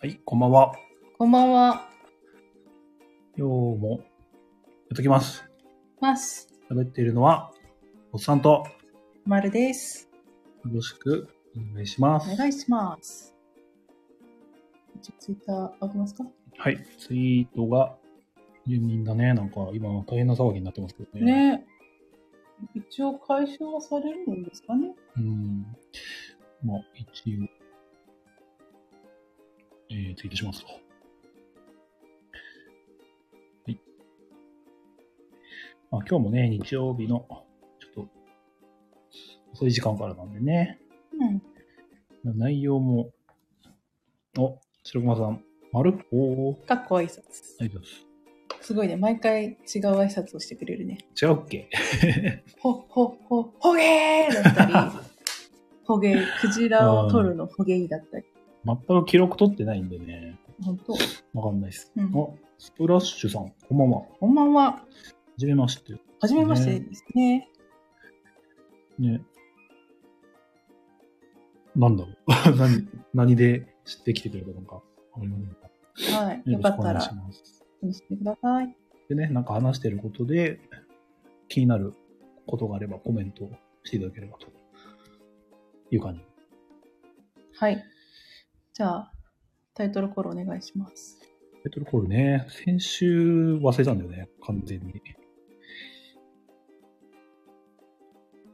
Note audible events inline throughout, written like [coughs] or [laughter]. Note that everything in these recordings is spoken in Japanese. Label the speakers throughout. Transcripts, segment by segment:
Speaker 1: はい、こんばんは。
Speaker 2: こんばんは。
Speaker 1: 今日も、やっときます。
Speaker 2: ます。
Speaker 1: 喋っているのは、おっさんと、
Speaker 2: まるです。
Speaker 1: よろしくお願いしま
Speaker 2: お
Speaker 1: す。
Speaker 2: 願いします。ちょツイッター開けますか
Speaker 1: はい、ツイートが、住民だね。なんか、今大変な騒ぎになってますけどね。
Speaker 2: ね一応解消はされるんですかね
Speaker 1: うん。まあ、一応、えー、ツイートしますと。はい。まあ、今日もね、日曜日の、ちょっと、遅い時間からなんでね、
Speaker 2: うん。
Speaker 1: 内容も、お、白熊さん、丸っこ
Speaker 2: かっこ挨拶。
Speaker 1: ー。ありがとうござい
Speaker 2: すごいね。毎回違う挨拶をしてくれるね。
Speaker 1: ます。違うっけ
Speaker 2: ほ、ほ、ほ、ほげーだったり、 [laughs] ほげー、クジラを取るのほげーだったり。
Speaker 1: 全く記録取ってないんでね、
Speaker 2: 本当
Speaker 1: わかんないです。
Speaker 2: うん
Speaker 1: お、スプラッシュさん、こんばんは。は
Speaker 2: こんばんは。
Speaker 1: じめまして。
Speaker 2: はじめましてですね。
Speaker 1: ね。なんだろう。 [laughs] 何、何で知ってきてくれたのか。わかりませんか
Speaker 2: はい。
Speaker 1: よ
Speaker 2: よ
Speaker 1: ろ
Speaker 2: か
Speaker 1: し
Speaker 2: っ
Speaker 1: くお
Speaker 2: た
Speaker 1: 願い
Speaker 2: ら
Speaker 1: し、ます。
Speaker 2: 楽しんでください。
Speaker 1: でね、なんか話してることで、気になることがあればコメントしていただければと。いう感じ。
Speaker 2: はい。じゃあ、タイトルコールお願いします。
Speaker 1: タイトルコールね、先週忘れたんだよね、完全に。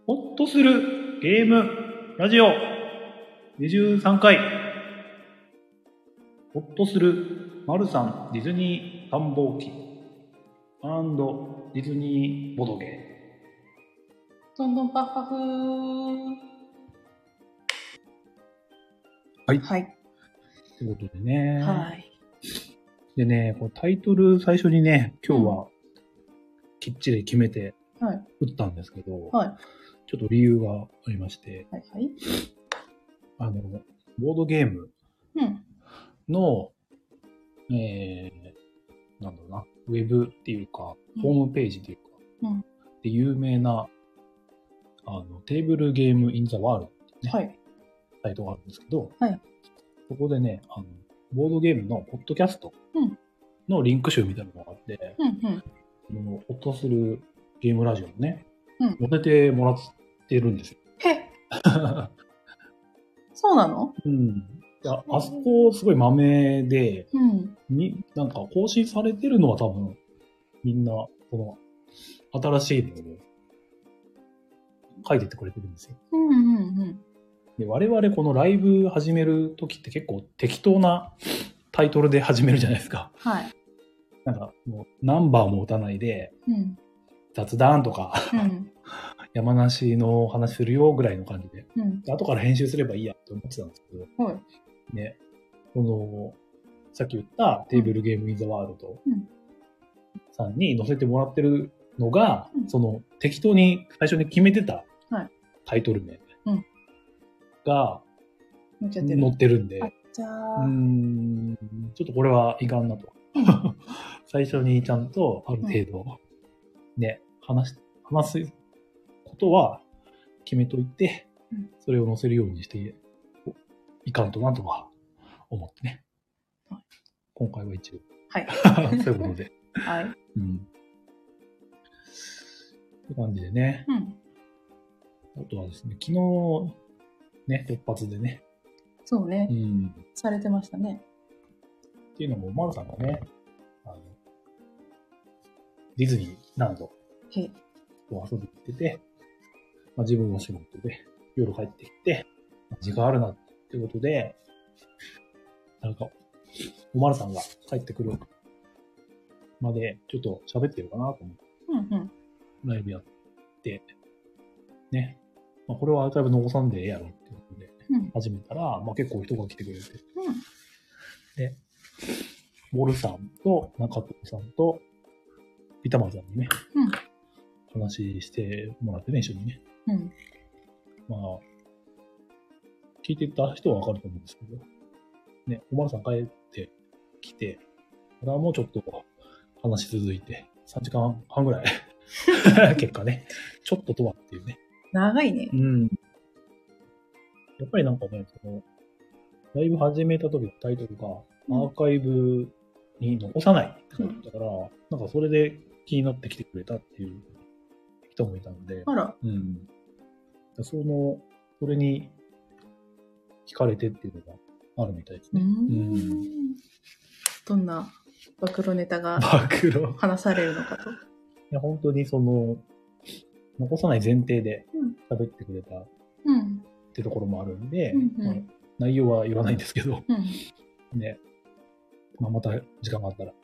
Speaker 1: ほっとするゲームラジオ23回。ほっとするマルさんディズニー探訪記ディズニーボドゲ。
Speaker 2: どんどんパッパフー。
Speaker 1: はい
Speaker 2: はい。
Speaker 1: ということでね。
Speaker 2: はい。
Speaker 1: でね、こうタイトル最初にね、今日はきっちり決めて
Speaker 2: はい。
Speaker 1: 打ったんですけど、
Speaker 2: はい。
Speaker 1: ちょっと理由がありまして、
Speaker 2: はい。はい。
Speaker 1: あの、ボードゲーム
Speaker 2: うん。
Speaker 1: の、えー、なんだろうな、ウェブっていうか
Speaker 2: うん、
Speaker 1: ホームページっていうか、
Speaker 2: うん
Speaker 1: で有名な、あの、テーブルゲームインザワールドってね、
Speaker 2: はい。
Speaker 1: サイトがあるんですけど、
Speaker 2: はい
Speaker 1: そこでね、あの、ボードゲームのポッドキャスト
Speaker 2: うん
Speaker 1: のリンク集みたいなのがあって、
Speaker 2: うん。うん。
Speaker 1: その、ほっとするゲームラジオのね、
Speaker 2: うん
Speaker 1: 載せてもらってるんですよ。 [laughs]
Speaker 2: へそうなの
Speaker 1: うん。いや、あそこすごいマメで、
Speaker 2: うん。
Speaker 1: に、なんか更新されてるのは多分、みんな、この、新しいのを書いてってくれてるんですよ。
Speaker 2: うんうんうん。
Speaker 1: で、我々このライブ始める時って結構適当なタイトルで始めるじゃないですか。 [laughs]
Speaker 2: はい。
Speaker 1: なんか、もう、ナンバーも打たないで、
Speaker 2: うん。
Speaker 1: 雑談とか、
Speaker 2: うん。
Speaker 1: 山梨のお話するよぐらいの感じで、
Speaker 2: うん。
Speaker 1: で後から編集すればいいやって思ってたんですけど、
Speaker 2: はい。
Speaker 1: ね、この、さっき言ったテーブルゲームインザワールド
Speaker 2: うん
Speaker 1: さんに載せてもらってるのが、
Speaker 2: うん
Speaker 1: その適当に最初に決めてた
Speaker 2: はい
Speaker 1: タイトル名
Speaker 2: うん
Speaker 1: が
Speaker 2: めっちゃってる。
Speaker 1: 載ってるんで、
Speaker 2: あじゃ
Speaker 1: うー
Speaker 2: あ、
Speaker 1: ん、ちょっとこれはいかん
Speaker 2: [laughs]
Speaker 1: なと。最初にちゃんとある程度、ね、話し、話すことは決めといて
Speaker 2: うん、
Speaker 1: それを載せるようにしておいかんとなとは思ってね
Speaker 2: はい。
Speaker 1: 今回は一応。
Speaker 2: [laughs] はい
Speaker 1: そういうことで。
Speaker 2: はい。
Speaker 1: うん。って感じでね。
Speaker 2: うん。
Speaker 1: あとはですね、昨日、ね、突発でね。
Speaker 2: そうね
Speaker 1: う。ん。
Speaker 2: されてましたね。
Speaker 1: っていうのも、マルさんがね、あの、ディズニーランド
Speaker 2: へい。
Speaker 1: を遊びに行ってて、まあ、自分は仕事で、夜帰ってきて、まあ時間あるなってことで、なんか、おまるさんが帰ってくるまで、ちょっと喋ってるかなと思って、
Speaker 2: うんうん。
Speaker 1: ライブやって、ね。まあ、これはアーカイブ残さんでええやろってことで、
Speaker 2: うん。
Speaker 1: 始めたら、まあ、結構人が来てくれて、
Speaker 2: うん。
Speaker 1: モルさんと中藤さんと、ビタマンさんにね、話してもらってね、一緒にね。
Speaker 2: うん。
Speaker 1: まあ、聞いてた人はわかると思うんですけど、ね、おまるさん帰ってきて、これはもうちょっと話し続いて、3時間半ぐらい、結果ね、ちょっととはっていうね。
Speaker 2: 長いね
Speaker 1: う。ん。やっぱりなんかね、その、ライブ始めた時のタイトルが、
Speaker 2: うん
Speaker 1: アーカイブに残さないって書いてあったから、なんかそれで気になってきてくれたっていう人もいたので、
Speaker 2: あら、
Speaker 1: うん。その、それに惹かれてっていうのがあるみたい
Speaker 2: [laughs]
Speaker 1: です
Speaker 2: うー
Speaker 1: ね。
Speaker 2: ん。どんな暴露ネタが
Speaker 1: 暴露。い
Speaker 2: 話されるのかと。
Speaker 1: や、本当にその、残さない前提で
Speaker 2: うん
Speaker 1: 喋ってくれたっ
Speaker 2: うん。
Speaker 1: てところもあるんで、
Speaker 2: うんうん
Speaker 1: まあ内容は言わないんですけど、
Speaker 2: うん。
Speaker 1: ね。まあ、また時間があったら、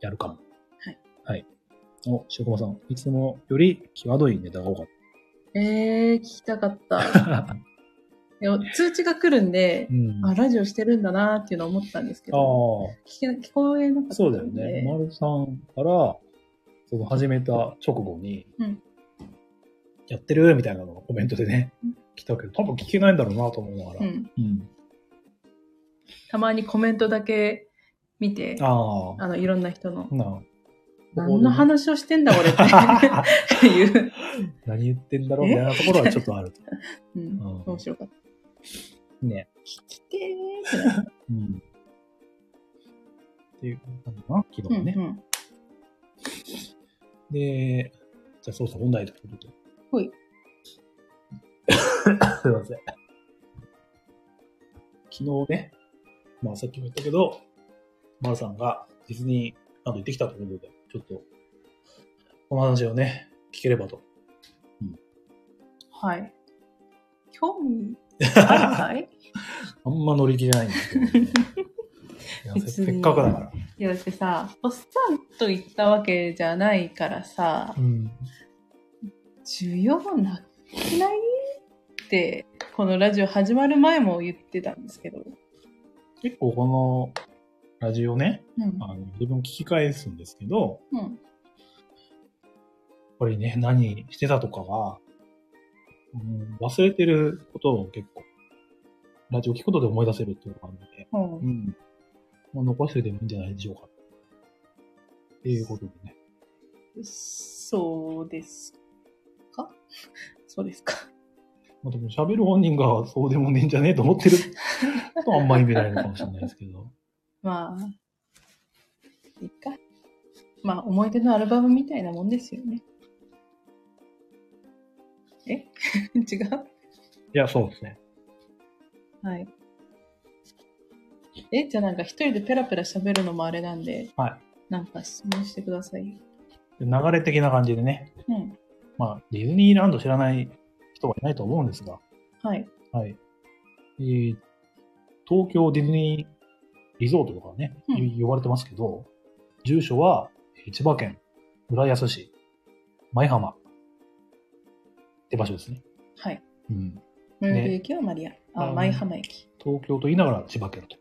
Speaker 1: やるかも。
Speaker 2: はい。
Speaker 1: はい。お、塩駒さん、いつもより際どいネタが多かっ
Speaker 2: えー、聞きたかった。 [laughs]
Speaker 1: た。
Speaker 2: でも通知が来るんで
Speaker 1: う、ん。
Speaker 2: あ、ラジオしてるんだなーっていうのは思ったんですけ
Speaker 1: あ
Speaker 2: ど、
Speaker 1: ー。
Speaker 2: 聞け聞こえなかったんで。
Speaker 1: そうだよね。丸さんから、その始めた直後に、
Speaker 2: うん
Speaker 1: やってるみたいなのがコメントでね
Speaker 2: うん、
Speaker 1: 来たけど、多分聞けないんだろうなと思いながら。
Speaker 2: うん。
Speaker 1: うん
Speaker 2: たまにコメントだけ見て、あ
Speaker 1: ああ。
Speaker 2: の、いろんな人の、
Speaker 1: なあ
Speaker 2: 何の
Speaker 1: こ
Speaker 2: 話をしてんだ俺
Speaker 1: [laughs]
Speaker 2: っ
Speaker 1: こでね
Speaker 2: てっていう、
Speaker 1: [laughs] 何言ってんだろうみたいなところはちょっとある。
Speaker 2: う、
Speaker 1: うんん
Speaker 2: 面白かった。
Speaker 1: ね。
Speaker 2: 聞きてーってなっ
Speaker 1: うん。っていう感じかな、昨日
Speaker 2: た
Speaker 1: はね。
Speaker 2: うんうん
Speaker 1: で、じゃあそうそう、本題ということで。
Speaker 2: ほい。
Speaker 1: [coughs] すいません。昨日ね、まあさっきも言ったけど、マルさんがディズニーランド行ってきたということで、ちょっと、この話をね、聞ければと。
Speaker 2: はい。興味ある
Speaker 1: あ
Speaker 2: か [laughs] い
Speaker 1: んま乗り気じゃないんですけど、
Speaker 2: [laughs]
Speaker 1: ねいやせ
Speaker 2: 別に
Speaker 1: せっかくだから。
Speaker 2: いや、だってさ、おっさんと行ったわけじゃないからさ
Speaker 1: う、ん。
Speaker 2: 需要なくないって、このラジオ始まる前も言ってたんですけど。
Speaker 1: 結構このラジオね、
Speaker 2: うん。
Speaker 1: あの自分聞き返すんですけど、
Speaker 2: うん。
Speaker 1: やっぱりね、何してたとかは、うん、忘れてることを結構、ラジオ聞くことで思い出せるっていうのがあるので、
Speaker 2: うん
Speaker 1: うん。まあ、残してでもいいんじゃないでしょうか。っていうことでね。
Speaker 2: そうですかそうですか。
Speaker 1: まあ、多分喋る本人がそうでもねえんじゃねえと思 [laughs] ってるとはあんまり見られるかもしれないですけど。
Speaker 2: まあ、いいか。まあ、思い出のアルバムみたいなもんですよね。え [laughs] 違う
Speaker 1: いや、そうですね。
Speaker 2: はい。え、じゃあなんか一人でペラペラ喋るのもあれなんで、
Speaker 1: はい
Speaker 2: なんか質問してくださいよ。
Speaker 1: で流れ的な感じでね。
Speaker 2: うん。
Speaker 1: まあ、ディズニーランド知らない人はいないと思うんですが、
Speaker 2: はい。
Speaker 1: はい。えー東京ディズニーリゾートとかね、
Speaker 2: うん
Speaker 1: 呼ばれてますけど、住所はえー千葉県浦安市舞浜って場所ですね。
Speaker 2: はい。
Speaker 1: うん。
Speaker 2: 最寄り駅はマリア。あ、
Speaker 1: うん
Speaker 2: 舞浜駅。
Speaker 1: 東京と言いながら千葉県と。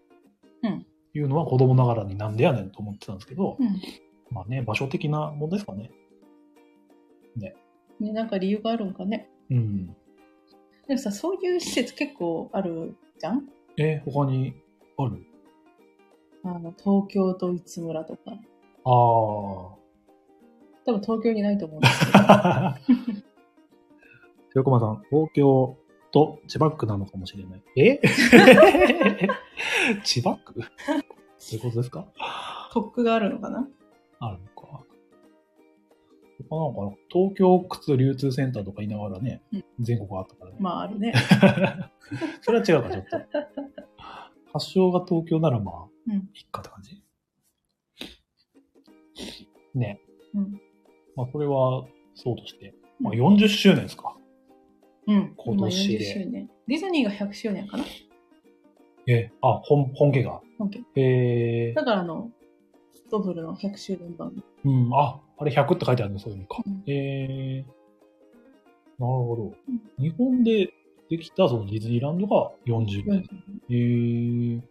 Speaker 2: うん
Speaker 1: いうのは子供ながらになんでやねんと思ってたんですけど、
Speaker 2: うん。
Speaker 1: まあね、場所的なもんですかね。
Speaker 2: ね、なんか理由があるんかね。
Speaker 1: うん。
Speaker 2: でもさ、そういう施設結構あるじゃん
Speaker 1: え、他にある
Speaker 2: あの、東京といつ村とか。
Speaker 1: あ
Speaker 2: 多分東京にないと思うんですけ [laughs] ど。
Speaker 1: あ。白駒さん、東京と千葉区なのかもしれない。え [laughs] 千葉区そういうことですか
Speaker 2: 特区があるのかな
Speaker 1: あるのか。他なんかな東京靴流通センターとか言いながらね、
Speaker 2: うん
Speaker 1: 全国あったからね。
Speaker 2: まああるね。
Speaker 1: それは違うか、ちょっ
Speaker 2: [laughs]
Speaker 1: と。発祥が東京ならまあ、
Speaker 2: うん
Speaker 1: いっかって感じ。ね。
Speaker 2: うん。
Speaker 1: まあ、それは、そうとして。まあ、
Speaker 2: うん
Speaker 1: 40周年ですか。
Speaker 2: うん。
Speaker 1: 今年で
Speaker 2: 今40周年。ディズニーが100周年かな
Speaker 1: え、あ、本、本家が。
Speaker 2: ?OK。
Speaker 1: えー
Speaker 2: だからあの、ドブルの100周年版。
Speaker 1: うん、あ、あれ100って書いてあるの、そういうのか。
Speaker 2: うん
Speaker 1: えーなるほど、
Speaker 2: う
Speaker 1: 日本でできたそのディズニーランドが40年。え
Speaker 2: 40
Speaker 1: ー、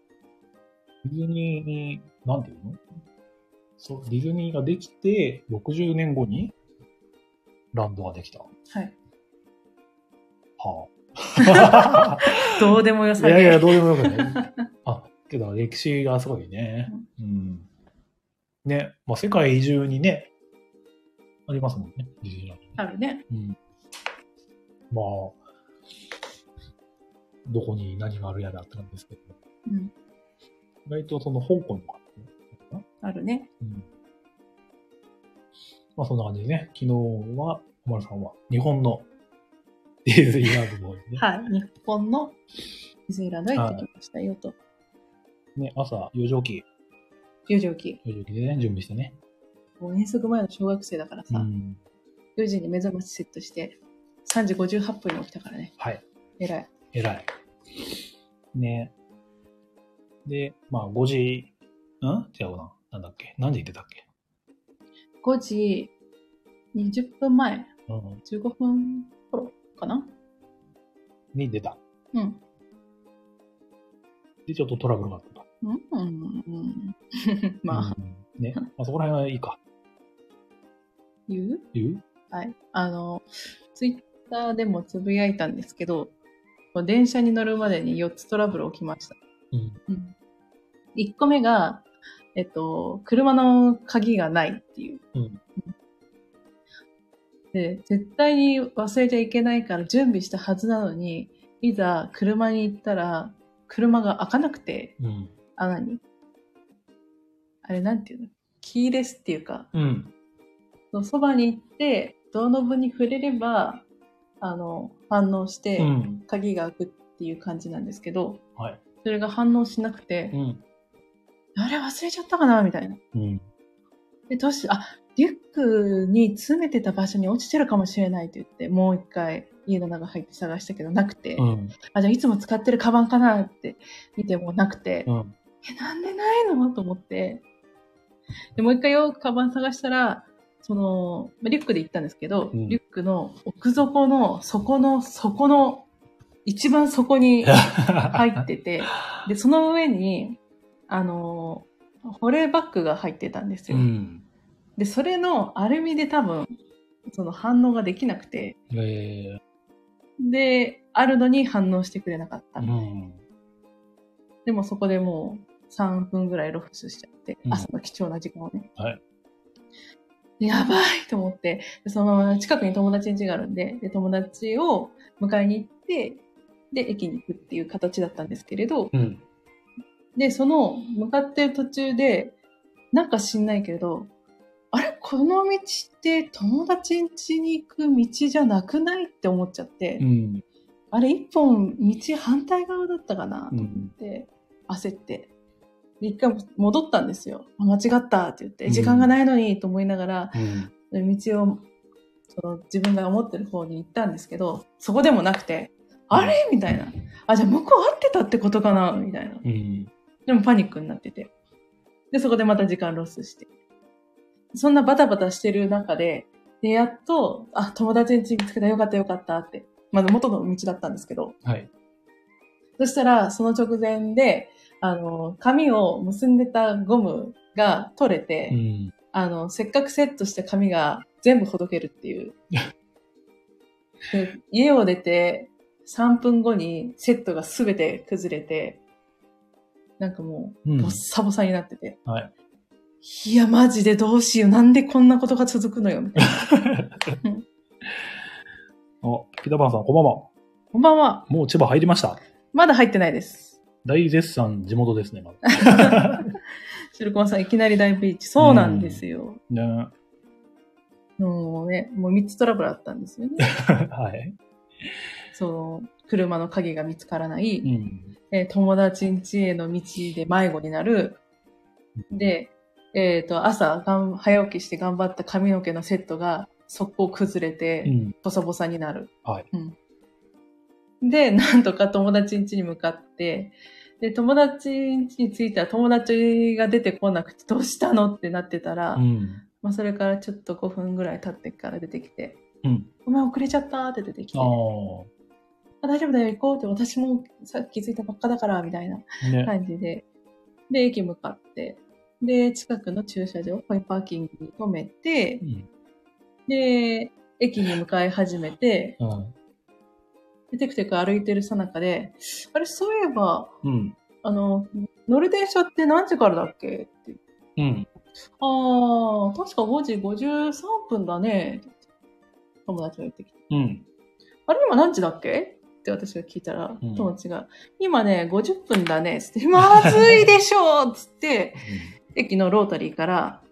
Speaker 1: ディズニーに、なんていうのそう、ディズニーができて、60年後に、ランドができた。
Speaker 2: はい。
Speaker 1: はあ。
Speaker 2: [laughs] どうでもよ
Speaker 1: い
Speaker 2: さげ。
Speaker 1: やいや、どうでもよく
Speaker 2: [laughs]
Speaker 1: ない。あ、けど歴史がすごいね。うん。ね、まあ、世界中にね、ありますもんね、ディズニーランドね。
Speaker 2: あるね。
Speaker 1: うん。まあ、どこに何があるやらって感じですけど。
Speaker 2: うん。
Speaker 1: 意外とその香港とか、
Speaker 2: あるね。
Speaker 1: うん。まあそんな感じでね、昨日は、小丸さんは日本のディズニーランドの方にね、
Speaker 2: はい。日本のディズニーランドへ行ってきましたよと。
Speaker 1: ね朝4時起
Speaker 2: 4時起
Speaker 1: き、4時起きでね、準備してね。
Speaker 2: き。もう遠足前の小学生だから
Speaker 1: う
Speaker 2: さ、
Speaker 1: ん。
Speaker 2: 4時に目覚ましセットして、3時58分に起きたからね。
Speaker 1: はい。
Speaker 2: 偉い。
Speaker 1: 偉い。ね。で、まあ5時、ん違うな。なんだっけ何時言ってたっけ
Speaker 2: 5時20分前、
Speaker 1: うん。
Speaker 2: 15分頃かな
Speaker 1: に出た。
Speaker 2: うん。
Speaker 1: で、ちょっとトラブルがあったと。
Speaker 2: うん、うん、うん。 [laughs] まあ、
Speaker 1: うんね。まあそこら辺はいいか。
Speaker 2: 言う
Speaker 1: 言う
Speaker 2: はい。あの、ツイッターでもつぶやいたんですけど、こう電車に乗るまでに4つトラブル起きました。
Speaker 1: うん。
Speaker 2: うん、1個目が、えっと、車の鍵がないっていう。
Speaker 1: うん
Speaker 2: で、絶対に忘れちゃいけないから準備したはずなのに、いざ車に行ったら、車が開かなくて、
Speaker 1: うん。
Speaker 2: あ、何あれなんていうのキーレスっていうか、
Speaker 1: うん。
Speaker 2: そのそばに行って、ドアノブに触れれば、あの、反応して
Speaker 1: う、ん。
Speaker 2: 鍵が開くっていう感じなんですけど、
Speaker 1: はい。
Speaker 2: それが反応しなくて、
Speaker 1: うん。
Speaker 2: あれ忘れちゃったかなみたいな。
Speaker 1: うん。
Speaker 2: で、どうし、あ、リュックに詰めてた場所に落ちてるかもしれないと言って、もう一回家の中入って探したけどなくて、
Speaker 1: うん。
Speaker 2: あ、じゃあいつも使ってるカバンかなって見てもなくて、
Speaker 1: うん。
Speaker 2: え、なんでないのと思って。で、もう一回よくカバン探したら、その、まあリュックで行ったんですけど、
Speaker 1: うん
Speaker 2: リュックの奥底の底の底の一番
Speaker 1: [laughs]
Speaker 2: 底に入ってて、で、その上に、あの、保冷バッグが入ってたんですよ。
Speaker 1: うん。
Speaker 2: で、それのアルミで多分、その反応ができなくて、
Speaker 1: え
Speaker 2: で、あるのに反応してくれなかった。
Speaker 1: ー、うん。
Speaker 2: でもそこでもう3分ぐらいロスしちゃって、
Speaker 1: うん
Speaker 2: 朝の貴重な時間をね。
Speaker 1: はい
Speaker 2: でやばいと思って、でそのまま近くに友達ん家があるんでで、友達を迎えに行って、で、駅に行くっていう形だったんですけれど、
Speaker 1: うん。
Speaker 2: で、その向かってる途中で、なんか知んないけれど、あれこの道って友達ん家に行く道じゃなくないって思っちゃって、
Speaker 1: うん。
Speaker 2: あれ一本道反対側だったかな
Speaker 1: う、ん。
Speaker 2: で焦ってで一回戻ったんですよあ間違ったって言って
Speaker 1: うん
Speaker 2: 時間がないのにと思いながら、
Speaker 1: うん。
Speaker 2: 道をその自分が思ってる方に行ったんですけどそこでもなくてあれみたいなあじゃあ向こう合ってたってことかなみたいな
Speaker 1: うん。
Speaker 2: でもパニックになっててでそこでまた時間ロスしてそんなバタバタしてる中ででやっとあ友達に見つけたよかったよかったってまだ元の道だったんですけど
Speaker 1: はい。
Speaker 2: そしたら、その直前で、あの、髪を結んでたゴムが取れて、
Speaker 1: うん。
Speaker 2: あの、せっかくセットした髪が全部ほどけるって
Speaker 1: [laughs]
Speaker 2: いう。で家を出て3分後にセットがすべて崩れて、なんかも
Speaker 1: う
Speaker 2: う、
Speaker 1: ん
Speaker 2: ボッ。サボサになってて。
Speaker 1: はい。
Speaker 2: いや、マジでどうしよう。なんでこんなことが続
Speaker 1: [laughs]
Speaker 2: くのよ。みたいな
Speaker 1: お、ピタパンさん、こんばんは。
Speaker 2: こんばんは。
Speaker 1: もう千葉入りました。
Speaker 2: まだ入ってないです。
Speaker 1: 大絶賛地元ですね、ま
Speaker 2: [laughs]
Speaker 1: だ。
Speaker 2: 白駒さん、いきなり大ビーチ。そうなんですよ。
Speaker 1: ね
Speaker 2: もうね、もう3つトラブルあったんですよね。
Speaker 1: [laughs] はい。
Speaker 2: その、車の鍵が見つからない、
Speaker 1: うん。
Speaker 2: えー友達ん家への道で迷子になる、、で、えっ、と、朝がん、早起きして頑張った髪の毛のセットが、速攻崩れ
Speaker 1: う
Speaker 2: て、
Speaker 1: ん。
Speaker 2: ボサボサになる。
Speaker 1: はい
Speaker 2: うんで、 [laughs] なんとか友達ん家に向かって、で、友達ん家に着いたら友達が出てこなくて、どうしたのってなってたら、
Speaker 1: うん。
Speaker 2: まあ、それからちょっと5分ぐらい経ってから出てきて、
Speaker 1: うん。
Speaker 2: ごめん、遅れちゃったって出てきて
Speaker 1: あ、あ。
Speaker 2: あ大丈夫だよ、行こうって、私もさっき気づいたばっかだから、みたいな
Speaker 1: ね。
Speaker 2: 感じで。で、駅向かって、で、近くの駐車場、コインパーキングに止めて
Speaker 1: う、ん。
Speaker 2: で、駅に向かい始めて、
Speaker 1: うん。
Speaker 2: でテクテク歩いてるさなかで、あれ、そういえば、
Speaker 1: うん。
Speaker 2: あの、乗る電車って何時からだっけって。
Speaker 1: うん。
Speaker 2: ああ、確か5時53分だね。友達が言ってきて。
Speaker 1: うん。
Speaker 2: あれ、今何時だっけってって私が聞いたら、
Speaker 1: うん
Speaker 2: 友達が、今ね、50分だね、つって、まずいでしょつって、駅のロータリーから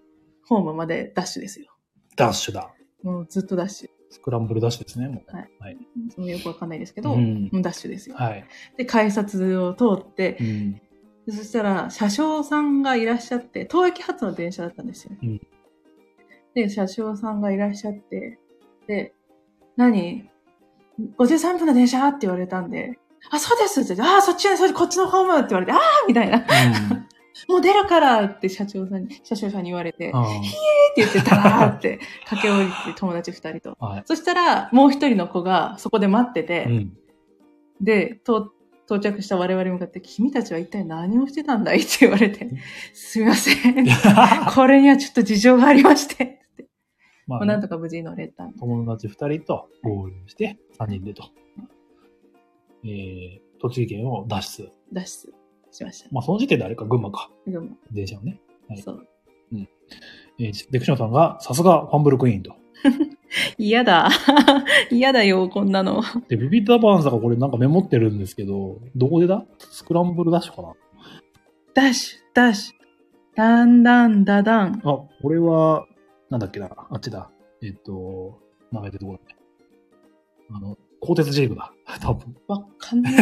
Speaker 2: ホームまでダッシュですよ。
Speaker 1: ダッシュだ。
Speaker 2: もうずっとダッシ
Speaker 1: スクランブルダッシュですね、も
Speaker 2: ュ。そのよくわかんないですけ
Speaker 1: う。
Speaker 2: ど、も
Speaker 1: ん。
Speaker 2: うダッシュですよ。
Speaker 1: はい。
Speaker 2: で、改札を通って
Speaker 1: う、ん。
Speaker 2: でそしたら、車掌さんがいらっしゃって、東駅発の電車だったんですよ。
Speaker 1: うん
Speaker 2: で、車掌さんがいらっしゃって、で、何 ?53 分の電車って言われたんで、あ、そうですって、ああ、そっちね、そっち、こっちのホームって言われて、ああみたいな。
Speaker 1: うん。
Speaker 2: もう出るからって車掌さんに、車掌さんに言われて、っ
Speaker 1: あ
Speaker 2: て言って、たらーって駆け降りて友達二人と。
Speaker 1: あはい。
Speaker 2: そしたら、もう一人の子がそこで待ってて、
Speaker 1: [laughs] うん。
Speaker 2: で、と到着した我々に向かって、君たちは一体何をしてたんだいって言われて、すみません。 [laughs] これにはちょっと事情がありまして。
Speaker 1: [laughs]
Speaker 2: って
Speaker 1: ま
Speaker 2: もうなんとか無事に乗れたんで。
Speaker 1: 友達2人と合流して3人でと、えー、栃木県を脱出。
Speaker 2: 脱出しました。
Speaker 1: まあ、その時点であれか、群馬か、
Speaker 2: 群馬。
Speaker 1: 電車をね。はい
Speaker 2: そう。
Speaker 1: えー、デクションさんが、さすがファンブルクイーンと。
Speaker 2: 嫌だ。 [laughs] 嫌だよ、こんなの。
Speaker 1: で、ビビッタバーンさんがこれなんかメモってるんですけど、どこでだスクランブルダッシュかな
Speaker 2: ダッシュ、ダッシュ。だんだんだだ
Speaker 1: あ、
Speaker 2: ん。
Speaker 1: これは、なんだっけな、あっちだ。えっと、名前出てこない。あの、鋼鉄ジェイクだ。 [laughs] 多分。
Speaker 2: わかんね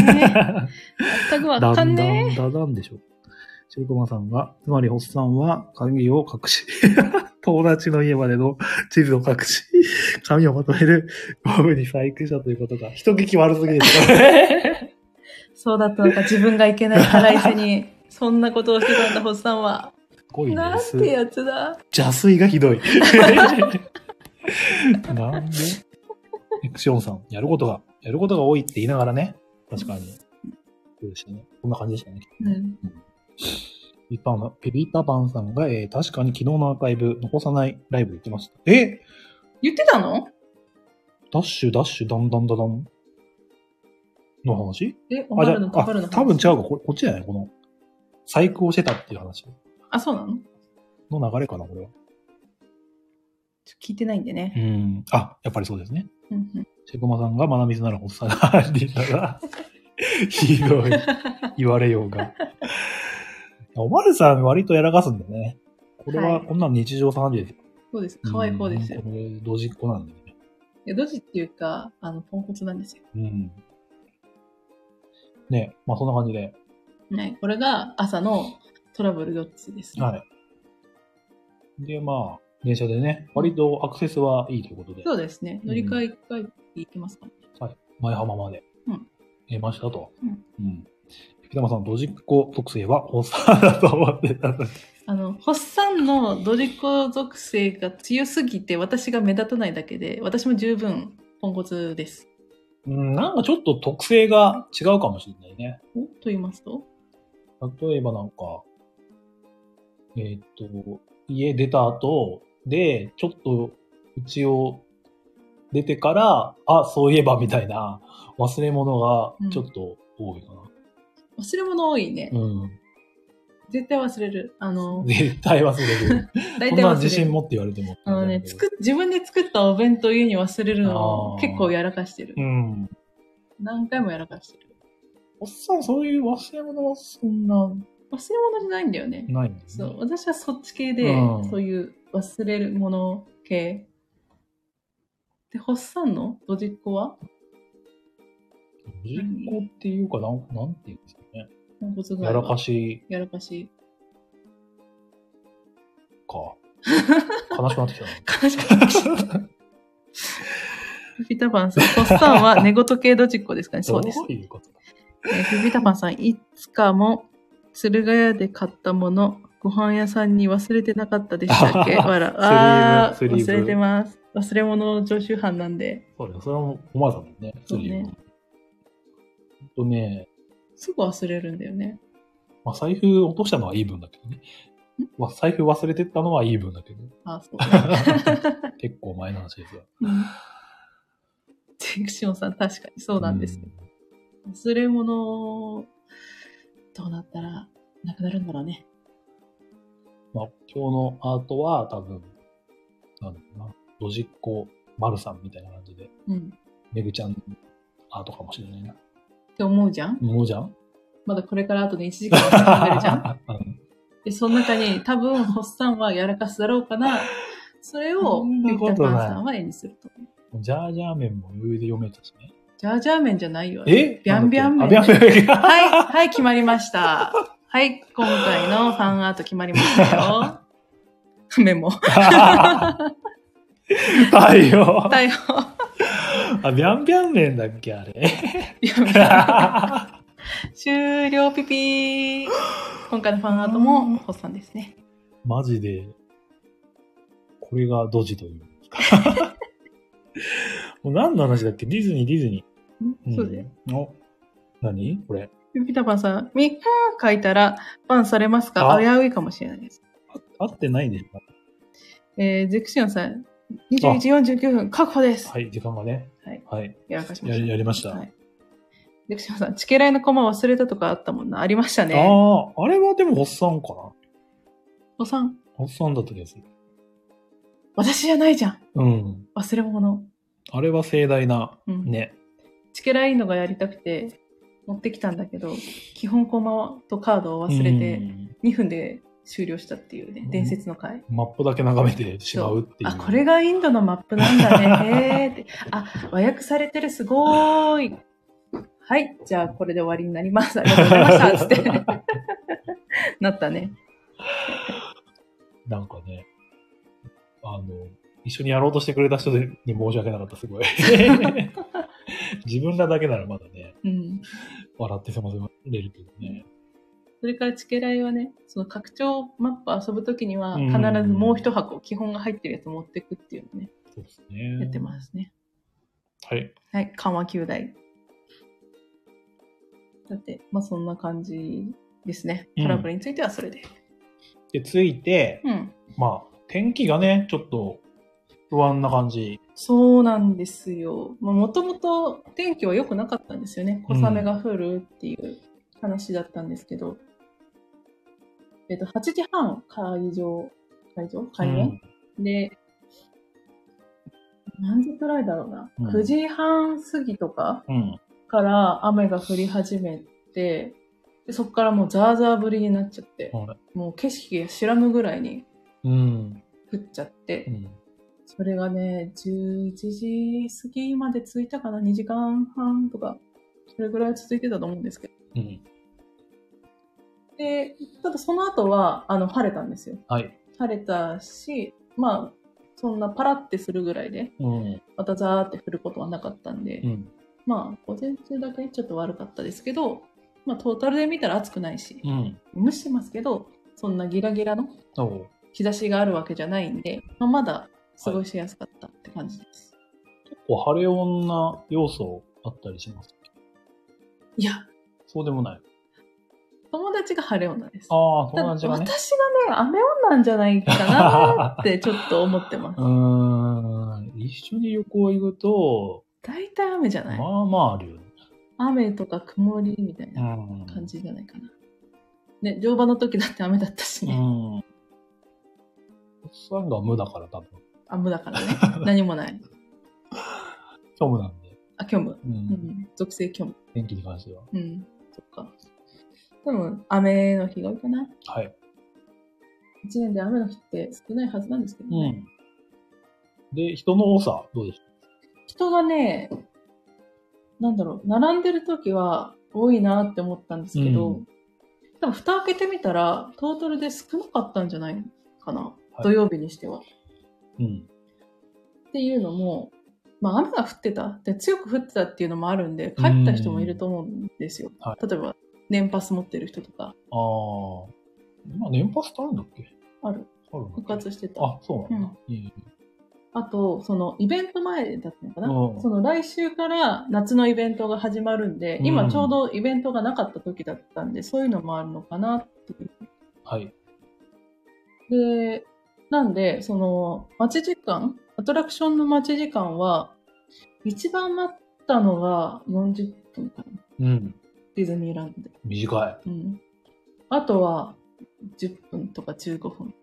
Speaker 2: え。全くわかんね
Speaker 1: だんだんだんでしょ。シルクマさんが、つまり、ホッさんは髪を隠し、 [laughs] 友達の家までの地図を隠し、髪をまとめるゴムに細工したということが、人聞き悪すぎですよね。
Speaker 2: え。そうだったのか、自分がいけない腹いせに、
Speaker 1: [laughs]
Speaker 2: そんなことをしてたんだ、ホッさんは。
Speaker 1: すごいね。
Speaker 2: [laughs] なん
Speaker 1: す
Speaker 2: てやつだ。
Speaker 1: 邪水がひどい。 [laughs] なんでエクシオンさん、やることが、やることが多いって言いながらね。確かに。そうでしたね。こんな感じでしたね。
Speaker 2: うん。
Speaker 1: ピピタンペピーターパンさんが、えー確かに昨日のアーカイブ、残さないライブ行きました。え
Speaker 2: 言ってたの
Speaker 1: ダッシュ、ダッシュ、ダンダンダダンの話
Speaker 2: え、お
Speaker 1: あ、じゃ
Speaker 2: 前の
Speaker 1: あ、
Speaker 2: かかる
Speaker 1: あ
Speaker 2: の
Speaker 1: 多分違うか。これこっちじゃないこの、細工をしてたっていう話
Speaker 2: あ、そうなのちょっ
Speaker 1: の流れかな、これは。
Speaker 2: と聞いてないんで
Speaker 1: う
Speaker 2: ね。
Speaker 1: ん。あ、やっぱりそうですね。
Speaker 2: うんうん
Speaker 1: シェコマさんが、まなみずならおっさんが、ありだ
Speaker 2: [laughs]
Speaker 1: な。ひどい。言われようが。おまるさん割とやらかすんだね。これは、
Speaker 2: はい
Speaker 1: こんなの日常茶飯事です。
Speaker 2: そうです。可愛い子ですよ
Speaker 1: うん。これ、ドジっ子なんだよね。
Speaker 2: いやドジっていうか、あの、ポンコツなんですよ。
Speaker 1: うん。ねまあそんな感じで。
Speaker 2: はい。これが朝のトラブル4つです、ね。
Speaker 1: はい。で、まあ、電車でね、割とアクセスはいいということで、
Speaker 2: そうですね。乗り換え1回行きますか、ね
Speaker 1: 前浜まで
Speaker 2: うん
Speaker 1: 出ましたと。
Speaker 2: うん。
Speaker 1: うん。ピタマさん、ドジっ子特性はおっさんだと思ってたのに。
Speaker 2: あの、ホッサンのドリコ属性が強すぎて、私が目立たないだけで、私も十分ポンコツです。
Speaker 1: うん、なんかちょっと特性が違うかもしれないね。
Speaker 2: おと言いますと
Speaker 1: 例えばなんか、えーっと、家出た後で、ちょっと家を出てから、あ、そういえばみたいな忘れ物がちょっと多いか
Speaker 2: 忘れ物多いね。
Speaker 1: な。うん。
Speaker 2: 絶対忘れる。あの、
Speaker 1: 絶対忘
Speaker 2: [laughs]
Speaker 1: れる。
Speaker 2: 大
Speaker 1: そん
Speaker 2: 体忘れ
Speaker 1: な
Speaker 2: る。
Speaker 1: 自信持って言われても。
Speaker 2: あのね、作っ自分で作ったお弁当を家に忘れるの
Speaker 1: あ
Speaker 2: を
Speaker 1: ー
Speaker 2: 結構やらかしてる
Speaker 1: う。ん。
Speaker 2: 何回もやらかしてる。
Speaker 1: おっさん、そういう忘れ物はそんな、
Speaker 2: 忘れ物じゃないんだよね。
Speaker 1: ないんだ
Speaker 2: そ
Speaker 1: よね
Speaker 2: う、。私はそっち系で、
Speaker 1: うん
Speaker 2: そういう忘れるもの系。で、ホッサンのドジっ子は
Speaker 1: 実行っていうか、なん、なんていうんですかね。
Speaker 2: ポンコツ具合
Speaker 1: や
Speaker 2: は
Speaker 1: らかし
Speaker 2: やらかし。
Speaker 1: か。悲しくなってきたな。
Speaker 2: 悲しかった。
Speaker 1: [laughs]
Speaker 2: フィフィタパンさん、ホッサンは寝言系ドジっ子ですかね。 [laughs] そうです
Speaker 1: ど。ういうことだ
Speaker 2: えーフィフィタパンさん、いつかも鶴ヶ谷で買ったもの、ご飯屋さんに忘れてなかったでしたっけわら。あ
Speaker 1: ス
Speaker 2: ー
Speaker 1: リーブス
Speaker 2: 忘
Speaker 1: リーブ
Speaker 2: れてます。忘れ物の常習犯なんで、
Speaker 1: そうだよ。それはもうお前さんだもんね。
Speaker 2: そうね
Speaker 1: いうの。ほんとね、
Speaker 2: すぐ忘れるんだよね。
Speaker 1: まあ、財布落としたのはいい分だけどね。まあ、財布忘れてったのはいい分
Speaker 2: [laughs]
Speaker 1: だけど。
Speaker 2: あー、そう
Speaker 1: [laughs]
Speaker 2: ね。
Speaker 1: 結構前の話ですよ。
Speaker 2: うんテクシオンさん、確かにそうなんです。
Speaker 1: う
Speaker 2: 忘れ物、どうなったらなくなるんだろうね。
Speaker 1: まあ、今日のアートは多分、なんだろうな、ドジっ子丸さんみたいな感じで、
Speaker 2: うん。
Speaker 1: めぐちゃんのアートかもしれないな。
Speaker 2: って思うじゃん
Speaker 1: 思うじゃん
Speaker 2: まだこれからあとね、1時間かかるじゃん
Speaker 1: [laughs] うん
Speaker 2: で、その中
Speaker 1: [laughs]
Speaker 2: に多分、ホッサンはやらかすだろうかな。それ
Speaker 1: そ [laughs]
Speaker 2: を、
Speaker 1: んな
Speaker 2: ビク
Speaker 1: こ
Speaker 2: タ
Speaker 1: と
Speaker 2: パ
Speaker 1: ない
Speaker 2: ンさんは絵にすると。
Speaker 1: ジャージャー麺も余裕で読めたしね。
Speaker 2: ジャージャー麺じゃないよ。
Speaker 1: え
Speaker 2: ビャンビャン麺
Speaker 1: あビャンビャン麺。
Speaker 2: はい、はい、決まりました。はい、今回のファンアート決まりまし
Speaker 1: [laughs]
Speaker 2: たよ。メモ。
Speaker 1: 太陽。
Speaker 2: 対応。
Speaker 1: あ、ビャンビャン麺だっけ
Speaker 2: [laughs]
Speaker 1: あれ。
Speaker 2: いや終了ピピー。今回のファンアートも、ホッサンですね。
Speaker 1: マジで、これがドジというか。
Speaker 2: [laughs]
Speaker 1: もう何の話だっけディズニー、ディズニー。ん
Speaker 2: そうだよ。
Speaker 1: お何これ。
Speaker 2: ピピタパンさん、3日書いたら、バンされますか
Speaker 1: あ
Speaker 2: 危ういかもしれないです。
Speaker 1: 合ってないでしょ
Speaker 2: えー、ゼクシオンさん、21時49分、確保です。
Speaker 1: はい、時間がね。
Speaker 2: はい。
Speaker 1: はい。
Speaker 2: やらかしま
Speaker 1: や
Speaker 2: した。
Speaker 1: りやりました。
Speaker 2: はい。ゼクシオンさん、チケライのコマ忘れたとかあったもんな。ありましたね。
Speaker 1: ああ、あれはでもおっさんかな。
Speaker 2: おさん、
Speaker 1: おっさんだった気がする。
Speaker 2: 私じゃないじゃん。
Speaker 1: うん。
Speaker 2: 忘れ物。
Speaker 1: あれは盛大な、
Speaker 2: うん。
Speaker 1: ね。
Speaker 2: チケライのがやりたくて、持ってきたんだけど、基本コマとカードを忘れ
Speaker 1: う
Speaker 2: て、
Speaker 1: ん
Speaker 2: 2分で終了したっていうね、伝説の回。
Speaker 1: マップだけ眺めてしまうっていう。
Speaker 2: あ、これがインドのマップなんだね。へーって。あ、和訳されてる、すごーい。はい、じゃあこれで終わりになります。ありがとうございました。つ
Speaker 1: [laughs]
Speaker 2: って。なったね。
Speaker 1: なんかね、あの、一緒にやろうとしてくれた人に申し訳なかった、すご
Speaker 2: [laughs]
Speaker 1: い。自分らだけならまだね、
Speaker 2: うん。
Speaker 1: 笑って済ませれるけどね。
Speaker 2: それからチケライはね、その拡張マップ遊ぶときには、
Speaker 1: うん
Speaker 2: 必ずもう一箱、基本が入ってるやつ持ってくっていうのね、
Speaker 1: そうですね。
Speaker 2: やってますね。
Speaker 1: はい。
Speaker 2: はい、緩和球大。だって、まあそんな感じですね。
Speaker 1: うん
Speaker 2: トラブルについてはそれで。
Speaker 1: で、ついて、
Speaker 2: うん。
Speaker 1: まあ、天気がね、ちょっと不安な感じ。
Speaker 2: そうなんですよ。まあもともと天気は良くなかったんですよね。小雨が降るっていう話だったんですけど。えっと、8時半会場、会場開
Speaker 1: う
Speaker 2: 演、
Speaker 1: ん
Speaker 2: で、何時くらいだろうな。
Speaker 1: うん
Speaker 2: 9時半過ぎとか
Speaker 1: うん。
Speaker 2: から雨が降り始めて、でそこからもうザーザー降りになっちゃって、
Speaker 1: は
Speaker 2: もう景色が白むぐらいに
Speaker 1: うん。
Speaker 2: 降っちゃって、
Speaker 1: うん。
Speaker 2: それがね、11時過ぎまで着いたかな、2時間半とか、それぐらいは続いてたと思うんですけど。
Speaker 1: うん。
Speaker 2: で、ただその後は、あの、晴れたんですよ。
Speaker 1: はい。
Speaker 2: 晴れたし、まあ、そんなパラってするぐらいで、
Speaker 1: うん。
Speaker 2: またザーって降ることはなかったんで、
Speaker 1: うん。
Speaker 2: まあ、午前中だけちょっと悪かったですけど、まあ、トータルで見たら暑くないし、
Speaker 1: うん。
Speaker 2: 蒸してますけど、そんなギラギラの
Speaker 1: そう。
Speaker 2: 日差しがあるわけじゃないんで、まあ、まだ過ごしやすかったって感じです。
Speaker 1: 結構晴れ女要素あったりします。
Speaker 2: い、や、
Speaker 1: そうでもない。
Speaker 2: 友達が晴れ女です。
Speaker 1: ああ、
Speaker 2: ただ
Speaker 1: 友達がね。
Speaker 2: 私がね、雨女なんじゃないかなってちょっと思ってます
Speaker 1: [laughs] う。ーん。一緒に旅行行くと、
Speaker 2: 大体雨じゃない、
Speaker 1: まあまああるよね。
Speaker 2: 雨とか曇りみたいな
Speaker 1: うん。
Speaker 2: 感じじゃないかな。ね、乗馬の時だって雨だったし
Speaker 1: う
Speaker 2: ね。
Speaker 1: ん。おっさんが無だから多分。
Speaker 2: あ、無だからね。何もない。
Speaker 1: 虚無なんで。
Speaker 2: あ、虚無。
Speaker 1: う。
Speaker 2: うんん。属性虚無。
Speaker 1: 天気に関しては。
Speaker 2: うん。そっか。でも、雨の日が多いかな。
Speaker 1: はい。
Speaker 2: 一年で雨の日って少ないはずなんですけど
Speaker 1: う
Speaker 2: ね。
Speaker 1: ん。で、人の多さ、どうでし
Speaker 2: 人がね、なんだろう、並んでる時は多いなって思ったんですけど、
Speaker 1: うん
Speaker 2: でも蓋開けてみたら、トータルで少なかったんじゃないかな。
Speaker 1: い
Speaker 2: 土曜日にしては。
Speaker 1: たうん。
Speaker 2: っていうのも、まあ雨が降ってた、で強く降ってたっていうのもあるんで、帰った人もいると思うんですよ。
Speaker 1: は
Speaker 2: 例えば、年パス持ってる人とか、
Speaker 1: ああ。今、年パスってあるんだっけ
Speaker 2: ある。
Speaker 1: あるんだっけ
Speaker 2: 復活してた。
Speaker 1: あ、そうなんだ。うん。
Speaker 2: あと、そのイベント前だったのかな、
Speaker 1: うん
Speaker 2: その来週から夏のイベントが始まるんで、
Speaker 1: うん
Speaker 2: 今ちょうどイベントがなかった時だったんで、そういうのもあるのかなって
Speaker 1: はい。
Speaker 2: いう。で、なんで、その待ち時間、アトラクションの待ち時間は、一番待ったのが40分かな。
Speaker 1: うん。
Speaker 2: ディズニーランドで。
Speaker 1: 短い。
Speaker 2: うん。あとは、10分とか15分、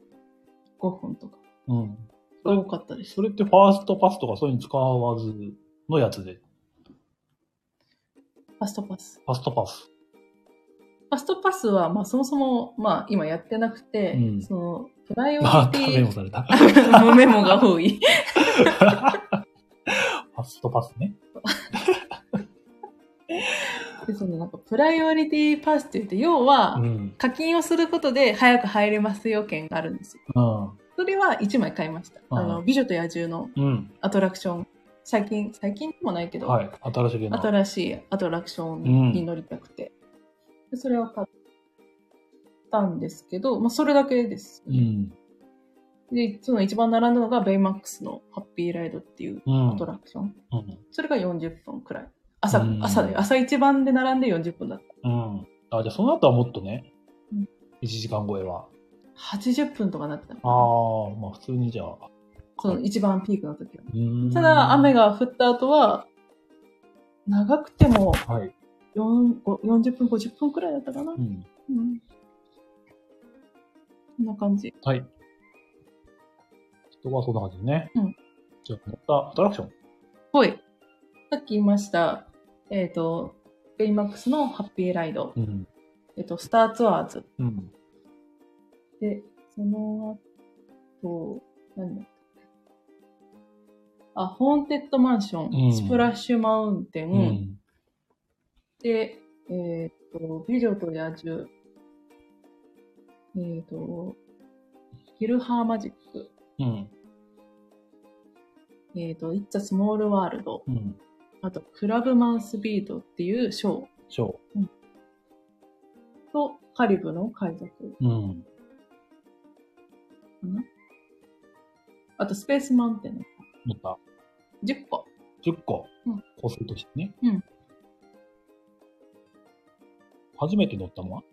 Speaker 2: 5分とか。
Speaker 1: うん。
Speaker 2: 多かったです
Speaker 1: そ。れってファーストパスとかそういうの使わずのやつで。
Speaker 2: ファストパス。
Speaker 1: ファストパス。
Speaker 2: ファストパスは、まあそもそも、まあ今やってなくて、
Speaker 1: うん
Speaker 2: その、プライオリ
Speaker 1: ま [laughs]
Speaker 2: テ
Speaker 1: たメモ
Speaker 2: ィ、
Speaker 1: された。
Speaker 2: もうメモが多い。
Speaker 1: ファストパスね。
Speaker 2: で、そのなんか、プライオリティパスって言って、要は、
Speaker 1: うん。
Speaker 2: 課金をすることで早く入れますよ券があるんですよ。
Speaker 1: うん。
Speaker 2: それは1枚買いました。
Speaker 1: はい
Speaker 2: あの、美女と野獣の
Speaker 1: うん。
Speaker 2: アトラクション。最近、最近でもないけど、
Speaker 1: はい。新しいゲーム。
Speaker 2: 新しいアトラクションに乗りたくて。でそれを買ったんですけど、まあ、それだけです。
Speaker 1: うん。
Speaker 2: で、その一番並んだのがベイマックスのハッピーライドっていう
Speaker 1: うん。
Speaker 2: アトラクション。
Speaker 1: うん。
Speaker 2: それが40分くらい。朝
Speaker 1: う、ん
Speaker 2: 朝で、朝一番で並んで40分だった。
Speaker 1: うん。あ、じゃあその後はもっとね
Speaker 2: うん、
Speaker 1: 1時間超えは。
Speaker 2: 80分とかなってたのか
Speaker 1: ああ、
Speaker 2: な。
Speaker 1: まあ普通にじゃあ。
Speaker 2: この一番ピークの時は。
Speaker 1: うん
Speaker 2: ただ、雨。が降った後は、長くても
Speaker 1: はい。
Speaker 2: 4ご40分、50分くらいだったかな。
Speaker 1: う。
Speaker 2: うんん。こんな感じ。
Speaker 1: はい。人はそんな感じでね。
Speaker 2: うん。
Speaker 1: じゃあ、またアトラクション。
Speaker 2: ほい。さっき言いました、えっ、と、ベイマックスのハッピーライド、
Speaker 1: うん。
Speaker 2: えっ、と、スターツアーズ。
Speaker 1: うん。
Speaker 2: で、その後、なんだあ、ホーンテッドマンション、
Speaker 1: うん
Speaker 2: スプラッシュマウンテン、
Speaker 1: うん。
Speaker 2: で、えっ、と、美女と野獣、えっ、と、ヒルハーマジック、
Speaker 1: うん。
Speaker 2: えっ、と、It's a Small World、
Speaker 1: うん。
Speaker 2: あと、クラブマンスビートっていうショー
Speaker 1: ショ
Speaker 2: と、カリブの海賊
Speaker 1: ー。うん。
Speaker 2: かな。あと、スペースマウンテンの
Speaker 1: また、
Speaker 2: 10個。
Speaker 1: 10個
Speaker 2: うん、
Speaker 1: 個数としてね。
Speaker 2: うん。
Speaker 1: 初めて乗ったのは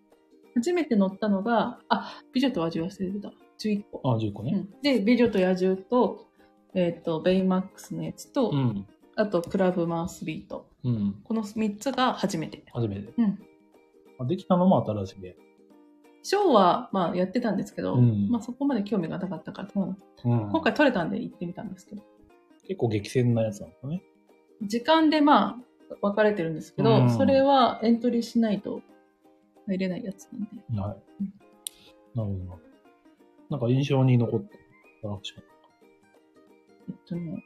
Speaker 2: 初めて乗ったのが、あ、美女と野獣忘れてた。11個。
Speaker 1: あ、10個
Speaker 2: う
Speaker 1: ね。
Speaker 2: ん、で、美女と野獣と、えっ、と、ベイマックスのやつと、
Speaker 1: ん。
Speaker 2: あと、クラブマンスビート。
Speaker 1: うん。
Speaker 2: この3つが初めて。
Speaker 1: 初めて。
Speaker 2: うん。
Speaker 1: あできたのも新しいで。
Speaker 2: ショーは、まあ、やってたんですけど、
Speaker 1: うん
Speaker 2: まあ、そこまで興味がなかったから、まあ
Speaker 1: うん
Speaker 2: 今回取れたんで行ってみたんですけど、
Speaker 1: 結構激戦なやつなんだね。
Speaker 2: 時間でまあ、分かれてるんですけど、
Speaker 1: うん
Speaker 2: それはエントリーしないと入れないやつなんで、
Speaker 1: はい
Speaker 2: うん。
Speaker 1: なるほどな。なんか印象に残ったアトラクショ
Speaker 2: えっとね、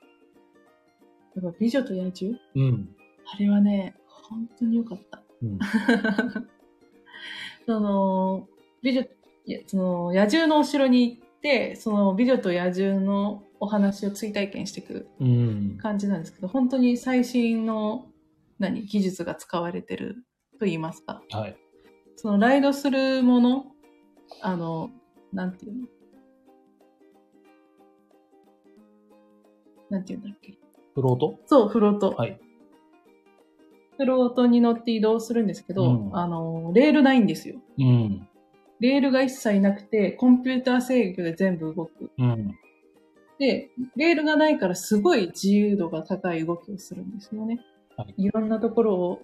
Speaker 2: やっぱ美女と野獣
Speaker 1: ン。うん。
Speaker 2: あれはね、本当に良かった。
Speaker 1: うん。 [laughs]
Speaker 2: その、美女、いやその、野獣のお城に行って、その美女と野獣のお話を追体験していく
Speaker 1: うん。
Speaker 2: 感じなんですけど、本当に最新の何技術が使われてると言いますか。
Speaker 1: はい。
Speaker 2: そのライドするもの、あの、なんていうのなんていうんだっけ
Speaker 1: フロート
Speaker 2: そう、フロート。
Speaker 1: はい。
Speaker 2: フロートに乗って移動するんですけど、
Speaker 1: うん
Speaker 2: あの、レールないんですよ。
Speaker 1: うん。
Speaker 2: レールが一切なくて、コンピューター制御で全部動く。
Speaker 1: うん。
Speaker 2: で、レールがないからすごい自由度が高い動きをするんですよね。
Speaker 1: はい
Speaker 2: いろんなところを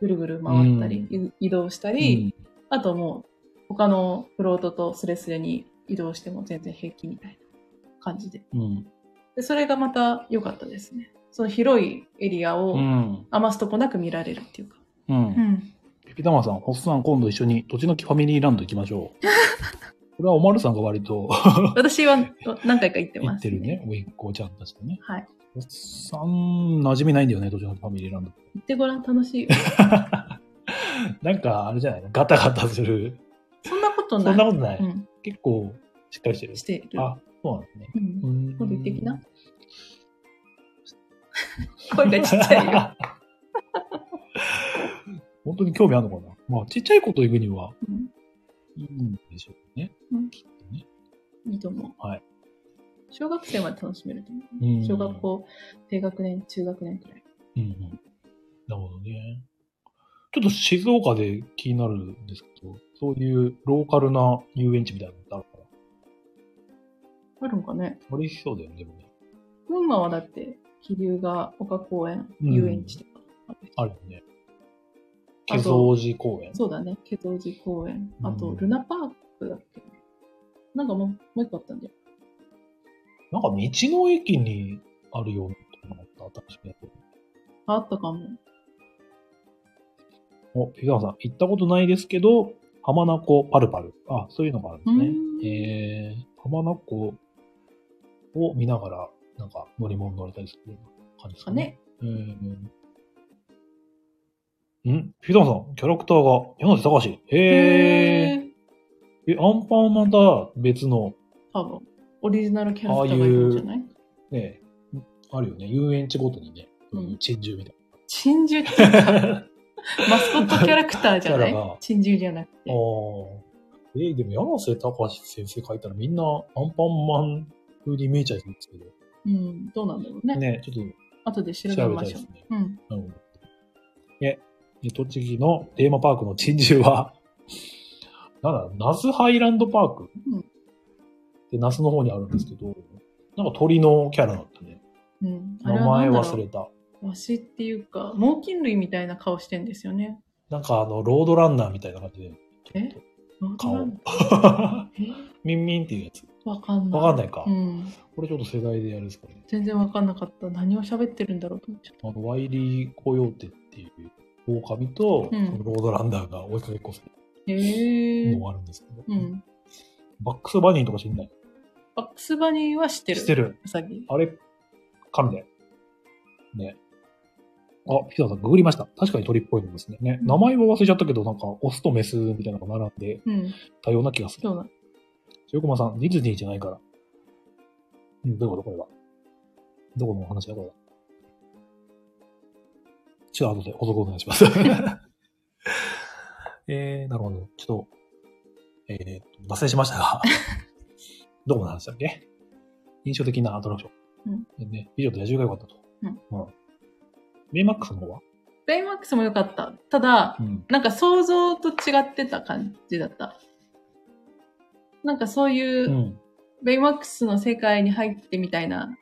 Speaker 2: ぐるぐる回ったり、い移動したり、あともう他のフロートとスレスレに移動しても全然平気みたいな感じで。
Speaker 1: うん。
Speaker 2: でそれがまた良かったですね。その広いエリア
Speaker 1: う
Speaker 2: を
Speaker 1: ん。
Speaker 2: 余すとこなく見られるっていうか。
Speaker 1: うん。
Speaker 2: ん。
Speaker 1: ピピタマさん、ホッスさん、今度一緒に、土地のきファミリーランド行きましょ [laughs] う。これはおまるさんが割と
Speaker 2: 私は何回か行って
Speaker 1: 行
Speaker 2: ま
Speaker 1: っ
Speaker 2: す、
Speaker 1: てるね、おいっ子ちゃんたちとね。
Speaker 2: はい。
Speaker 1: ホッスさん、馴染みないんだよね、土地のきファミリーランド。
Speaker 2: 行ってごらん楽しいよ。
Speaker 1: [laughs] なんか、あれじゃないのガタガタする。
Speaker 2: そんなこと
Speaker 1: そん
Speaker 2: ない。
Speaker 1: なことない。
Speaker 2: うん。
Speaker 1: 結構、しっかりしてる
Speaker 2: し。ている。
Speaker 1: あ、そうなんですね。
Speaker 2: うん
Speaker 1: う。ん
Speaker 2: 今度行ってきな。声がちっちゃい
Speaker 1: [laughs]
Speaker 2: よ。
Speaker 1: 本当に興味あるのかなまあ、ちっちゃい子と行くには
Speaker 2: うん
Speaker 1: いいんでしょうね。
Speaker 2: うん
Speaker 1: きっとね。
Speaker 2: いいと思う。
Speaker 1: はい
Speaker 2: 小学生まで楽しめると思う。
Speaker 1: うん
Speaker 2: 小学校、低学年、中学年くらい。
Speaker 1: うんうん。なるほどね。ちょっと静岡で気になるんですけど、そういうローカルな遊園地みたいなのってあるから。
Speaker 2: あるんかね。
Speaker 1: ありそうだよね、でもね。
Speaker 2: 群馬はだって、気流が丘公園、
Speaker 1: うん
Speaker 2: 遊園地とかあるし。
Speaker 1: あるよね。ケ
Speaker 2: あと
Speaker 1: ゾウ寺公園。
Speaker 2: そうだね。ケトジ公園。あ
Speaker 1: う
Speaker 2: と、
Speaker 1: ん
Speaker 2: ルナパークだっけ、なんかもう、もう一個あったんだよ。
Speaker 1: なんか道の駅にあるようなところがあった、新しいやつ
Speaker 2: あったかも。
Speaker 1: お、江川さん、行ったことないですけど、浜名湖パルパル。あ、そういうのがあるんです
Speaker 2: うん
Speaker 1: ね。えー、浜名湖を見ながら、なんか乗り物乗れたりするような感じです
Speaker 2: か
Speaker 1: かね。
Speaker 2: ね。
Speaker 1: うん。うんフィダンさん、キャラクターが柳瀬隆。へえ。
Speaker 2: ー。
Speaker 1: え、アンパンまた別の、
Speaker 2: 多分、オリジナルキャラクターがいるんじ
Speaker 1: [laughs]
Speaker 2: ゃない
Speaker 1: ね、あるよね。遊園地ごとにね、
Speaker 2: うん
Speaker 1: 珍獣みたい
Speaker 2: 珍獣っていうか、
Speaker 1: な。
Speaker 2: マスコットキャラクターじゃな
Speaker 1: キャ
Speaker 2: い
Speaker 1: ラが
Speaker 2: 珍獣じゃなく
Speaker 1: あ
Speaker 2: て。
Speaker 1: ーえーでも柳瀬隆先生書いたらみんなアンパンマン風に見えちゃうんですけど、
Speaker 2: うん、どうなんだろうね。
Speaker 1: ね、ちょっ
Speaker 2: 後で調
Speaker 1: と
Speaker 2: べ
Speaker 1: 調べ
Speaker 2: ま
Speaker 1: たい
Speaker 2: し
Speaker 1: で
Speaker 2: ょ
Speaker 1: す
Speaker 2: う。
Speaker 1: ね。
Speaker 2: うん。
Speaker 1: なるほど。え、え栃木のテーマパークの珍獣は、 [laughs] なんだ、那須ハイランドパーク、
Speaker 2: うん
Speaker 1: で、那須の方にあるんですけど、なんか鳥のキャラだったね。
Speaker 2: うん、
Speaker 1: 名
Speaker 2: あれは
Speaker 1: 前
Speaker 2: なんだ
Speaker 1: 忘
Speaker 2: ろ
Speaker 1: れた。
Speaker 2: う。わしっていうか、猛禽類みたいな顔してんですよね。
Speaker 1: なんかあの、ロードランナーみたいな感じで。
Speaker 2: え
Speaker 1: 顔。 [laughs]
Speaker 2: え
Speaker 1: ミンミンっていうやつ。
Speaker 2: わかんない。
Speaker 1: わかんないか。
Speaker 2: うん。
Speaker 1: これちょっと世代でやるんですかね。
Speaker 2: 全然わかんなかった。何を喋ってるんだろうと思っちゃっ
Speaker 1: あの、ワイリー・コヨーテっていう狼と、
Speaker 2: うん
Speaker 1: そのロードランナーが追いかけっこす
Speaker 2: た。へ
Speaker 1: る
Speaker 2: え
Speaker 1: の。があるんですけど、
Speaker 2: うん。
Speaker 1: バックス・バニーとか知んない
Speaker 2: バックスバニーは知ってる。
Speaker 1: 知ってる。
Speaker 2: うさぎ。
Speaker 1: あれ、神だよ。ね。あ、ピザさん、ググりました。確かに鳥っぽいのですね。ね。
Speaker 2: うん
Speaker 1: 名前は忘れちゃったけど、なんか、オスとメスみたいなのが並んで、
Speaker 2: うん。
Speaker 1: 多様な気がする。
Speaker 2: そうなん
Speaker 1: ショコマさん、ディズニーじゃないから。うん、どういうことこれは。どこのお話だこれは。ちょっと後で補足お願いします。 [laughs] えー、なるほど。ちょっと、えー、脱線しましたが、 [laughs] どこの話だっけ印象的なアトラクション。うん。ね、美女と野獣が良かったと。
Speaker 2: うん。
Speaker 1: うん。ベイマックスの方は
Speaker 2: ベイマックスも良かった。ただ
Speaker 1: う、ん。
Speaker 2: なんか想像と違ってた感じだった。なんかそういうう、
Speaker 1: ん。
Speaker 2: ベイマックスの世界に入ってみたいな、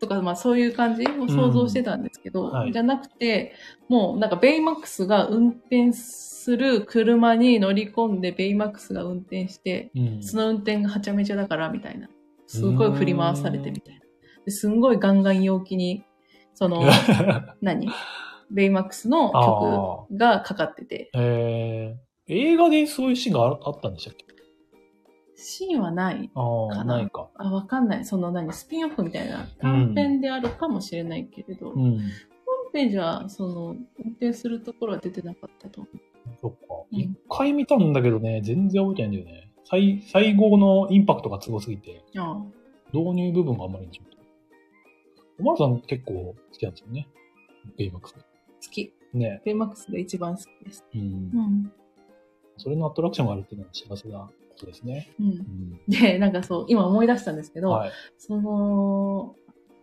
Speaker 2: とか、まあそういう感じを想像してたんですけど、
Speaker 1: うんはい
Speaker 2: じゃなくて、もうなんかベイマックスが運転する車に乗り込んで、ベイマックスが運転して、
Speaker 1: うん。 [laughs]
Speaker 2: その運転がはちゃめちゃだから、みたいな。すごい振り回されてみたいな。ですんごいガンガン陽気に、
Speaker 1: [laughs]
Speaker 2: その、何ベイマックスの曲
Speaker 1: ああ。
Speaker 2: がかかってて、
Speaker 1: えー、映画でそういうシーンがああったんでしたっけ
Speaker 2: シーンはない。
Speaker 1: ああ、
Speaker 2: かな
Speaker 1: ないか。
Speaker 2: あ、わかんない。その何、スピンオフみたいな
Speaker 1: うん
Speaker 2: 短編であるかもしれないけれど、
Speaker 1: う
Speaker 2: 本
Speaker 1: ん。
Speaker 2: 編じゃ、その、運転するところは出てなかったと思う。
Speaker 1: そっか。
Speaker 2: うん
Speaker 1: 一回見たんだけどね、全然覚えてないんだよね。最、最後のインパクトが強すぎて、
Speaker 2: あ
Speaker 1: 導入部分があんまり印象に残ってないおまるさん結構好きなんですよね。ベイマックス。
Speaker 2: 好き。
Speaker 1: ね。
Speaker 2: ベイマックスが一番好きです。
Speaker 1: うん
Speaker 2: う。ん。
Speaker 1: それのアトラクションがあるっていうのは幸せなことですね。
Speaker 2: うん。
Speaker 1: ん。
Speaker 2: で、なんかそう、今思い出したんですけど、
Speaker 1: はい。
Speaker 2: その、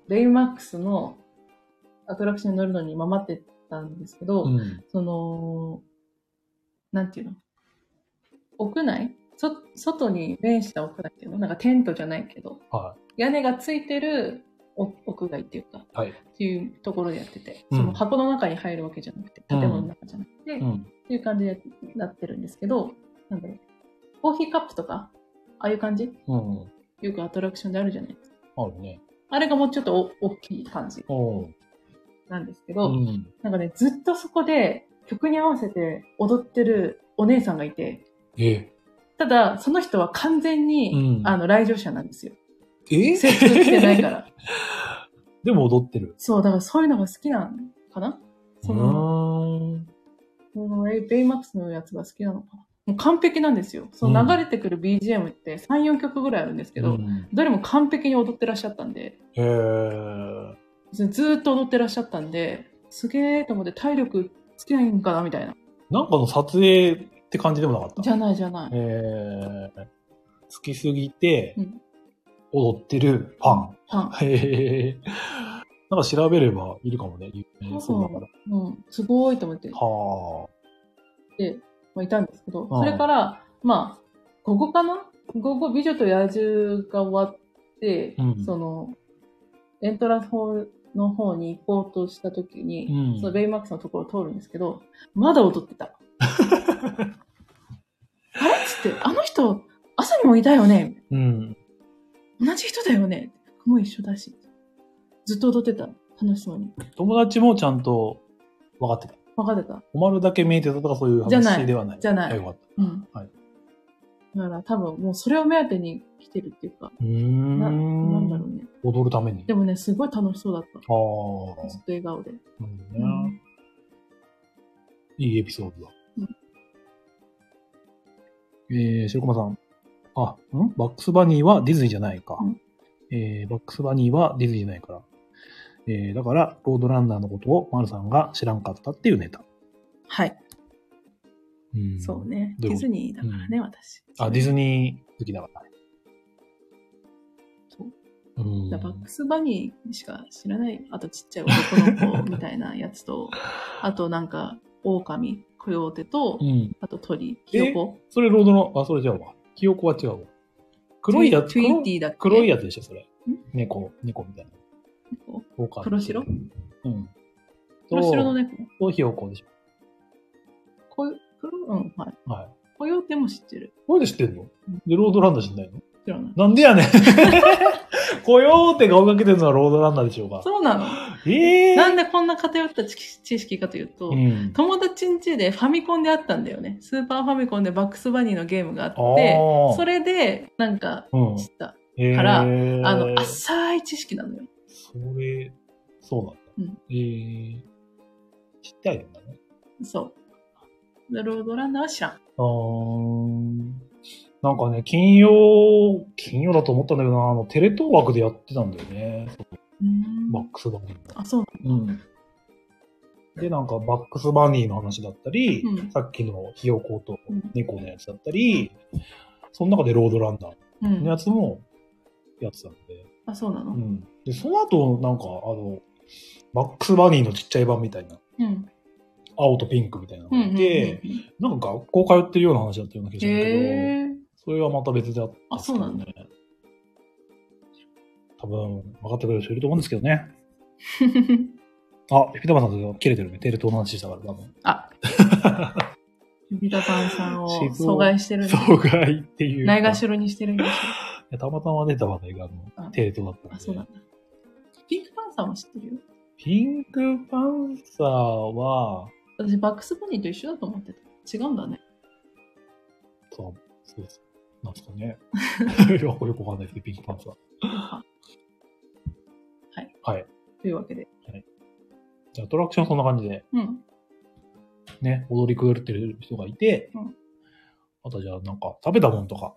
Speaker 2: ベイマックスのアトラクションに乗るのに今待ってたんですけど、
Speaker 1: うん。
Speaker 2: その、なんていうの屋内そ、外に面した屋内っていうのなんかテントじゃないけど、
Speaker 1: は
Speaker 2: 屋根がついてるお屋外っていうか、
Speaker 1: はい
Speaker 2: っていうところでやってて、
Speaker 1: うん
Speaker 2: その箱の中に入るわけじゃなくて、
Speaker 1: うん
Speaker 2: 建物の中じゃなくて、
Speaker 1: い。
Speaker 2: っ
Speaker 1: ん。
Speaker 2: ていう感じでなってるんですけど、なんだろう、コーヒーカップとか、ああいう感じ
Speaker 1: うん。
Speaker 2: よくアトラクションであるじゃないですか。
Speaker 1: あるね。
Speaker 2: あれがもうちょっとお大きい感じ
Speaker 1: おう。
Speaker 2: なんですけ
Speaker 1: う
Speaker 2: ど、
Speaker 1: ん。
Speaker 2: なんかね、ずっとそこで曲に合わせて踊ってるお姉さんがいて、
Speaker 1: え、
Speaker 2: ただ、その人は完全に、
Speaker 1: うん
Speaker 2: あの、来場者なんですよ。
Speaker 1: え
Speaker 2: 接触してないから。
Speaker 1: [laughs] でも踊ってる。
Speaker 2: そう、だからそういうのが好きなのかなその、
Speaker 1: うーん。
Speaker 2: そのえベイマックスのやつが好きなのかなもう完璧なんですよ。その流れてくる BGM って3、4曲ぐらいあるんですけ
Speaker 1: う
Speaker 2: ど、
Speaker 1: ん
Speaker 2: どれも完璧に踊ってらっしゃったんで、
Speaker 1: へえ。
Speaker 2: ずずーっと踊ってらっしゃったんで、すげーと思って体力つけないんかなみたいな。
Speaker 1: なんかの撮影って感じでもなかった。
Speaker 2: じゃないじゃない。
Speaker 1: えー、好きすぎて
Speaker 2: うん、
Speaker 1: 踊ってるファン。
Speaker 2: は
Speaker 1: へーなんか調べればいるかもね、有名そうだから。
Speaker 2: いうん、すごいと思って。
Speaker 1: は
Speaker 2: で、まあ、いたんですけど、
Speaker 1: ああ
Speaker 2: それから、まあ、午後かな午後、美女と野獣が終わって、
Speaker 1: うん
Speaker 2: その、エントランスホールの方に行こうとした時
Speaker 1: あ。
Speaker 2: に、
Speaker 1: ん
Speaker 2: そのベイマックスのところを通るんですけど、まだ踊ってた。 [laughs] あれっつって、あの人、朝にもいたよね
Speaker 1: うん。
Speaker 2: 同じ人だよね服も一緒だし。ずっと踊ってた。楽しそうに。
Speaker 1: 友達もちゃんと分かってた。
Speaker 2: 分かってた。
Speaker 1: おまるだけ見えてたとかそういう
Speaker 2: じゃない
Speaker 1: 話ではない。
Speaker 2: じゃない
Speaker 1: あよかった。
Speaker 2: うん。
Speaker 1: はい。
Speaker 2: だから多分もうそれを目当てに来てるっていうか、
Speaker 1: うー
Speaker 2: な、
Speaker 1: ん。
Speaker 2: なんだろうね。
Speaker 1: 踊るために。
Speaker 2: でもね、すごい楽しそうだっ
Speaker 1: あ
Speaker 2: た。
Speaker 1: あ
Speaker 2: ずっと笑顔で。
Speaker 1: ー、なるほど
Speaker 2: う
Speaker 1: ね。
Speaker 2: ん
Speaker 1: いいエピソードだ。
Speaker 2: うん
Speaker 1: えー、白駒さん。あ、んバックスバニーはディズニーじゃないか。
Speaker 2: うん
Speaker 1: えー、バックスバニーはディズニーじゃないから。えー、だから、ロードランナーのことを丸さんが知らんかったっていうネタ。
Speaker 2: はい。
Speaker 1: うん
Speaker 2: そう。ね。
Speaker 1: ど
Speaker 2: デ
Speaker 1: ういう
Speaker 2: ィ
Speaker 1: こと
Speaker 2: ズニーだからね、私。
Speaker 1: あ、ディズ
Speaker 2: ニ
Speaker 1: ニー好きだからね。
Speaker 2: そう
Speaker 1: うん。
Speaker 2: バックスバニーしか知らない。あとちっちゃい男の子みたいなや
Speaker 1: [laughs]
Speaker 2: つと、あとなんか、狼、コヨーテと
Speaker 1: う、ん。
Speaker 2: あと鳥、ヒヨコ。
Speaker 1: それロードの、あ、それじゃあわ。ひよこは違うわ。黒いやつ、
Speaker 2: トゥイ
Speaker 1: 黒
Speaker 2: ンティーだっけ
Speaker 1: 黒いやつでしょ、それ。猫、猫みたいな。狼
Speaker 2: 黒白
Speaker 1: うん。
Speaker 2: 黒白の
Speaker 1: ね。
Speaker 2: 猫。
Speaker 1: と、ひよこでし
Speaker 2: こう黒、うん、はい。
Speaker 1: ょ。はい。
Speaker 2: コヨーテも知ってる。
Speaker 1: なんで知ってんの
Speaker 2: うん
Speaker 1: で、ロードランナーじゃないの
Speaker 2: 知らない。
Speaker 1: なんで
Speaker 2: [laughs]
Speaker 1: やねん。コヨーテが追いかけてるのはロードランナーでしょうか。
Speaker 2: そうなの。
Speaker 1: ええー。
Speaker 2: なんでこんな偏った知知識かというと、
Speaker 1: うん。
Speaker 2: 友達ん家でファミコンであったんだよね。スーパーファミコンでバックスバニーのゲームがあっ
Speaker 1: あー
Speaker 2: て、それで、なんか、
Speaker 1: うん
Speaker 2: 知った。
Speaker 1: え
Speaker 2: から
Speaker 1: ー
Speaker 2: あの、浅い知識なのよ。
Speaker 1: それ、そうなんだ。ええー。知ってあげるんだね。
Speaker 2: そう。でロードランナーは知らん。
Speaker 1: あーなんかね、金曜、金曜だと思ったんだけどな、あの、テレ東枠でやってたんだよね。バックスバニーの。
Speaker 2: あ、そう。
Speaker 1: うん。で、なんか、バックスバニーの話だったり、
Speaker 2: うん
Speaker 1: さっきのひよこと
Speaker 2: うん
Speaker 1: 猫のやつだったり、その中でロードランナー
Speaker 2: う
Speaker 1: のや
Speaker 2: ん。
Speaker 1: つもやってたんで、
Speaker 2: あ、そうな
Speaker 1: う
Speaker 2: の
Speaker 1: ん。で、その後、なんか、あの、バックスバニーのちっちゃい版みたいな、
Speaker 2: うん。
Speaker 1: 青とピンクみたいなの
Speaker 2: うん。
Speaker 1: が
Speaker 2: うん
Speaker 1: いて、、なんか学校通ってるような話だったような気がす
Speaker 2: へ
Speaker 1: るんだけど、
Speaker 2: えー。
Speaker 1: それはまた別であった、
Speaker 2: あそうなんだ。
Speaker 1: 多分、分かってくれる人いると思うんですけど
Speaker 2: [laughs]
Speaker 1: ね。あ、ピピタマさんと切れてるね。テレ東の話したから、多分。
Speaker 2: あ。ビタパンさんを
Speaker 1: 静岡
Speaker 2: 阻害してるんだ。
Speaker 1: そうがいっていうか。
Speaker 2: ないがしろにしてるんでし
Speaker 1: いやたまたま出た話題があの
Speaker 2: あ
Speaker 1: テレ東だったん
Speaker 2: ょ。
Speaker 1: で。
Speaker 2: あ、そうなんだ。ピンクパンサーも知ってるよ。
Speaker 1: ピンクパンサーは、
Speaker 2: 私、バックスバニーと一緒だと思ってた。違うんだね。
Speaker 1: そう、そうです。なんですかね。
Speaker 2: [laughs]
Speaker 1: いやよくわかんないですけど、ピンクパンサー。
Speaker 2: はい。
Speaker 1: はい。
Speaker 2: というわけで。
Speaker 1: じゃあアトラクションそんな感じで、
Speaker 2: うん。
Speaker 1: ね、踊り狂ってる人がいて、
Speaker 2: うん
Speaker 1: あとじゃあなんか食べたもんとか。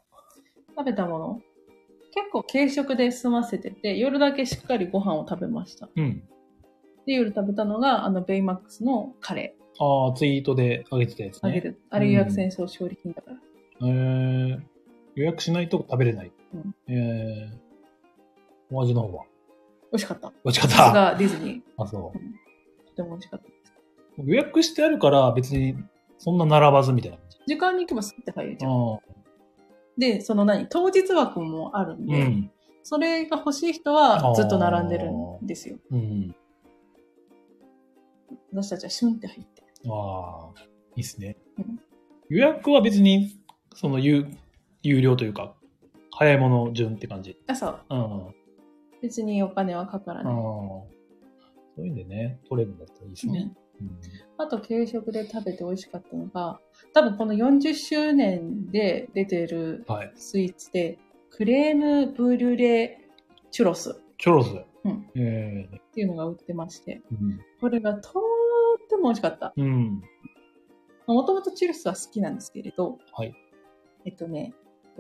Speaker 2: 食べたもの結構軽食で済ませてて、夜だけしっかりご飯を食べました。
Speaker 1: うん。
Speaker 2: で、夜食べたのが、あの、ベイマックスのカレ
Speaker 1: ああ、ツイートで上げてたやつ
Speaker 2: ー。あ
Speaker 1: ね。
Speaker 2: げる。あれ予約戦争勝利金だから。
Speaker 1: えー、予約しないと食べれない。
Speaker 2: うん
Speaker 1: えー、お味の方は
Speaker 2: 美味しかった。
Speaker 1: 美味しかっ
Speaker 2: さす
Speaker 1: た。
Speaker 2: がディズニ
Speaker 1: あ、そ
Speaker 2: ー。とても美味しかった。
Speaker 1: う。予約してあるから別にそんな並ばずみたいな感じ。
Speaker 2: 時間に行けばスッて入るじ
Speaker 1: あ
Speaker 2: ゃん。
Speaker 1: あ
Speaker 2: で、その何当日枠もあるん
Speaker 1: う
Speaker 2: で、
Speaker 1: ん。
Speaker 2: それが欲しい人はずっと並んでるんですよ。
Speaker 1: うん。
Speaker 2: 私たちはシュンって入って。
Speaker 1: ああ、いいっすね
Speaker 2: うん。
Speaker 1: 予約は別に、その、有、有料というか、早いもの順って感じ。
Speaker 2: 朝、
Speaker 1: うん。あ
Speaker 2: 別にお金はかから
Speaker 1: あ。
Speaker 2: ない。
Speaker 1: そういうんでね、取れるんだったらいいですね。うん
Speaker 2: あと軽食で食べて美味しかったのが、多分この40周年で出てる
Speaker 1: はい。
Speaker 2: スイーツで、クレームブリュレチュロスっ
Speaker 1: チョロスだよ。
Speaker 2: うん
Speaker 1: ええ
Speaker 2: ていうのが売ってまして、
Speaker 1: うん。
Speaker 2: これがとーっても美味しかった。
Speaker 1: うん。
Speaker 2: もともとチュロスは好きなんですけれど、
Speaker 1: はい
Speaker 2: えっとね、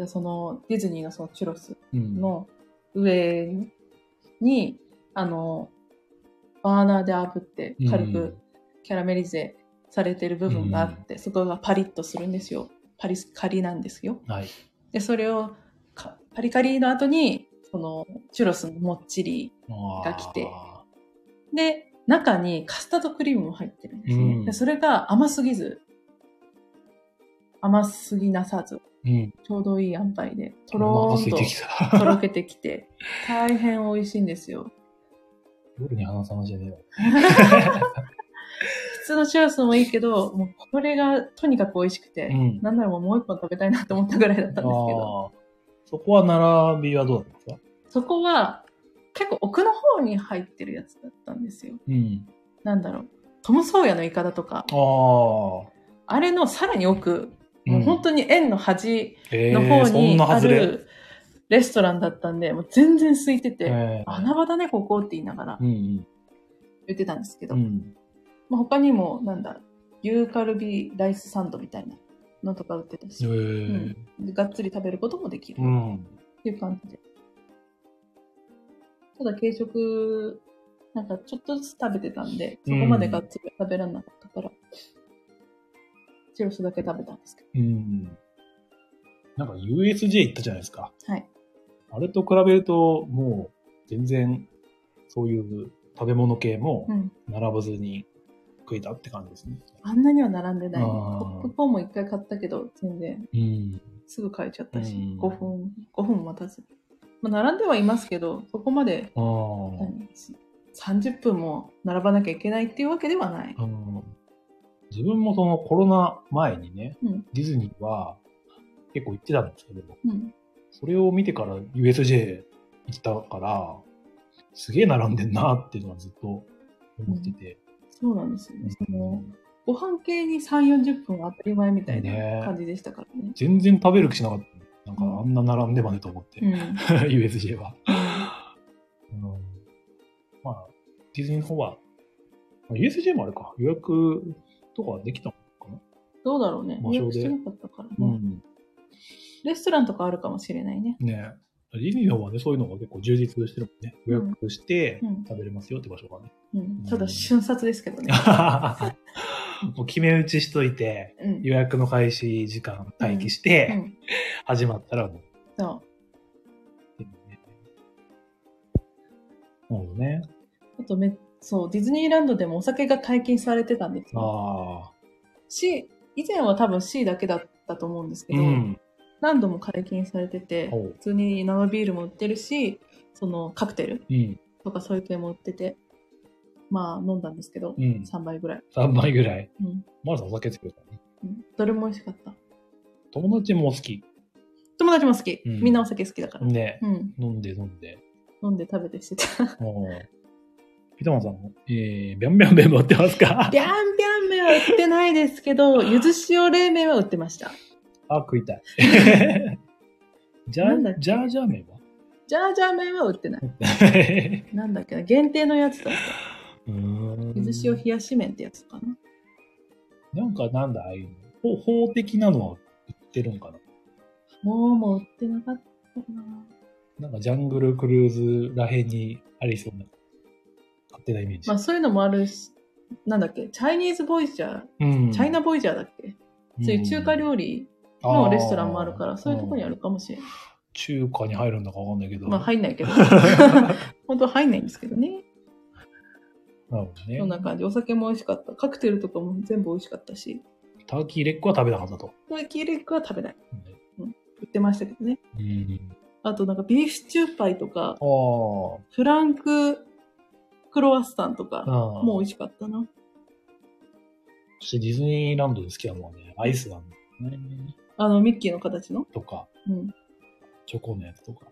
Speaker 2: そのディズニーのそのチュロス
Speaker 1: うん。
Speaker 2: の上に、あの、バーナーで炙って軽くキャラメリゼされてる部分があって、そこがパリッとするんですよ。パリスカリなんですよ。
Speaker 1: うん。はい。
Speaker 2: で、それをかパリカリの後に、そのチュロスのもっちり。
Speaker 1: が
Speaker 2: が来てで、中にカスタードクリームも入ってるんですね。
Speaker 1: うん
Speaker 2: でそれが甘すぎず、甘すぎなさず、
Speaker 1: うん。
Speaker 2: ちょうどいい塩梅で、と
Speaker 1: お腹
Speaker 2: ろー
Speaker 1: 空
Speaker 2: ん
Speaker 1: い
Speaker 2: と
Speaker 1: てきた。 [laughs]
Speaker 2: とろけてきて、大変美味しいんですよ。
Speaker 1: 夜に話す話じゃねえ
Speaker 2: [laughs]
Speaker 1: よ。
Speaker 2: 普通のチュロスもいいけど、もうこれがとにかく美味しくて、
Speaker 1: うん
Speaker 2: なんならもうもう一本食べたいなと思ったぐらいだったんですけ
Speaker 1: あ
Speaker 2: ど。
Speaker 1: あ。そこは並びはどうだったんですか
Speaker 2: そこは結構奥の方に入ってるやつだったんですよ。
Speaker 1: うん。
Speaker 2: なんだろう。トム・ソーヤのイカダとか、
Speaker 1: ああ。
Speaker 2: あれのさらに奥、もう
Speaker 1: うん
Speaker 2: 本当に円の端
Speaker 1: え
Speaker 2: の
Speaker 1: ー
Speaker 2: 方
Speaker 1: そん
Speaker 2: に
Speaker 1: な
Speaker 2: あ
Speaker 1: 外れ。
Speaker 2: るレストランだったんで、もう全然空いてて、
Speaker 1: えー
Speaker 2: 穴場だね、ここって言いながら
Speaker 1: うん
Speaker 2: 言ってたんですけど、
Speaker 1: うん。うん。
Speaker 2: まあ、他にも、なんだ、牛カルビライスサンドみたいなのとか売ってた
Speaker 1: え
Speaker 2: し、
Speaker 1: ー
Speaker 2: でがっつり食べることもできる
Speaker 1: う。ん。
Speaker 2: っていう感じで。ただ軽食、なんかちょっとずつ食べてたんで、そこまでがっつり食べられなかったから、チュロスだけ食べたんですけど。
Speaker 1: うん。なんか USJ 行ったじゃないですか。
Speaker 2: はい。
Speaker 1: あれと比べると、もう全然そういう食べ物系も
Speaker 2: うん。
Speaker 1: 並ばずに食えたって感じですね。
Speaker 2: あんなには並んでない。
Speaker 1: あ
Speaker 2: ポ
Speaker 1: ー
Speaker 2: ップコーンも一回買ったけど、全然
Speaker 1: うん。
Speaker 2: すぐ買えちゃったし、
Speaker 1: うん
Speaker 2: 5分、5分待たず。まあ、並んではいますけど、そこまで、
Speaker 1: ああ。
Speaker 2: 何30分も並ばなきゃいけないっていうわけではない。
Speaker 1: あの自分もそのコロナ前にね、
Speaker 2: うん
Speaker 1: ディズニーは結構行ってたんですけど、
Speaker 2: うん。
Speaker 1: それを見てから USJ 行ったから、すげえ並んでんなっていうのはずっと思ってて。
Speaker 2: そうなんですよね。その
Speaker 1: うん
Speaker 2: ご飯系に3、40分は当たり前みたい
Speaker 1: ね
Speaker 2: な感じでしたからね。
Speaker 1: 全然食べる気しなかった。なんかあんな並んでまでと思って、 [laughs]
Speaker 2: うん
Speaker 1: USJ は。うんまあ、ディズニーの方は、まあ USJ もあれか、予約とかはできたのかな。
Speaker 2: どうだろうね。
Speaker 1: 場所で
Speaker 2: 予約してなかったからね、
Speaker 1: うん。
Speaker 2: レストランとかあるかもしれないね。
Speaker 1: ねディズニーの方はね、そういうのが結構充実してるもんね。予約して
Speaker 2: うん
Speaker 1: 食べれますよって場所がね。
Speaker 2: うん、
Speaker 1: うん
Speaker 2: ただ瞬殺ですけど
Speaker 1: [laughs]
Speaker 2: ね。
Speaker 1: もう決め打ちしといて、
Speaker 2: うん。
Speaker 1: 予約の開始時間待機し
Speaker 2: う
Speaker 1: て、
Speaker 2: ん、
Speaker 1: 始まったらもう、
Speaker 2: そ
Speaker 1: なるほどね。
Speaker 2: う。あとめ、そう、ディズニーランドでもお酒が解禁されてたんですよ。
Speaker 1: ああ、
Speaker 2: C、以前は多分 C だけだったと思うんですけ
Speaker 1: う
Speaker 2: ど、
Speaker 1: ん。
Speaker 2: 何度も解禁されてて、
Speaker 1: おう
Speaker 2: 普通に生ビールも売ってるし、そのカクテル
Speaker 1: うん。
Speaker 2: とかそういう系も売ってて、まあ飲んだんですけど、
Speaker 1: うん。
Speaker 2: 3杯ぐらい。
Speaker 1: 3杯ぐらい。
Speaker 2: うん。
Speaker 1: まずお酒作るからね。
Speaker 2: うんどれも美味しかった。
Speaker 1: 友達も好き。
Speaker 2: 友達も好き。
Speaker 1: うん
Speaker 2: みんなお酒好きだから。
Speaker 1: ね。
Speaker 2: うん。
Speaker 1: 飲んで飲んで。
Speaker 2: 飲んで食べてしてた。
Speaker 1: おーピタマンさんも、えー、ビャンビャンビャン持ってますか
Speaker 2: ビャンビャン麺は売ってないですけど、ゆず塩冷麺は売ってました。
Speaker 1: あ、食い
Speaker 2: [laughs]
Speaker 1: たい。じゃ
Speaker 2: な
Speaker 1: あ
Speaker 2: んだっ、け
Speaker 1: じゃあじゃあ麺
Speaker 2: [laughs]
Speaker 1: は
Speaker 2: ジャージャー麺は売ってない。なんだっけな、限定のやつだった。
Speaker 1: うーん
Speaker 2: ゆず塩冷やし麺ってやつかな。
Speaker 1: なんかなんだ、ああいうの。法法的なのは売ってるんかな
Speaker 2: もう、もう売ってなかったかな。
Speaker 1: なんかジャングルクルーズらへんにありそうな勝手なイメージ。
Speaker 2: まあそういうのもあるし、なんだっけ、チャイニーズボイジャー、
Speaker 1: うん
Speaker 2: チャイナボイジャーだっけ、そういう中華料理のレストランもあるから、そういうとこにあ。
Speaker 1: んー
Speaker 2: るかもしれない。
Speaker 1: 中華に入るんだかわかんないけど。
Speaker 2: まあ入
Speaker 1: [laughs]
Speaker 2: んないけど。本当は入んないんですけどね。
Speaker 1: なるほどね
Speaker 2: そんな感じ。お酒も美味しかった。カクテルとかも全部美味しかったし。
Speaker 1: ターキーレッグは食べなかったと。
Speaker 2: これキーレッグは食べない。売ってましたけどね。
Speaker 1: うん。
Speaker 2: あとなんかビーフシチューパイとか、
Speaker 1: あ
Speaker 2: フランククロワッサンと
Speaker 1: あ。
Speaker 2: か、
Speaker 1: も
Speaker 2: もう美味しかったな。
Speaker 1: そしてディズニーランドで好きなのはね、アイスなんだよね。
Speaker 2: あの、ミッキーの形の。
Speaker 1: とか、
Speaker 2: うん。
Speaker 1: チョコのやつとか。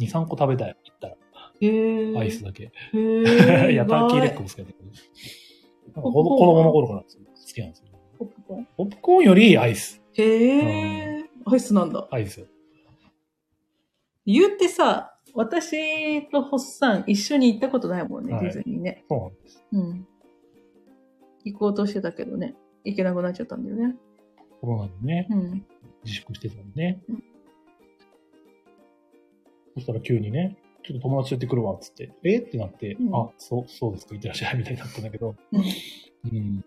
Speaker 1: 2、3個食べたい。行ったら、
Speaker 2: へー。
Speaker 1: アイス。だけ。
Speaker 2: へー。
Speaker 1: [laughs] いや、
Speaker 2: 意
Speaker 1: タ
Speaker 2: 外
Speaker 1: ーキーレッグも好きなんだけど。なんか子供の頃から好きなんですよ。
Speaker 2: ポップコーン。
Speaker 1: ポップコーンよりアイス。
Speaker 2: へー。アイスなんだ。
Speaker 1: アイス。
Speaker 2: 言ってさ、私とホッサン一緒に行ったことないもんね、
Speaker 1: はい
Speaker 2: ディズニーね。
Speaker 1: そうなんです。
Speaker 2: うん。行こうとしてたけどね、行けなくなっちゃったんだよね。
Speaker 1: コロナでね、
Speaker 2: うん。
Speaker 1: 自粛してたんでね。
Speaker 2: うん
Speaker 1: そしたら急にね、ちょっと友達連れてくるわ、っつって、えってなって、
Speaker 2: うん
Speaker 1: あ、そう、そうですか、いってらっしゃい、みたいになったんだけど。
Speaker 2: うん
Speaker 1: うん。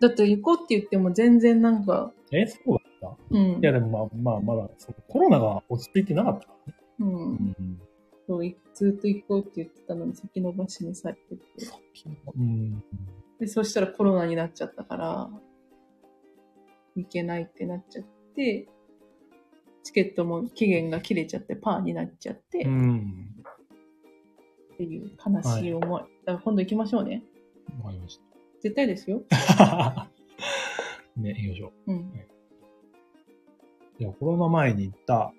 Speaker 2: だって行こうって言っても全然なんか、
Speaker 1: え、そうだった
Speaker 2: うん
Speaker 1: い。や、でもまあ、まあ、まだ、そのコロナが落ち着いてなかったか
Speaker 2: う
Speaker 1: ら
Speaker 2: ん。
Speaker 1: ね。うん。
Speaker 2: そういずっと行こうって言ってたのに先延ばしにされてて。
Speaker 1: うん。
Speaker 2: で、そしたらコロナになっちゃったから、行けないってなっちゃって、チケットも期限が切れちゃってパーになっちゃって、
Speaker 1: う
Speaker 2: っ
Speaker 1: ん。
Speaker 2: ていう悲しい思い。だから今度行きましょうね。
Speaker 1: わかりまし
Speaker 2: 絶対ですよ。
Speaker 1: た。 [laughs] ね、行きましょう。
Speaker 2: うん。
Speaker 1: いや、コロナ前に行った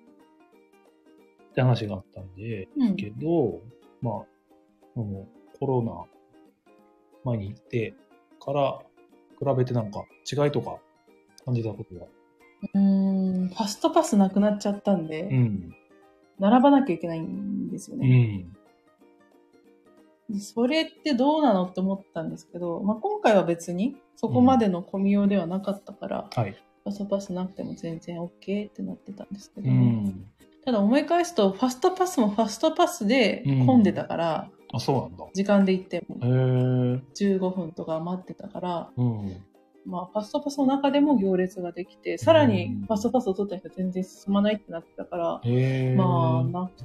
Speaker 1: って話があったんで、
Speaker 2: うん。
Speaker 1: けど、まあ、そのコロナ前に行って、から比べてなんか違いとか感じたことは。
Speaker 2: うーん、ファストパスなくなっちゃったんで、
Speaker 1: うん。
Speaker 2: 並ばなきゃいけないんですよ
Speaker 1: う
Speaker 2: ね。
Speaker 1: ん。
Speaker 2: でそれってどうなのって思ったんですけど、まあ、今回は別にそこまでの混みようではなかったから、
Speaker 1: はい。
Speaker 2: ファストパスなくても全然 OK ってなってたんですけど、
Speaker 1: うん。
Speaker 2: ただ思い返すとファストパスもファストパスで混んでたから、
Speaker 1: あ、そうなんだ。
Speaker 2: 時間で行っても
Speaker 1: へえ。
Speaker 2: 15分とか待ってたから、
Speaker 1: うん。
Speaker 2: まあ、ファストパスの中でも行列ができて、さらに
Speaker 1: うん
Speaker 2: ファストパスを取った人は全然進まないってなってたから、
Speaker 1: へえ。
Speaker 2: まあ、
Speaker 1: うん。
Speaker 2: なく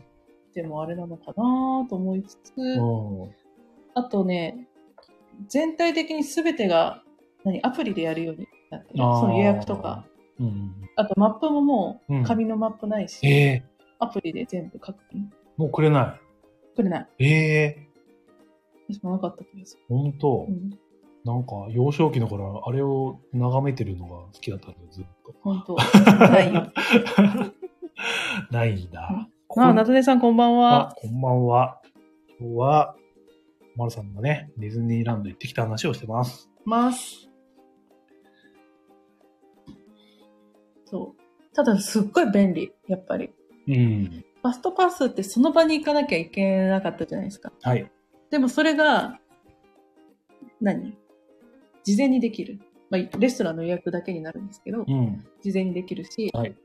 Speaker 2: てもあれなのかなと思いつつ、あとね、全体的に全てが、何、アプリでやるようになってる、
Speaker 1: あー
Speaker 2: その予約とか、
Speaker 1: うん。
Speaker 2: あとマップもも
Speaker 1: うん
Speaker 2: う紙のマップないし、
Speaker 1: ええ
Speaker 2: アプリで全部確認
Speaker 1: もうくれな
Speaker 2: くれない。
Speaker 1: い。ええ
Speaker 2: 私もなかった気がす
Speaker 1: ほんと
Speaker 2: る。う。ん、
Speaker 1: なんか、幼少期の頃、あれを眺めてるのが好きだったんだよ、ずっ [laughs] と。
Speaker 2: 本当な
Speaker 1: [laughs]
Speaker 2: いよ。
Speaker 1: ないんだ。こ
Speaker 2: あ、夏音さんこんばん
Speaker 1: あ
Speaker 2: は。
Speaker 1: こんばんは。今日は、まるさんがね、ディズニーランド行ってきた話をしてます。
Speaker 2: ます。そう。ただ、すっごい便利、やっぱり。
Speaker 1: うん。
Speaker 2: ファストパスってその場に行かなきゃいけなかったじゃないですか。
Speaker 1: はい。
Speaker 2: でもそれが、何事前にできる。まあ、レストランの予約だけになるんですけど、
Speaker 1: うん。
Speaker 2: 事前にできるし、
Speaker 1: はい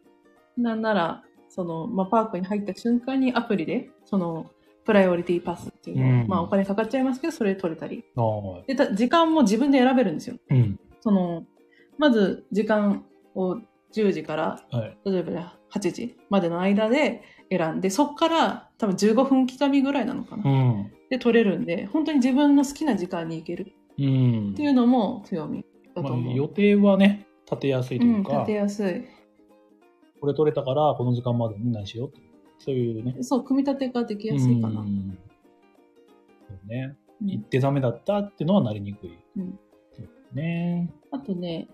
Speaker 2: なんなら、その、まあ、パークに入った瞬間にアプリで、その、プライオリティパスっていうのを、
Speaker 1: うん
Speaker 2: まあ、お金かかっちゃいますけど、それ取れたり。
Speaker 1: は
Speaker 2: で、た時間も自分で選べるんですよ。
Speaker 1: い。うん。
Speaker 2: その、まず時間を10時から、
Speaker 1: はい。
Speaker 2: 例えば8時までの間で選んで、そっから多分15分刻みぐらいなのかな。
Speaker 1: うん。
Speaker 2: で、取れるんで、本当に自分の好きな時間に行ける
Speaker 1: うん。
Speaker 2: っていうのも強みだ
Speaker 1: ま
Speaker 2: と
Speaker 1: あ、
Speaker 2: 思う。
Speaker 1: 予定はね、立てやすいと
Speaker 2: う、
Speaker 1: いうんか、
Speaker 2: 立てやすい。
Speaker 1: これ取れたから、この時間までに何しようと。そういうね。
Speaker 2: そう、組み立てができやすいかな。
Speaker 1: う
Speaker 2: うん
Speaker 1: んそうね。行ってダメだったってのはなりにくい。
Speaker 2: うん
Speaker 1: そうね。
Speaker 2: あとね、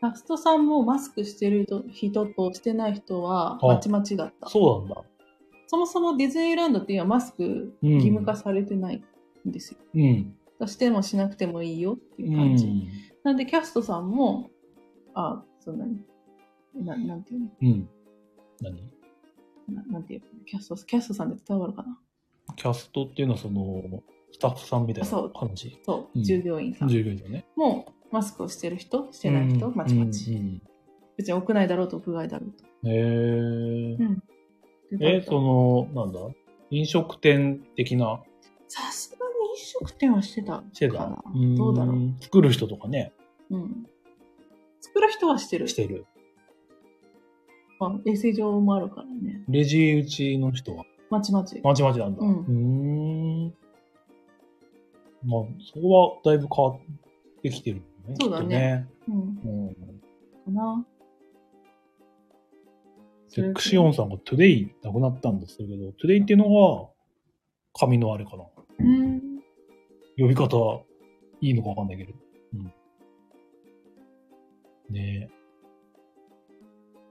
Speaker 2: キャストさんもマスクしてる人としてない人は
Speaker 1: あ
Speaker 2: まちまちだった。そ
Speaker 1: そうなんだ。
Speaker 2: もそもディズニーランドって今マスク義務化されてないんですよ
Speaker 1: うん。
Speaker 2: してもしなくてもいいよっていうう感じ。
Speaker 1: ん。
Speaker 2: なんでキャストさんも、あ、そんなに、ななんていうの
Speaker 1: うん。何
Speaker 2: ななんていうのキャスト、キャストさんで伝わるかな
Speaker 1: キャストっていうのはその、スタッフさんみたいな
Speaker 2: そう
Speaker 1: 話。
Speaker 2: そうう、
Speaker 1: ん
Speaker 2: 従業員さん、
Speaker 1: 従業員だね。
Speaker 2: もマスクをしてる人、してない人、
Speaker 1: うん
Speaker 2: まちまち。
Speaker 1: うん
Speaker 2: 別に屋内だろうと屋外だろうと。
Speaker 1: うんへー
Speaker 2: うん。
Speaker 1: え、その、なんだ飲食店的な、
Speaker 2: さすがに飲食店はしてたかな。
Speaker 1: してた
Speaker 2: どうだろう。
Speaker 1: ん作る人とかね、
Speaker 2: うん。作る人はしてる。
Speaker 1: してる。
Speaker 2: まあ衛生上もあるからね。
Speaker 1: レジ打ちの人は、
Speaker 2: まちまち。
Speaker 1: まちまちなんだ。
Speaker 2: うん
Speaker 1: ーん。まあ、そこはだいぶ変わってきてるよね。
Speaker 2: そうだね
Speaker 1: きっとね。
Speaker 2: うん。か
Speaker 1: うん
Speaker 2: な。
Speaker 1: で、クシオンさんがトゥデイなくなったんですけど、トゥデイっていうのが、紙のあれかな。
Speaker 2: うん。
Speaker 1: 呼び方、いいのかわかんないけど。うん。ねえ。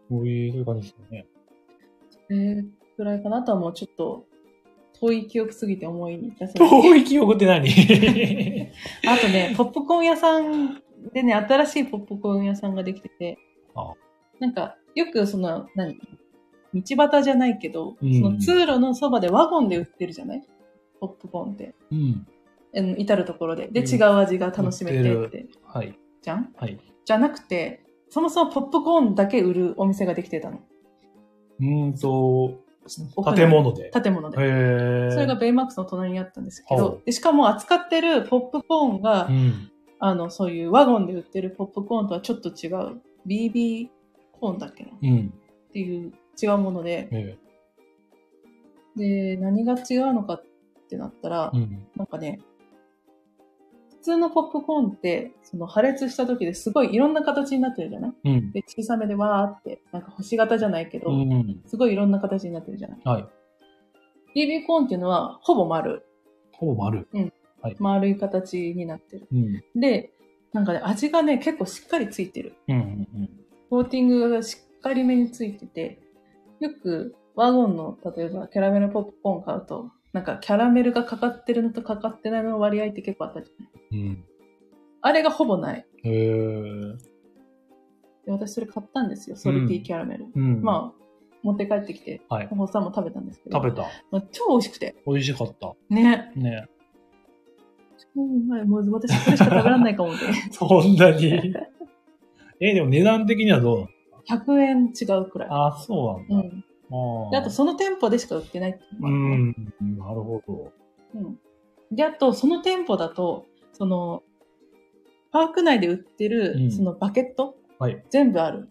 Speaker 1: こういう感じですよね。
Speaker 2: えー、くらいかなあとはもうちょっと遠い記憶すぎて思い出せない。
Speaker 1: 遠い記憶って何
Speaker 2: あとね、ポップコーン屋さんでね、新しいポップコーン屋さんができてて
Speaker 1: あ、
Speaker 2: なんかよくその、何道端じゃないけど、
Speaker 1: うん
Speaker 2: その通路のそばでワゴンで売ってるじゃないポップコーンって。
Speaker 1: [laughs] うん。
Speaker 2: あの至るところで。で、
Speaker 1: うん
Speaker 2: 違う味が楽しめて
Speaker 1: 売
Speaker 2: っ
Speaker 1: って
Speaker 2: て。
Speaker 1: はい。
Speaker 2: じゃん
Speaker 1: はい。
Speaker 2: じゃなくて、そもそもポップコーンだけ売るお店ができてたの。
Speaker 1: うーんと、
Speaker 2: 屋内
Speaker 1: 建物で。
Speaker 2: 建物で。
Speaker 1: へえ。
Speaker 2: それが、ベイマックスの隣にあったんですけ
Speaker 1: は
Speaker 2: ど
Speaker 1: い、
Speaker 2: でしかも扱ってるポップコーンが、
Speaker 1: うん。
Speaker 2: あの、そういうワゴンで売ってるポップコーンとはちょっと違う、BB コーンだっけなっ
Speaker 1: うん。
Speaker 2: ていう違うもので、
Speaker 1: ええ。
Speaker 2: で、何が違うのかってなったら、
Speaker 1: うん。
Speaker 2: なんかね、普通のポップコーンって、その破裂した時ですごいいろんな形になってるじゃない
Speaker 1: うん。
Speaker 2: で、小さめでわーって、なんか星型じゃないけど、
Speaker 1: うん。
Speaker 2: すごいいろんな形になってるじゃない
Speaker 1: はい。
Speaker 2: BB コーンっていうのはほぼ丸、
Speaker 1: ほぼ丸。
Speaker 2: 丸い形になってる。
Speaker 1: うん。
Speaker 2: で、なんかね、味がね、結構しっかりついてる。
Speaker 1: うん。うん。
Speaker 2: コーティングがしっかりめについてて、よくワゴンの、例えばキャラメルポップコーン買うと、なんかキャラメルがかかってるのとかかってないのの割合って結構あったじゃない
Speaker 1: うん。
Speaker 2: あれがほぼない。
Speaker 1: へえー。
Speaker 2: で私それ買ったんですよ、ソルティキャラメル。
Speaker 1: うん。
Speaker 2: まあ、持って帰ってきて、
Speaker 1: あ。はい。
Speaker 2: お坊さんも食べたんですけど。
Speaker 1: 食べた。
Speaker 2: まあ、超美味しくて。
Speaker 1: 美味しかった。
Speaker 2: ね。
Speaker 1: ね
Speaker 2: 超うまい。もう私これしか食べられないか [laughs] もって。
Speaker 1: そんなに。え、でも値段的にはどう
Speaker 2: 100円違うくらい。
Speaker 1: ああ、そう
Speaker 2: う
Speaker 1: なんだ。う
Speaker 2: ん。
Speaker 1: ん
Speaker 2: であと、その店舗でしか売ってないっていうの
Speaker 1: う
Speaker 2: もある
Speaker 1: ん。なるほど。
Speaker 2: うん。で、あと、その店舗だと、その、パーク内で売って
Speaker 1: う
Speaker 2: る、
Speaker 1: ん
Speaker 2: そのバケット、
Speaker 1: はい
Speaker 2: 全部ある。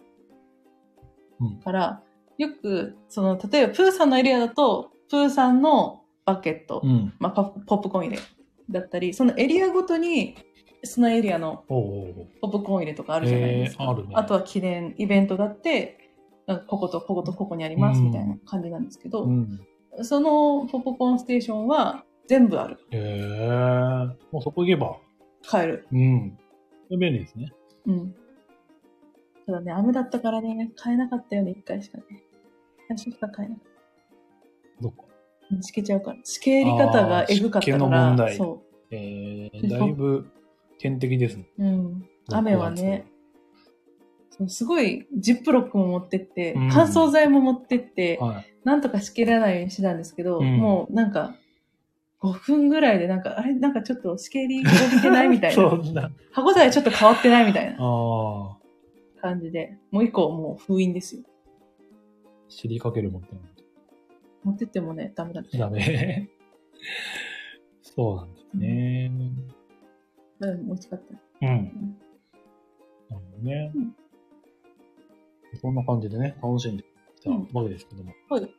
Speaker 1: うん
Speaker 2: から、よく、その、例えば、プーさんのエリアだと、プーさんのバケット、
Speaker 1: うん。
Speaker 2: まあパ、ポップコーン入れだったり、そのエリアごとに、そのエリアの
Speaker 1: おうおうおう
Speaker 2: ポップコーン入れとかあるじゃないですか。
Speaker 1: へーあるね
Speaker 2: とは記念イベントだって、なんかこことこことここにありますみたいな感じなんですけど、
Speaker 1: うん。
Speaker 2: そのポップコーンステーションは全部ある。
Speaker 1: へえ。もうそこ行けば。
Speaker 2: 買える。
Speaker 1: うん。便利ですね。
Speaker 2: うん。ただね、雨だったからね、買えなかったよね、一回しかね。最初しか買えなかっ
Speaker 1: どっか。
Speaker 2: たうん。しけちゃうから。しけり方がエグかった
Speaker 1: あー湿気
Speaker 2: から。
Speaker 1: の問題
Speaker 2: そ
Speaker 1: えー、だいぶ天敵ですね。
Speaker 2: う。うん。雨はねそうすごい、ジップロックも持ってって、
Speaker 1: うん
Speaker 2: 乾燥剤も持ってって、
Speaker 1: 6月。はい。
Speaker 2: なんとかしけられないようにしてたんですけど、
Speaker 1: うん
Speaker 2: もうなんか、5分ぐらいでなんか、あれなんかちょっとしけりが出てないみたいな。
Speaker 1: そんな。
Speaker 2: 歯応えちょっと変わってないみたいな
Speaker 1: ああ、
Speaker 2: 感じで、もう一個もう封印ですよ。
Speaker 1: 知りかけるもんって
Speaker 2: 持ってってもね、ダメだった。
Speaker 1: ダメ。 [laughs] そうなんですね。
Speaker 2: うん、美味しかった。
Speaker 1: うん。なるほどね
Speaker 2: うん。
Speaker 1: そんな感じでね、楽しんできたわけですけども。
Speaker 2: うんはい。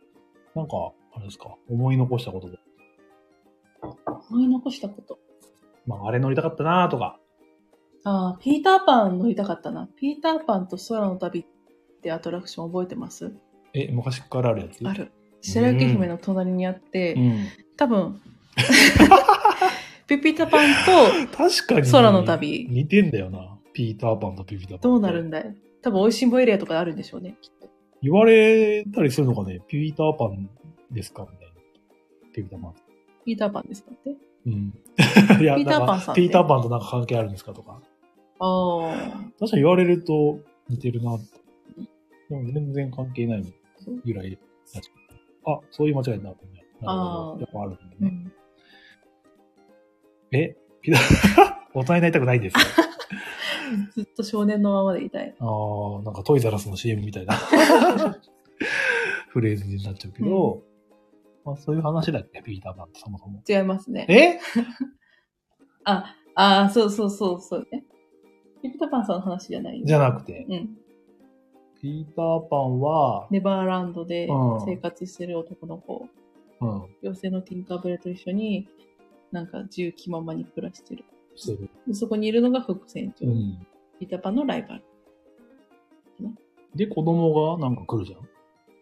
Speaker 1: なんか、あれですか、思い残したことで。
Speaker 2: 思い残したこと。
Speaker 1: まあ、あれ乗りたかったなとか。
Speaker 2: ああ、ピーターパン乗りたかったな。ピーターパンと空の旅ってアトラクション覚えてます
Speaker 1: え、昔からあるやつ
Speaker 2: あ。る。白雪姫の隣にあって、
Speaker 1: うん。[laughs]
Speaker 2: 多分、ピピーターパン
Speaker 1: 確かに。
Speaker 2: 空の旅
Speaker 1: 似てんだよな。ピーターパンとピピタパン。
Speaker 2: とどうなるんだい多分、美味しんぼエリアとかあるんでしょうね、きっと。
Speaker 1: 言われたりするのかね、ピーターパンですかみたいな。ピピタパン。
Speaker 2: ピーターパンですかって。
Speaker 1: うん。いや
Speaker 2: ピーターパン
Speaker 1: な
Speaker 2: さん
Speaker 1: か
Speaker 2: って
Speaker 1: ピーターパンとなんか関係あるんですかとか。
Speaker 2: ああ、
Speaker 1: 確かに言われると似てるなって。でも全然関係ない由来。確かにあ、そういう間違いになるね。なるほど
Speaker 2: あー
Speaker 1: やっぱあるん
Speaker 2: う
Speaker 1: だね。
Speaker 2: ん。
Speaker 1: え [laughs] ピーター、大人になりたくないです。あ
Speaker 2: ずっと少年のままでいたい。
Speaker 1: あ、なんかトイザラスの CM みたいなフレーズになっちゃうけど、まあそういう話だっけ、ピーターパンってそもそも。
Speaker 2: 違いますね。
Speaker 1: え
Speaker 2: あ、ああ、そうそうそうそう、ね。ピピーターパンさんの話じゃないよ
Speaker 1: じゃなくて、
Speaker 2: うん。
Speaker 1: ピーターパンは、
Speaker 2: ネバーランドで
Speaker 1: うん
Speaker 2: 生活してる男の子。
Speaker 1: うん、
Speaker 2: 妖精のティンカーベルと一緒に、なんか自由気ままに暮らしてる。
Speaker 1: してる。
Speaker 2: でそこにいるのが副船長、
Speaker 1: うん。
Speaker 2: ピーターパンのライバル。
Speaker 1: で、子供がなんか来るじゃん。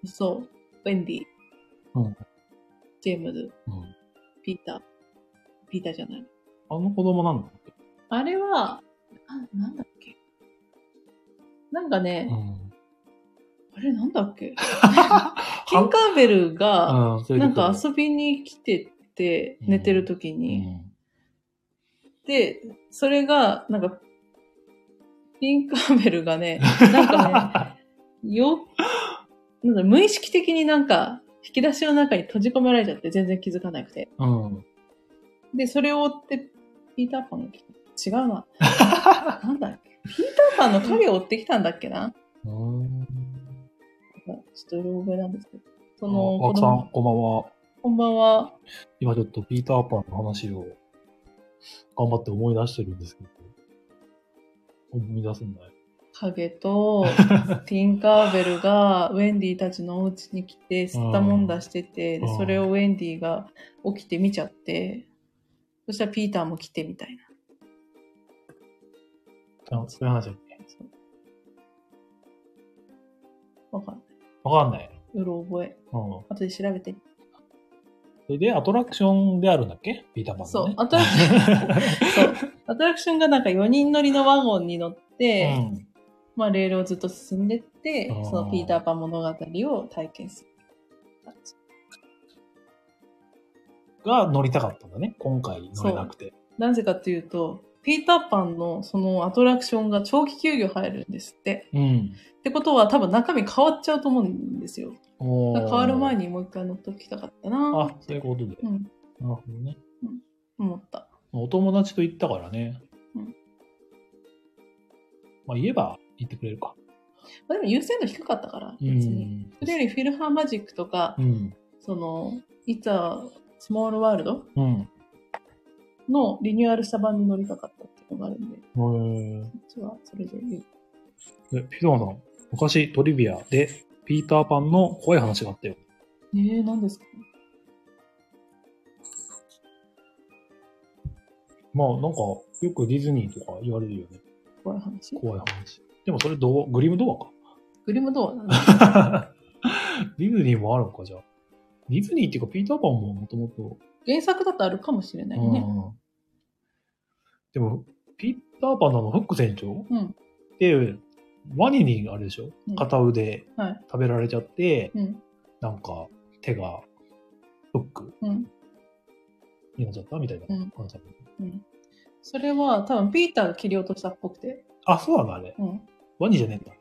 Speaker 2: そう、ウェンディ、
Speaker 1: うん
Speaker 2: ジェームズ、
Speaker 1: うん。
Speaker 2: ピーター、ピーターじゃない。
Speaker 1: あの子供なんだっけ
Speaker 2: あれは、ななんだっけなんかね、
Speaker 1: うん。
Speaker 2: あれなんだ
Speaker 1: [laughs]
Speaker 2: っけティンカーベルが、
Speaker 1: うん、それで
Speaker 2: なんか遊びに来てて、
Speaker 1: うん
Speaker 2: 寝てる時
Speaker 1: う
Speaker 2: に、
Speaker 1: ん。
Speaker 2: で、それが、なんか、ティンカーベルがね、なん
Speaker 1: [laughs]
Speaker 2: かね、よ、なんだ無意識的になんか、引き出しの中に閉じ込められちゃって、全然気づかなくて。
Speaker 1: うん。
Speaker 2: で、それを追って、ピーターパンが来た。違
Speaker 1: [laughs]
Speaker 2: うな。なんだっけピーターパンの影を追ってきたんだっけな
Speaker 1: うん。
Speaker 2: ちょっとうろ覚えなんですけど。そ
Speaker 1: あ
Speaker 2: の、
Speaker 1: あ
Speaker 2: こ
Speaker 1: くさ
Speaker 2: の
Speaker 1: ん、こんばんは。
Speaker 2: こんばんは。
Speaker 1: 今ちょっとピーターパンの話を頑張って思い出してるんですけど、思い出せない。[laughs]
Speaker 2: 影と、ティンカーベルがウェンディたちのお家に来て、吸ったもんだしてて、で
Speaker 1: うん
Speaker 2: それをウェンディが起きて見ちゃって、そしたらピーターも来てみたいな。
Speaker 1: あそういう話だっけ
Speaker 2: そうわかんない。
Speaker 1: わかんない。
Speaker 2: うろ覚え。
Speaker 1: うん。
Speaker 2: 後で調べて。
Speaker 1: それで、アトラクションであるんだっけピーターパン
Speaker 2: そ
Speaker 1: の
Speaker 2: う
Speaker 1: ね。
Speaker 2: アトラク
Speaker 1: [laughs]
Speaker 2: ションそう。アトラクションがなんか4人乗りのワゴンに乗って、
Speaker 1: うん。
Speaker 2: まあレールをずっと進んでって、
Speaker 1: うん
Speaker 2: そのピーターパン物語を体験する。
Speaker 1: が乗りたかったんだね。今回乗れなくて。
Speaker 2: なぜかというと、ピーターパンのそのアトラクションが長期休業入るんですって。
Speaker 1: うん。
Speaker 2: ってことは多分中身変わっちゃうと思うんですよ。
Speaker 1: お
Speaker 2: だから変わる前
Speaker 1: に。
Speaker 2: にもう一回乗っときたかったな
Speaker 1: あ、そういうことで。なる
Speaker 2: うん、
Speaker 1: ほどね。
Speaker 2: 思った。
Speaker 1: お友達と行ったからね。
Speaker 2: うん
Speaker 1: まあ言えば言ってくれるか。
Speaker 2: まあ、でも優先度低かったから、
Speaker 1: う
Speaker 2: 別に。
Speaker 1: ん。
Speaker 2: それよりフィルハーマジックとか、
Speaker 1: うん。
Speaker 2: その、いざスモールワールド
Speaker 1: うん。
Speaker 2: のリニューアルした版に乗りたかったっていうのがあるんで、こ
Speaker 1: へー
Speaker 2: っちはそれでいい。
Speaker 1: え、ピローさん、昔トリビアでピーターパンの怖い話があったよ。
Speaker 2: えー、何ですか
Speaker 1: まあなんか、よくディズニーとか言われるよね。
Speaker 2: 怖い話。
Speaker 1: 怖い話。でもそれどう、グリムドアか。
Speaker 2: グリムドアなんだ。
Speaker 1: [laughs]
Speaker 2: [laughs]
Speaker 1: ディズニーもあるのか、じゃあ。ディズニーっていうか、ピーターパンももともと。
Speaker 2: 原作だとあるかもしれないね。
Speaker 1: うんでも、ピーターパンのあのフック船長
Speaker 2: うん。
Speaker 1: で、ワニにあれでしょ
Speaker 2: うん
Speaker 1: 片腕
Speaker 2: はい
Speaker 1: 食べられちゃって、
Speaker 2: うん。
Speaker 1: なんか手がフック
Speaker 2: うん。
Speaker 1: になっちゃったみたいな
Speaker 2: うん
Speaker 1: 感じだね、
Speaker 2: うん。それは多分ピーターが切り落としたっぽくて。
Speaker 1: あ、そうなんだ、あれ。
Speaker 2: うん。
Speaker 1: ワニじゃねえんだ。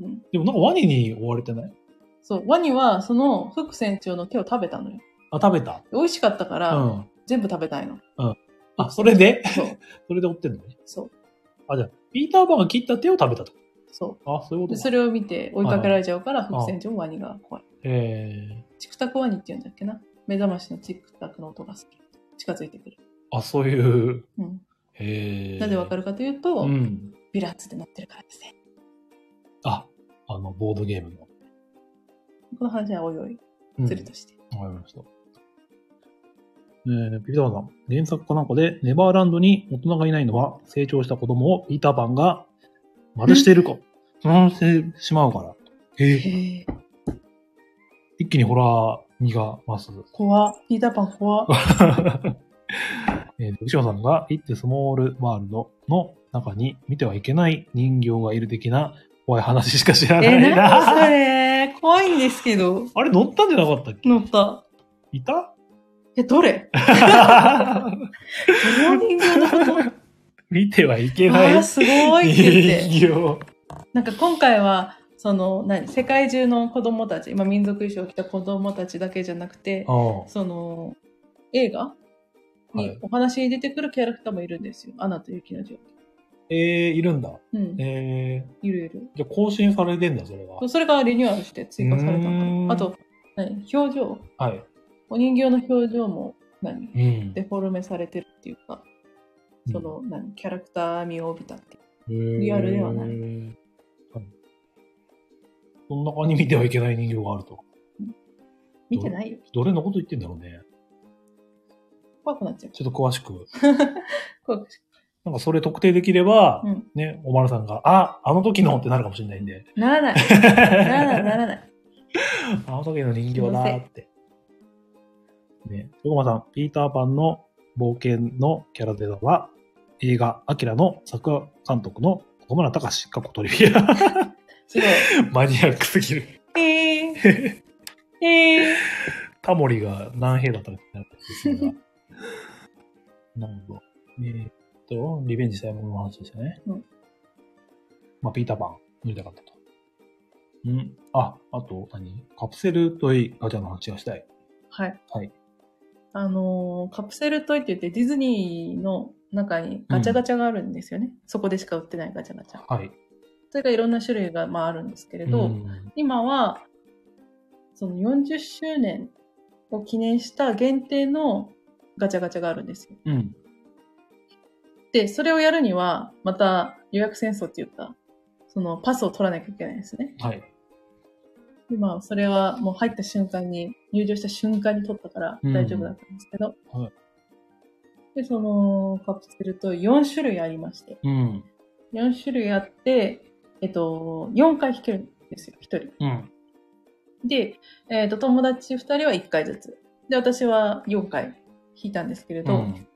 Speaker 2: うん。
Speaker 1: でもなんかワニに追われてない
Speaker 2: そう。ワニはそのフック船長の手を食べたのよ。
Speaker 1: あ、食べた。
Speaker 2: 美味しかったか
Speaker 1: う
Speaker 2: ら、
Speaker 1: ん。
Speaker 2: 全部食べたいの。
Speaker 1: あ、それで
Speaker 2: そう。
Speaker 1: それで追ってんのね。
Speaker 2: そう。
Speaker 1: あ、じゃあ、ピーターパンが切った手を食べたと。
Speaker 2: そ
Speaker 1: あ、そういう
Speaker 2: う。
Speaker 1: こ
Speaker 2: で、
Speaker 1: と
Speaker 2: そ
Speaker 1: か。
Speaker 2: れを見て追いかけられちゃうから、
Speaker 1: い
Speaker 2: フック船長もワニが怖い。
Speaker 1: えー。
Speaker 2: チクタクワニって言うんだっけな。目覚ましのチクタクの音が好き。近づいてくる。
Speaker 1: あ、そういう。
Speaker 2: うん。
Speaker 1: へえ。
Speaker 2: なぜわか
Speaker 1: る
Speaker 2: るかというと、
Speaker 1: うん。
Speaker 2: ビラッツで乗ってるからですね。
Speaker 1: あ、あの、ボードゲームの。
Speaker 2: この話はおいおい、
Speaker 1: うん
Speaker 2: するとして。
Speaker 1: わかりました。えー、ピーターパンさん。原作かなんかで、ネバーランドに大人がいないのは、成長した子供をピーターパンが、丸しているか、そのしてしまうから。えー、
Speaker 2: へえ、
Speaker 1: 一気にホラー味が増す。 [laughs]
Speaker 2: 怖っピーターパン怖っ
Speaker 1: えー、吉野さんが、イッテスモールワールドの中に見てはいけない人形がいる的な怖い話しか知らな
Speaker 2: え、
Speaker 1: いな。
Speaker 2: なんそれ怖いんですけど。
Speaker 1: あれ乗ったんじゃなかったっけ
Speaker 2: 乗った。
Speaker 1: い [laughs] た
Speaker 2: え、どれどの人形のこ
Speaker 1: [laughs] 見てはいけ
Speaker 2: と
Speaker 1: な
Speaker 2: あ
Speaker 1: い
Speaker 2: あ、すごいって言って。
Speaker 1: 人形。
Speaker 2: なんか今回は、その、何世界中の子供たち、今民族衣装を着た子供たちだけじゃなくて、
Speaker 1: あ
Speaker 2: その、映画
Speaker 1: は
Speaker 2: に
Speaker 1: い
Speaker 2: お話に出てくるキャラクターもいるんですよ。アナと雪の女
Speaker 1: あえー、いるんだ。
Speaker 2: 王。うん。
Speaker 1: え
Speaker 2: いるいる。
Speaker 1: ー、じゃあ更新されてんだ、それは
Speaker 2: そう。それがリニューアルして追加された
Speaker 1: うー
Speaker 2: の
Speaker 1: ん
Speaker 2: かな。あと、何表情
Speaker 1: はい。
Speaker 2: お人形の表情も何
Speaker 1: うん。
Speaker 2: デフォルメされてるっていうか、その、何キャラクター味を帯びたっていう。
Speaker 1: リ
Speaker 2: リアルではない
Speaker 1: はい。その中に見てはいけない人形があると。
Speaker 2: 見てないよ。
Speaker 1: どれのこと言ってんだろうね。
Speaker 2: 怖くなっちゃう。
Speaker 1: ちょっと詳しく。
Speaker 2: 怖くし
Speaker 1: なんかそれ特定できれば、
Speaker 2: うん
Speaker 1: ね、おまるさんが、あ、あの時のってなるかもしれないんで。
Speaker 2: ならない。ならない、ならない。
Speaker 1: あの時の人形だーって。ね、横間さん、ピーターパンの冒険のキャラデザは、映画、アキラの作画監督の小村隆かっこトリビア。
Speaker 2: すごい。
Speaker 1: [laughs] マニアックすぎる。
Speaker 2: えー、えー、
Speaker 1: タモリが何兵だったかってなるんです [laughs] が。なるほど。えーっと、リベンジしたいものの話でしたね。
Speaker 2: うん
Speaker 1: まあ、ピーターパン塗りたかったと。うん。あ、あと何、カプセルトイガチャの話がしたい。
Speaker 2: はい。
Speaker 1: はい。
Speaker 2: あのーカプセルトイって言ってディズニーの中にガチャガチャがあるんですよね。そこでしか売ってないガチャガチャ。
Speaker 1: はい。
Speaker 2: それがいろんな種類が、まあ、あるんですけれど、
Speaker 1: うん
Speaker 2: 今は、その40周年を記念した限定のガチャガチャがあるんですよ。
Speaker 1: うん。
Speaker 2: で、それをやるには、また予約戦争っていうか、そのパスを取らなきゃいけないんですね。
Speaker 1: はい。
Speaker 2: でまあ、それはもう入った瞬間に、入場した瞬間に取ったから
Speaker 1: うん
Speaker 2: 大丈夫だったんですけど。
Speaker 1: はい
Speaker 2: で、そのカプセルと4種類ありまして、
Speaker 1: うん。
Speaker 2: 4種類あって、えっと、4回引けるんですよ、1人。
Speaker 1: うん。
Speaker 2: で、えっ、と、友達2人は1回ずつ。で、私は4回引いたんですけれ
Speaker 1: う
Speaker 2: ど、
Speaker 1: ん。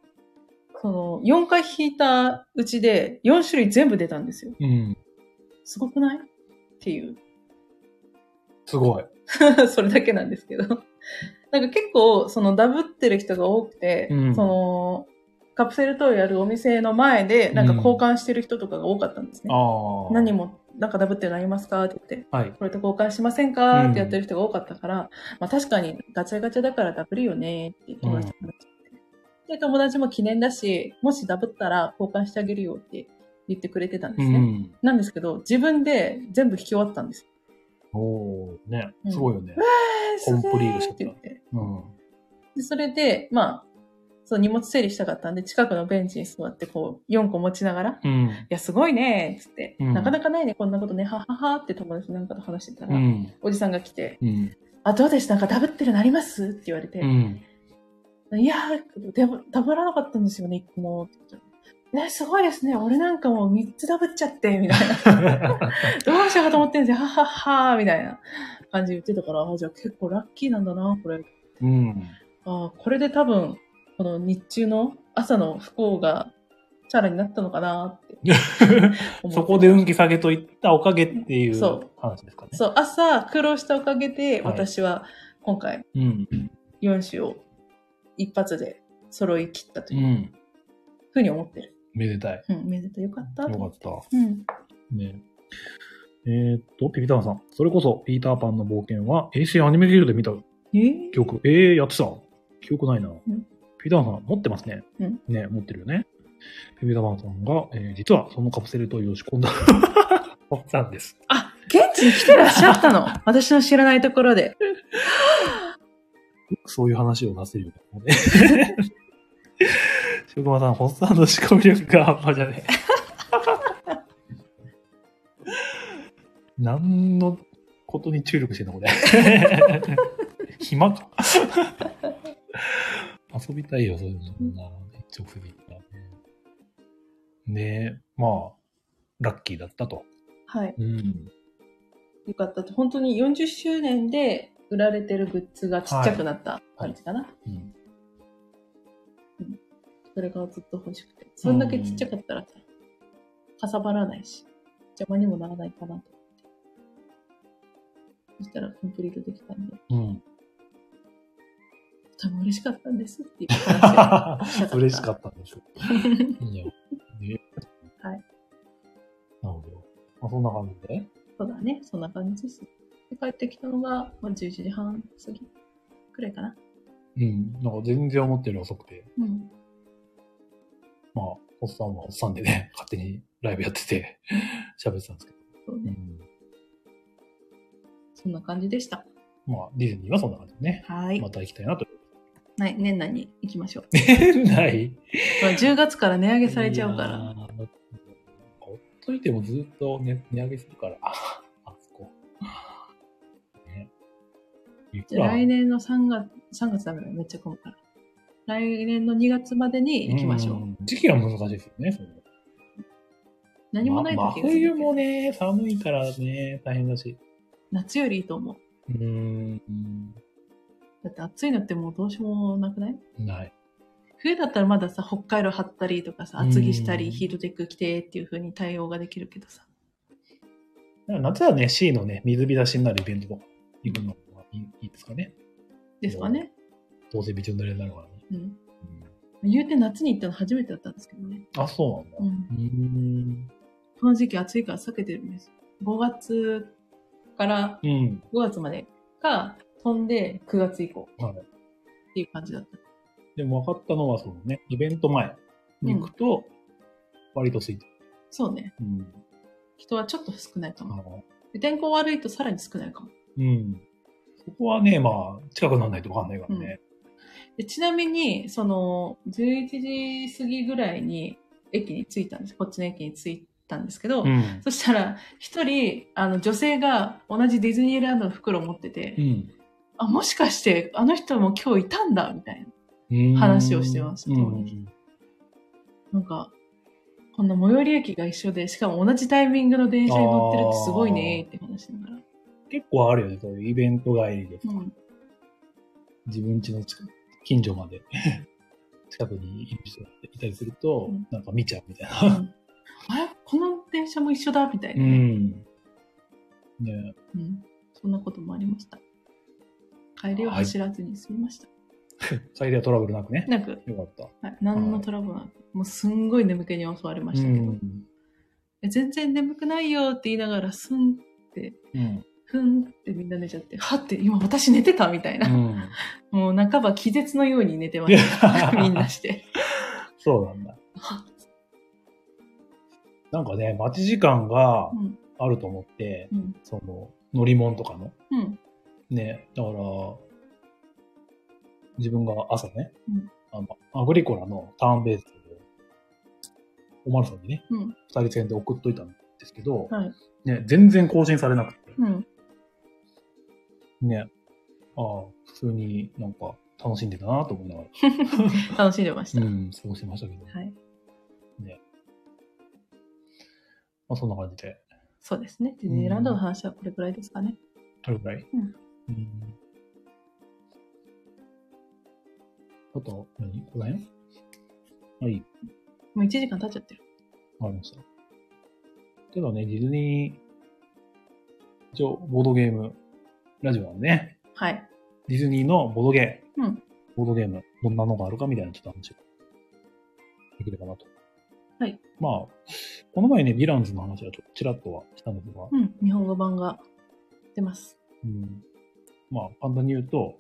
Speaker 2: その、4回引いたうちで4種類全部出たんですよ。
Speaker 1: うん。
Speaker 2: すごくないっていう。 [laughs]
Speaker 1: すごい。
Speaker 2: それだけ [laughs] なんですけど。なんか結構、その、ダブってる人が多くて、
Speaker 1: うん
Speaker 2: その、カプセルトイをやるお店の前で、なんか交換してる人とかが多かったんですね。
Speaker 1: ああ。
Speaker 2: 何も、なんかダブってるのありますかって言って。
Speaker 1: はい。
Speaker 2: これと交換しませんかってやってる人が多かったから、まあ確かにガチャガチャだからダブるよねって言ってました、で、友達も記念だし、もしダブったら交換してあげるよって言ってくれてたんで
Speaker 1: う
Speaker 2: すね。
Speaker 1: ん。
Speaker 2: なんですけど、自分で全部引き終わったんです。
Speaker 1: おー、ね
Speaker 2: う。ん
Speaker 1: すごいよね。
Speaker 2: え
Speaker 1: コンプリートしちゃっ
Speaker 2: っ
Speaker 1: た
Speaker 2: て言って。
Speaker 1: うん。
Speaker 2: でそれで、まあ、そう荷物整理したかったんで、近くのベンチに座ってこう、4個持ちながら、
Speaker 1: う
Speaker 2: い
Speaker 1: ん。
Speaker 2: や、すごいねっつって、
Speaker 1: うん
Speaker 2: なかなかないね、こんなことね、はっはっはって友達なんかと話してた
Speaker 1: う
Speaker 2: ら、
Speaker 1: ん。
Speaker 2: おじさんが来て、
Speaker 1: うん。
Speaker 2: あ、どうでしたなんかダブってるのありますって言われて、
Speaker 1: うん。
Speaker 2: いやー、でもダブらなかったんですよね、一個も。ね、すごいですね。俺なんかもう3つダブっちゃって、みたいな。 [laughs] どうしようかと思ってんですよ。はっはっはー、みたいな感じで言ってたから、あ、じゃあ結構ラッキーなんだな、これ。
Speaker 1: [laughs]
Speaker 2: [laughs]
Speaker 1: うん。
Speaker 2: あーこれで多分、この日中の朝の不幸がチャラになったのかなって思って。
Speaker 1: そこで運気下げといったおかげっていう
Speaker 2: そう
Speaker 1: 話ですかね。
Speaker 2: そう、朝苦労したおかげで、
Speaker 1: はい
Speaker 2: 私は今回
Speaker 1: うん。
Speaker 2: 4種を一発で揃い切ったと
Speaker 1: う。
Speaker 2: いうんふうに思ってる。
Speaker 1: めでたい。
Speaker 2: うん、めでたいよかった
Speaker 1: よ
Speaker 2: と
Speaker 1: か
Speaker 2: 思
Speaker 1: っ
Speaker 2: っ。
Speaker 1: てた。
Speaker 2: うん。
Speaker 1: ねえーっと、ピピターンさん。それこそ、ピーターパンの冒険は、平成アニメギルドで見た
Speaker 2: えー
Speaker 1: 記憶。えー、やってた記憶ないな。ピーターンさん、持ってますね。
Speaker 2: うん
Speaker 1: ね持ってるよね。ピピターンさんが、えー実はそのカプセルトイを仕
Speaker 2: [laughs]
Speaker 1: 込んだ。持ったんです。
Speaker 2: あ、現地に来てらっしゃった [laughs] の。私の知らないところで。
Speaker 1: よくそういう話を出せるよね。 [laughs] 職場さん、ホッサンの仕込み力が半端じゃねえ。 [laughs] 何のことに注力してんのこれ。 [laughs] 暇か。 [laughs] 遊びたいよ、そういうの。そんな一直線に行ったらね。ねえ、まあ、ラッキーだったと。
Speaker 2: はい。
Speaker 1: うん。
Speaker 2: よかったと。本当に40周年で売られてるグッズがちっちゃくなった感じかな。
Speaker 1: うん、
Speaker 2: それがずっと欲しくて。そんだけちっちゃかったらさ、かさばらないし、邪魔にもならないかなと。そしたらコンプリートできたんで、
Speaker 1: うん。
Speaker 2: 多分嬉しかったんですっていう話
Speaker 1: [laughs]
Speaker 2: を。
Speaker 1: 嬉しか
Speaker 2: っ
Speaker 1: ったんでしょう。
Speaker 2: [laughs] た。
Speaker 1: いいよ。ね。
Speaker 2: はい。
Speaker 1: なるほど。まあ、そんな感じで。
Speaker 2: そうだね。そんな感じです。で帰ってきたのが、まあ、11時半過ぎくらいかな。
Speaker 1: うん。なんか全然思ったより遅くて。
Speaker 2: うん。
Speaker 1: まあ、おっさんはおっさんでね、 [laughs] 勝手にライブやってて、喋ってたんですけど。
Speaker 2: そう
Speaker 1: う
Speaker 2: ね。
Speaker 1: ん。
Speaker 2: そんな感じでした。
Speaker 1: まあ、ディズニーはそんな感じでね。
Speaker 2: はい
Speaker 1: ま。た行きたいなと。 [laughs]
Speaker 2: はい、年内に行きましょう。
Speaker 1: ない
Speaker 2: まあ10月から値上げされちゃう
Speaker 1: いや
Speaker 2: から。
Speaker 1: ーほっといてもずっと、ね、値上げするから。 [laughs] ああそこ。ね。いく
Speaker 2: じゃあ
Speaker 1: ら
Speaker 2: 来年の3月、3月だめだよ、めっちゃ混むから。来年の2月までに行きましょう。
Speaker 1: ん時期は難しいですよね、それ
Speaker 2: 何もない時
Speaker 1: ま
Speaker 2: が
Speaker 1: あ真
Speaker 2: 続くけ
Speaker 1: 冬
Speaker 2: ど
Speaker 1: もね、寒いからね、大変だし。
Speaker 2: 夏よりいいと思
Speaker 1: う
Speaker 2: う。
Speaker 1: ーん。
Speaker 2: だって暑いのってもうどうしようもなくない
Speaker 1: ない。
Speaker 2: 冬だったらまださ、北海道張ったりとかさ、厚着した
Speaker 1: う
Speaker 2: り、
Speaker 1: ん
Speaker 2: ヒートテック着てっていう風に対応ができるけどさ。
Speaker 1: だから夏はね、C のね、水浸しになるイベントとか行くのがいいいいですかね。
Speaker 2: ですかね。
Speaker 1: どうせびちょ濡れになるからね。
Speaker 2: うん。
Speaker 1: うん
Speaker 2: 言うて夏に行ったの初めてだったんですけどね。
Speaker 1: あ、そう
Speaker 2: う
Speaker 1: なんだ。
Speaker 2: ん。
Speaker 1: うーん。
Speaker 2: この時期暑いから避けてるんです。5月から
Speaker 1: うん。
Speaker 2: 5月までか、飛んで9月以降
Speaker 1: はい。
Speaker 2: っていう感じだった。
Speaker 1: でも分かったのは、そのね、イベント前に行くと、割と空いてる。
Speaker 2: そうね。
Speaker 1: うん。
Speaker 2: 人はちょっと少ないか
Speaker 1: あ
Speaker 2: も。
Speaker 1: の
Speaker 2: で天候悪いとさらに少ないかも。
Speaker 1: うん。そこはね、まあ、近くならないと分かんないからね。
Speaker 2: でちなみに、その、11時過ぎぐらいに駅に着いたんです。こっちの駅に着いたんですけど、
Speaker 1: うん。
Speaker 2: そしたら、一人、あの、女性が同じディズニーランドの袋を持ってて、
Speaker 1: うん。
Speaker 2: あ、もしかして、あの人も今日いたんだ、みたいな。
Speaker 1: うん
Speaker 2: 話をしてました
Speaker 1: うん。
Speaker 2: なんか、こんな最寄り駅が一緒で、しかも同じタイミングの電車に乗ってるってすごいねーって話しながら。
Speaker 1: 結構あるよね、そういうイベント帰りで。
Speaker 2: うん。
Speaker 1: 自分家の近く近所まで [laughs] 近くにいる人がいたりすると、
Speaker 2: うん
Speaker 1: なんか見ちゃうみたいな。
Speaker 2: うんあれこの電車も一緒だみたいな、ね
Speaker 1: ん。ね
Speaker 2: うんそんなこともありました。帰りを走らずに済みました。
Speaker 1: 最大はトラブルなくね。
Speaker 2: なく、
Speaker 1: よかった。
Speaker 2: はい何のトラブルもなく、もうすんごい眠気に襲われましたけど、
Speaker 1: うん
Speaker 2: え全然眠くないよって言いながら、すん、
Speaker 1: うん。
Speaker 2: ふんってみんな寝ちゃって、はって、今私寝てたみたいな。
Speaker 1: うん。
Speaker 2: もう半ば気絶のように寝て
Speaker 1: [laughs]
Speaker 2: ました。みんなして。
Speaker 1: そうなんだ
Speaker 2: は。
Speaker 1: なんかね、待ち時間が
Speaker 2: うん。
Speaker 1: あると思って、
Speaker 2: うん。
Speaker 1: その、乗り物とかの。
Speaker 2: うん。
Speaker 1: ね、だから、自分が朝ね、
Speaker 2: うん
Speaker 1: あの、アグリコラのターンベースを、おまるさんにね、
Speaker 2: うん。
Speaker 1: 二人戦で送っといたんですけど、
Speaker 2: はい
Speaker 1: ね、全然更新されなくて、
Speaker 2: うん。
Speaker 1: ね、ああ、普通になんか楽しんでたなと思いな
Speaker 2: [laughs]
Speaker 1: がら、
Speaker 2: 楽しんでました。
Speaker 1: うん、過ごしてましたけど、
Speaker 2: はい。
Speaker 1: まあそんな感じで、
Speaker 2: そうですね。ディズニーランドの話はこれくらいですかね。
Speaker 1: どれぐらい、
Speaker 2: うん
Speaker 1: うんあと、何この辺はい、
Speaker 2: もう1時間経っちゃってる。
Speaker 1: わかりました。けどね、ディズニー、一応、ボードゲーム、ラジオなんでね、
Speaker 2: はい。
Speaker 1: ディズニーのボードゲーム、
Speaker 2: うん
Speaker 1: ボードゲーム、どんなのがあるかみたいなちょっと話をできればなと。
Speaker 2: はい。
Speaker 1: まあ、この前ね、ヴィランズの話はちょっとちらっとはしたんですが、
Speaker 2: うん。日本語版が出ます。
Speaker 1: うん、まあ、簡単に言うと、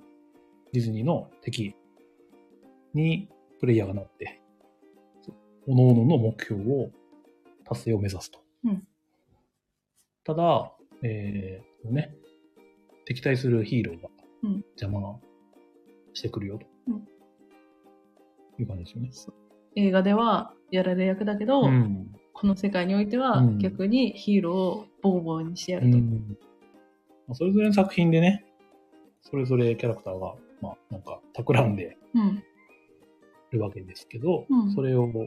Speaker 1: ディズニーの敵にプレイヤーがなって、おののの目標を達成を目指すと。
Speaker 2: うん
Speaker 1: ただ、えーね、敵対するヒーローが
Speaker 2: うん
Speaker 1: 邪魔してくるよと。
Speaker 2: うん
Speaker 1: いう感じですよね。
Speaker 2: 映画ではやられ役だけど、
Speaker 1: ん。
Speaker 2: この世界においては
Speaker 1: うん
Speaker 2: 逆にヒーローをボーボーにしてや
Speaker 1: う
Speaker 2: ると。
Speaker 1: んまあそれぞれの作品でね、それぞれキャラクターが、まあ、なんか、企んで
Speaker 2: うん。
Speaker 1: るわけですけど、
Speaker 2: うん
Speaker 1: それを、ま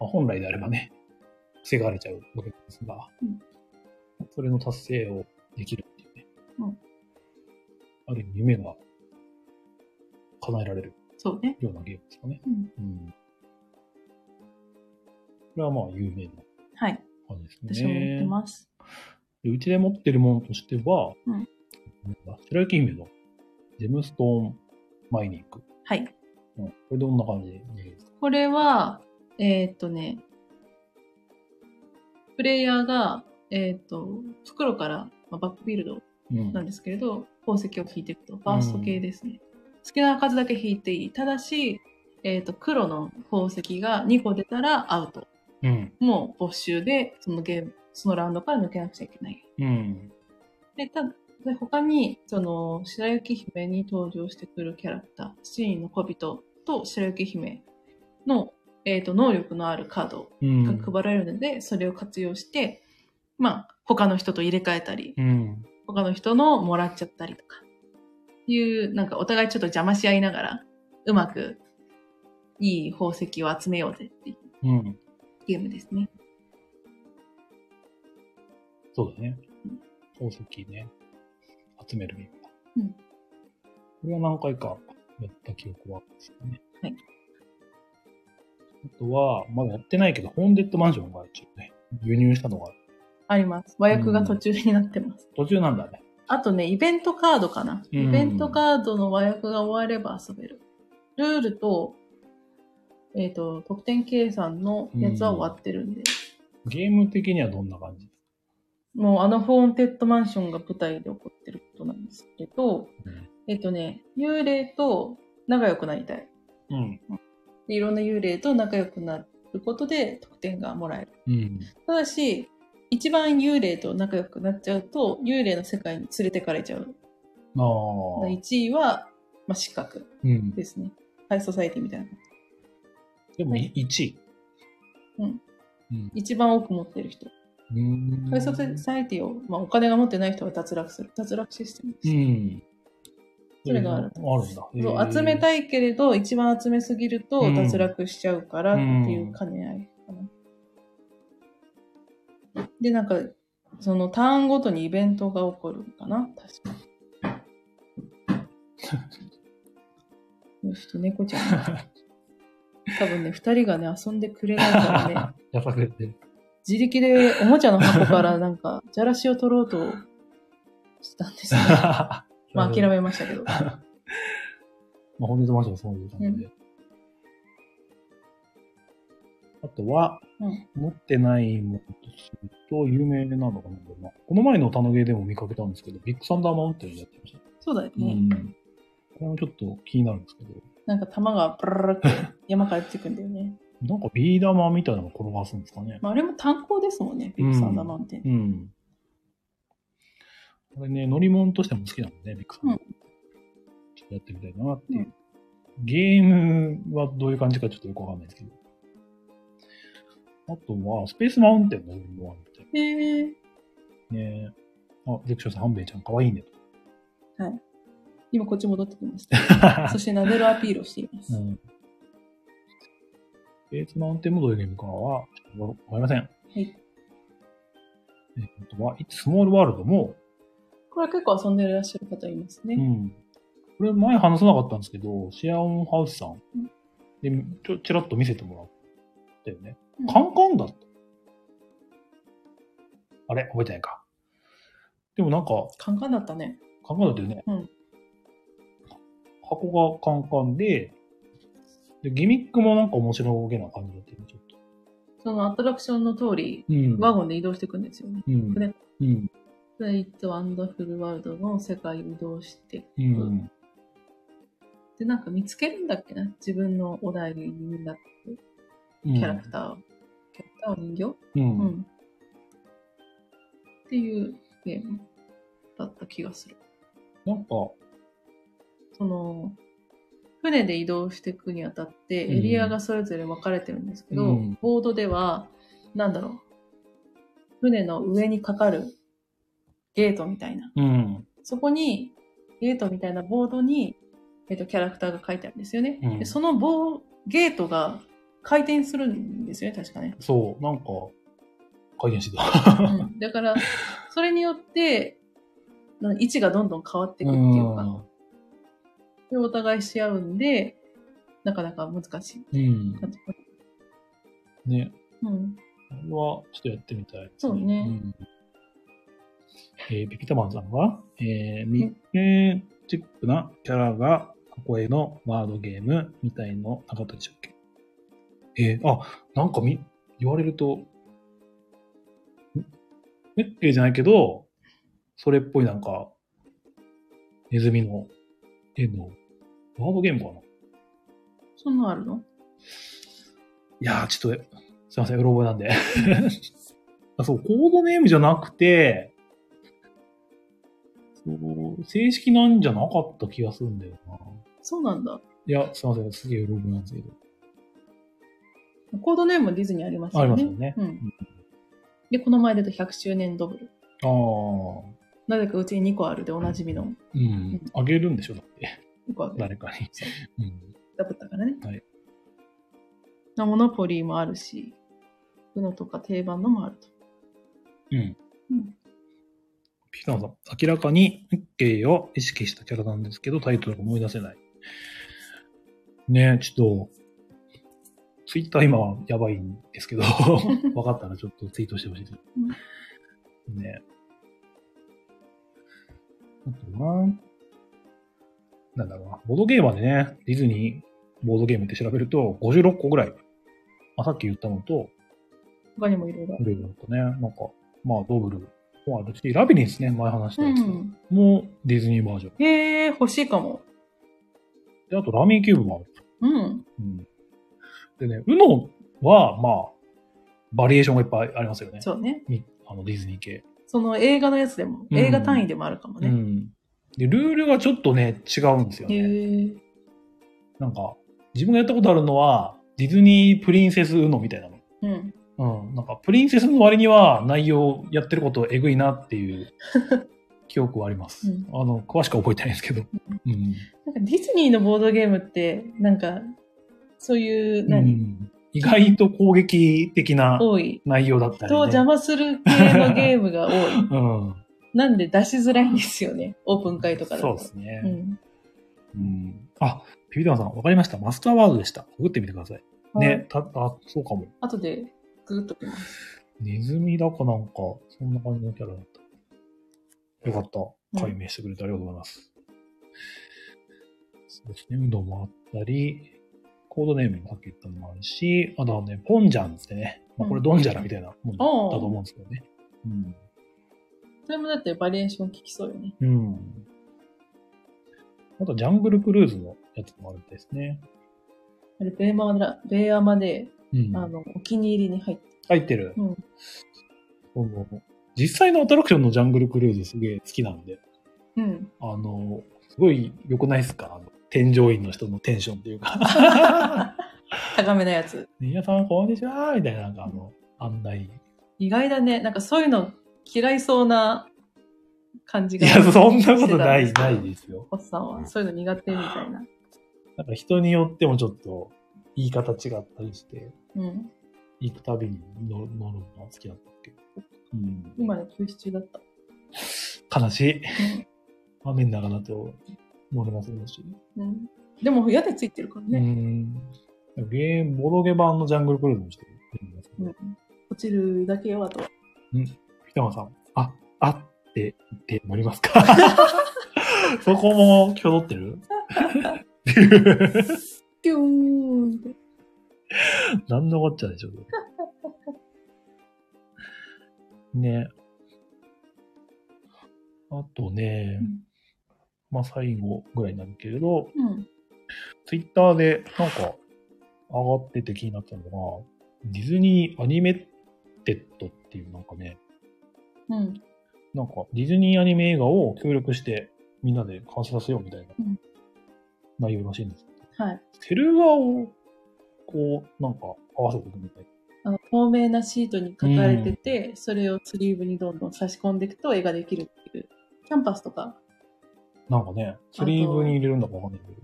Speaker 1: あ、本来であればね、防がれちゃうわけですが、
Speaker 2: うん
Speaker 1: それの達成をできるっていうね、
Speaker 2: うん
Speaker 1: ある意味夢が叶えられる
Speaker 2: そうね。
Speaker 1: ようなゲームですかね。
Speaker 2: うん
Speaker 1: うんこれはまあ有名な
Speaker 2: はい。
Speaker 1: 感じです
Speaker 2: 私も
Speaker 1: ね。
Speaker 2: 持ってます。
Speaker 1: でうちで持ってるものとしては、
Speaker 2: うん
Speaker 1: なんだ白雪姫のジェムストーンマイニング。
Speaker 2: はい。
Speaker 1: うん、これどんな感じですか
Speaker 2: これは、えーっとね、プレイヤーが、えーっと、袋から、まあ、バックフィールド
Speaker 1: うん
Speaker 2: なんですけれど、宝石を引いていくと、バースト系ですね。好きな数だけ引いていい。ただし、えーっと、黒の宝石が2個出たらアウト。
Speaker 1: うん。
Speaker 2: もう没収で、そのゲーム、そのラウンドから抜けなくちゃいけない。
Speaker 1: うん。
Speaker 2: で、たで他に、その、白雪姫に登場してくるキャラクター、七人の小人と白雪姫の、えっ、と、能力のあるカード
Speaker 1: うん
Speaker 2: が配られるので、それを活用して、まあ、他の人と入れ替えたり、
Speaker 1: うん。
Speaker 2: 他の人のもらっちゃったりとか、いう、なんかお互いちょっと邪魔し合いながら、うまく、いい宝石を集めようぜっていう
Speaker 1: うん。
Speaker 2: ゲームですね。
Speaker 1: そうだね
Speaker 2: うん。
Speaker 1: 宝石ね。集めるゲームだ。
Speaker 2: うん
Speaker 1: これは何回かやった記憶はあるんですよね。
Speaker 2: はい。
Speaker 1: あとは、まだやってないけど、ホーンデッドマンションが一応ね、輸入したのがある。
Speaker 2: あります。和訳が途中になってます。
Speaker 1: 途中なんだね。
Speaker 2: あとね、イベントカードかな。
Speaker 1: うん
Speaker 2: イベントカードの和訳が終われば遊べる。ルールと、えっ、と、得点計算のやつは終わってるんで。
Speaker 1: ゲーム的にはどんな感じ
Speaker 2: もうあのフォーンテッドマンションが舞台で起こってることなんですけど、
Speaker 1: うん
Speaker 2: えっ、とね、幽霊と仲良くなりたい。
Speaker 1: うん。
Speaker 2: でいろんな幽霊と仲良くなることで得点がもらえる。
Speaker 1: うん。
Speaker 2: ただし、一番幽霊と仲良くなっちゃうと、幽霊の世界に連れてかれちゃう。
Speaker 1: ああ。
Speaker 2: 1位は、まあ、失格
Speaker 1: うん。
Speaker 2: ですね。ハイソサイティみたいな。
Speaker 1: でも、
Speaker 2: はい
Speaker 1: 1位。
Speaker 2: うん。
Speaker 1: うん。
Speaker 2: 一番多く持ってる人。
Speaker 1: うーん
Speaker 2: ハイソサイティを、まあ、お金が持ってない人は脱落する。脱落システムです。
Speaker 1: うん。
Speaker 2: それがある
Speaker 1: あるんだ。
Speaker 2: そう集め
Speaker 1: い。
Speaker 2: たいけれど、一番集めすぎると
Speaker 1: うん
Speaker 2: 脱落しちゃうからっていう兼ね合いかな。で、なんか、そのターンごとにイベントが起こるかな確か
Speaker 1: [laughs]
Speaker 2: に。よしと猫ちゃんが。多分ね、二人がね、遊んでくれないからね。
Speaker 1: [laughs] やさくて。
Speaker 2: 自力でおもちゃの箱からなんか、じゃらしを取ろうと
Speaker 1: [laughs]
Speaker 2: したんですね。まあ諦めましたけど。
Speaker 1: まあ、本日の話もそういう感じで。あとは、
Speaker 2: うん
Speaker 1: 持ってないものとすると、有名なのかなこれなこの前の棚芸でも見かけたんですけど、ビッグサンダーマウンテンやってました。
Speaker 2: そうだよ
Speaker 1: う
Speaker 2: ね。
Speaker 1: ん。これもちょっと気になるんですけど、
Speaker 2: なんか玉がプルルルって山から出てくんだよ
Speaker 1: [laughs]
Speaker 2: ね。
Speaker 1: なんかビー玉みたいなのを転がすんですかね。
Speaker 2: まあ、あれも炭鉱ですもんね、ビッグサンダーマウンテン。
Speaker 1: うん。これね、乗り物としても好きなので、ビッグサンダー。ちょっとやってみたいなっていう。ゲームはどういう感じかちょっとよくわかんないですけど。あとは、スペースマウンテンの乗り物もあって。
Speaker 2: へえ
Speaker 1: ねあ、ゼクションさん、ハンベイちゃん、かわいいねと。
Speaker 2: 今こっち戻ってきまし
Speaker 1: [laughs]
Speaker 2: た。そして撫でるアピールをしています。。
Speaker 1: うん。スペースマウンテンもどういうゲームかは、ちょっとわかりません。はいえっとは、スモールワールドも、
Speaker 2: これは結構遊んでらっしゃる方います
Speaker 1: う
Speaker 2: ね。
Speaker 1: ん。これ前話さなかったんですけど、シェアオンハウスさん
Speaker 2: うん
Speaker 1: で、ちょ、ちらっと見せてもらったよね。
Speaker 2: うん
Speaker 1: カンカンだった。あれ覚えてないか。でもなんか、
Speaker 2: カンカンだったね。
Speaker 1: カンカンだったよね。
Speaker 2: うん
Speaker 1: 箱がカンカンで、で、ギミックもなんか面白げな感じだったよね、ちょっと。
Speaker 2: そのアトラクションの通り、
Speaker 1: うん
Speaker 2: ワゴンで移動していくんですよね。
Speaker 1: うん。
Speaker 2: 船
Speaker 1: うん。
Speaker 2: フレイト・ワンダフル・ワールドの世界を移動していく。
Speaker 1: うん。
Speaker 2: で、なんか見つけるんだっけな自分のお題になった
Speaker 1: うん。
Speaker 2: キャラクターを。キャラクターを人
Speaker 1: う。
Speaker 2: 形うんん。っていうゲームだった気がする。
Speaker 1: なんか、
Speaker 2: その、船で移動していくにあたって、
Speaker 1: うん
Speaker 2: エリアがそれぞれ分かれてるんですけど、
Speaker 1: うん
Speaker 2: ボードでは、なんだろう、船の上にかかるゲートみたいな。
Speaker 1: うん。
Speaker 2: そこに、ゲートみたいなボードに、えっと、キャラクターが書いてあるんですよね。
Speaker 1: うん。
Speaker 2: でそのボーゲートが回転するんですよね、確かね
Speaker 1: そう、なんか、回転してた。
Speaker 2: うん、だから、それによって、な位置がどんどん変わっていくっていうか、でお互いし合うんで、なかなか難しい。
Speaker 1: うん。ね。
Speaker 2: うん。
Speaker 1: これは、ちょっとやってみたい、
Speaker 2: そうね
Speaker 1: んえーピピタマンさんは、えー、ミッケチックなキャラが、ここへのワードゲームみたいのなかったでしたっけえー、あ、なんかみ、言われると、んミッケじゃないけど、それっぽいなんか、ネズミの絵のワードゲームかな
Speaker 2: そんなんあるの
Speaker 1: いやー、ちょっと、すいません、うろ覚えなんで。 [laughs] あそう、コードネームじゃなくて、そう、正式なんじゃなかった気がするんだよな。
Speaker 2: そうなんだ。
Speaker 1: いや、すいません、すげえうろ覚えなんですけど。
Speaker 2: コードネームはディズニーありますよね。
Speaker 1: ありますよね
Speaker 2: うん。で、この前出た100周年ドブル。
Speaker 1: あー、
Speaker 2: なぜかうちに2個あるでおなじみの
Speaker 1: うん、あげるんでしょ、だって、
Speaker 2: 2個ある。
Speaker 1: 誰かに。
Speaker 2: そう
Speaker 1: うん、
Speaker 2: ダブったからね。
Speaker 1: はい
Speaker 2: なモノポリーもあるし、ウノとか定番のもあると。
Speaker 1: うん
Speaker 2: うん。
Speaker 1: ピカノさん、明らかにミッケイを意識したキャラなんですけど、タイトルが思い出せない。ねえ、ちょっと、ツイッター今やばいんです [laughs] けど、分かったらちょっとツイートしてほしいです。ねえ。あとは、なんだろうな、ボードゲーマーでね、ディズニーボードゲームって調べると56個ぐらい。まあ、さっき言ったのと、
Speaker 2: 他にもいろいろある。
Speaker 1: ブレイブだとね、なんか、まあ、ドブルもあるし、ラビリンスね、前話した
Speaker 2: う
Speaker 1: やつ、も
Speaker 2: ん。
Speaker 1: うディズニーバージョン。
Speaker 2: へえ、欲しいかも。
Speaker 1: で、あと、ラミーキューブもある。
Speaker 2: うん。
Speaker 1: うん。でね、ウノは、まあ、バリエーションがいっぱいありますよね。
Speaker 2: そうね。
Speaker 1: みあの、ディズニー系。
Speaker 2: その映画のやつでも、
Speaker 1: うん
Speaker 2: 映画単位でもあるかも
Speaker 1: う
Speaker 2: ね。
Speaker 1: ん。で、ルールがちょっとね、違うんですよ
Speaker 2: へ
Speaker 1: ね。
Speaker 2: え。
Speaker 1: なんか、自分がやったことあるのは、ディズニープリンセスウノみたいなの。
Speaker 2: うん。
Speaker 1: うん。なんか、プリンセスの割には、内容、やってること、えぐいなっていう
Speaker 2: [laughs]
Speaker 1: 記憶はあります。
Speaker 2: うん
Speaker 1: あの、詳しくは覚えてないですけど。うん。
Speaker 2: なんかディズニーのボードゲームって、なんか、そういう、何、
Speaker 1: うん意外と攻撃的な
Speaker 2: 多い。
Speaker 1: 内容だった
Speaker 2: 人を
Speaker 1: り、
Speaker 2: 邪
Speaker 1: ね。
Speaker 2: 魔する系のゲーム
Speaker 1: [laughs]
Speaker 2: が多い。
Speaker 1: うん。
Speaker 2: なんで出しづらいんですよね。オープン会とかだ
Speaker 1: そう
Speaker 2: と。
Speaker 1: です
Speaker 2: う
Speaker 1: ね。
Speaker 2: ん。
Speaker 1: うん。あ、ピピタマンさん、わかりました。マスターワードでした。送ってみてください。
Speaker 2: はい
Speaker 1: ね。。た、あ、そうかも。
Speaker 2: 後で、ググっときます。
Speaker 1: ネズミだかなんか、そんな感じのキャラだった。よかった。
Speaker 2: うん
Speaker 1: 解明してくれてありがとうございます。そうですね、運動もあったり、コードネームにかけたのもあるし、あとはね、ポンジャンってね、まあこれドンジャラみたいなもんだ
Speaker 2: おう
Speaker 1: と思うんですけどね。うん。
Speaker 2: それもだってバリエーション聞きそうよね。
Speaker 1: うん。あと、ジャングルクルーズのやつもあるんですね。
Speaker 2: あれ、ベーマラ、ベーアマで、
Speaker 1: うん。
Speaker 2: あの、お気に入りに入って、
Speaker 1: 入ってる。
Speaker 2: うん
Speaker 1: その実際のアトラクションのジャングルクルーズすげえ好きなんで、
Speaker 2: うん。
Speaker 1: あの、すごい良くないですかあの添乗員の人のテンションっていうか。
Speaker 2: [laughs] 高めなやつ。
Speaker 1: 皆さん、こんにちはみたいな、なんかあの、案内。
Speaker 2: 意外だね。なんかそういうの嫌いそうな感じ
Speaker 1: い
Speaker 2: が。
Speaker 1: や、そんなことな
Speaker 2: し
Speaker 1: い、
Speaker 2: て
Speaker 1: な
Speaker 2: た
Speaker 1: んい
Speaker 2: ですけど
Speaker 1: ですよ。
Speaker 2: おっさんは、そういうの苦手みたいな。
Speaker 1: なんか人によってもちょっと、言い方違ったりして、
Speaker 2: うん。
Speaker 1: 行くたびに乗る乗るのが好きだったけど。うん。
Speaker 2: 今ね、休止中だった。
Speaker 1: 悲しい。
Speaker 2: うん
Speaker 1: 雨の中だと乗れませんし。
Speaker 2: うん。でも、屋根ついてるから
Speaker 1: う
Speaker 2: ね。
Speaker 1: ん。ゲーム、ボドゲ版のジャングルクルーズもしてるんですけ
Speaker 2: う
Speaker 1: ど、
Speaker 2: ん。落ちるだけよ、あとは。
Speaker 1: 北山さん、あ、あって言って乗りますか [laughs] そこも気を取ってる [laughs] っていう
Speaker 2: ピューンって。
Speaker 1: 何のこっちゃでしょう。ね。あとね、まあ最後ぐらいになるけれど、
Speaker 2: うん。
Speaker 1: ツイッターでなんか上がってて気になったのが、ディズニーアニメテッドっていうなんかね、
Speaker 2: うん。
Speaker 1: なんかディズニーアニメ映画を協力してみんなで完成させようみたいな
Speaker 2: うん
Speaker 1: 内容らしいんですけど、
Speaker 2: はい。
Speaker 1: セル画をこうなんか合わせていくみたいな。
Speaker 2: あの、透明なシートに書かれてて、それをスリーブにどんどん差し込んでいくと絵ができるっていう。キャンパスとか、
Speaker 1: なんかね、スリーブに入れるんだかわかんないけど、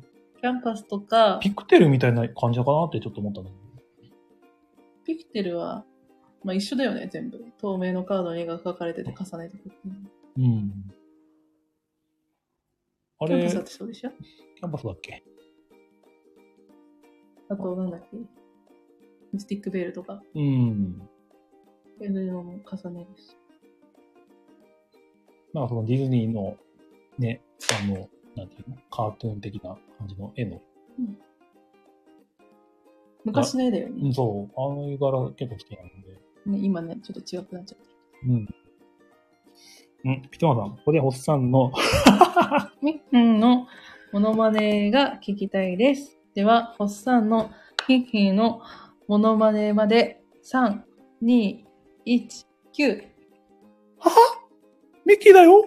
Speaker 2: キャンパスとか、
Speaker 1: ピクテルみたいな感じだかなってちょっと思ったんだけど。
Speaker 2: ピクテルは、まあ一緒だよね、全部。透明のカードに絵が描かれてて重ねていくっていう。
Speaker 1: うん。あ
Speaker 2: キャン
Speaker 1: れ、キ
Speaker 2: パスだってそうでしょ
Speaker 1: ャンパスだっけ
Speaker 2: あと、なんだっけミスティックベールとか、
Speaker 1: うん。
Speaker 2: 絵の色も重ねるし。
Speaker 1: なんかそのディズニーのね、あの、なんていうの、カートゥーン的な感じの絵の、
Speaker 2: 昔の絵だよ
Speaker 1: う
Speaker 2: ね
Speaker 1: ん、。そう、あの絵柄結構好きなんで、
Speaker 2: ね今ね、ちょっと違くなっちゃった。
Speaker 1: うん。うん、ピトマさん、ここでおっさんの、 [laughs]
Speaker 2: みっくんのモノマネが聞きたいです。では、ホッサンのヒッヒーのモノマネまで、3、2、1、9。
Speaker 1: ミッキーだよ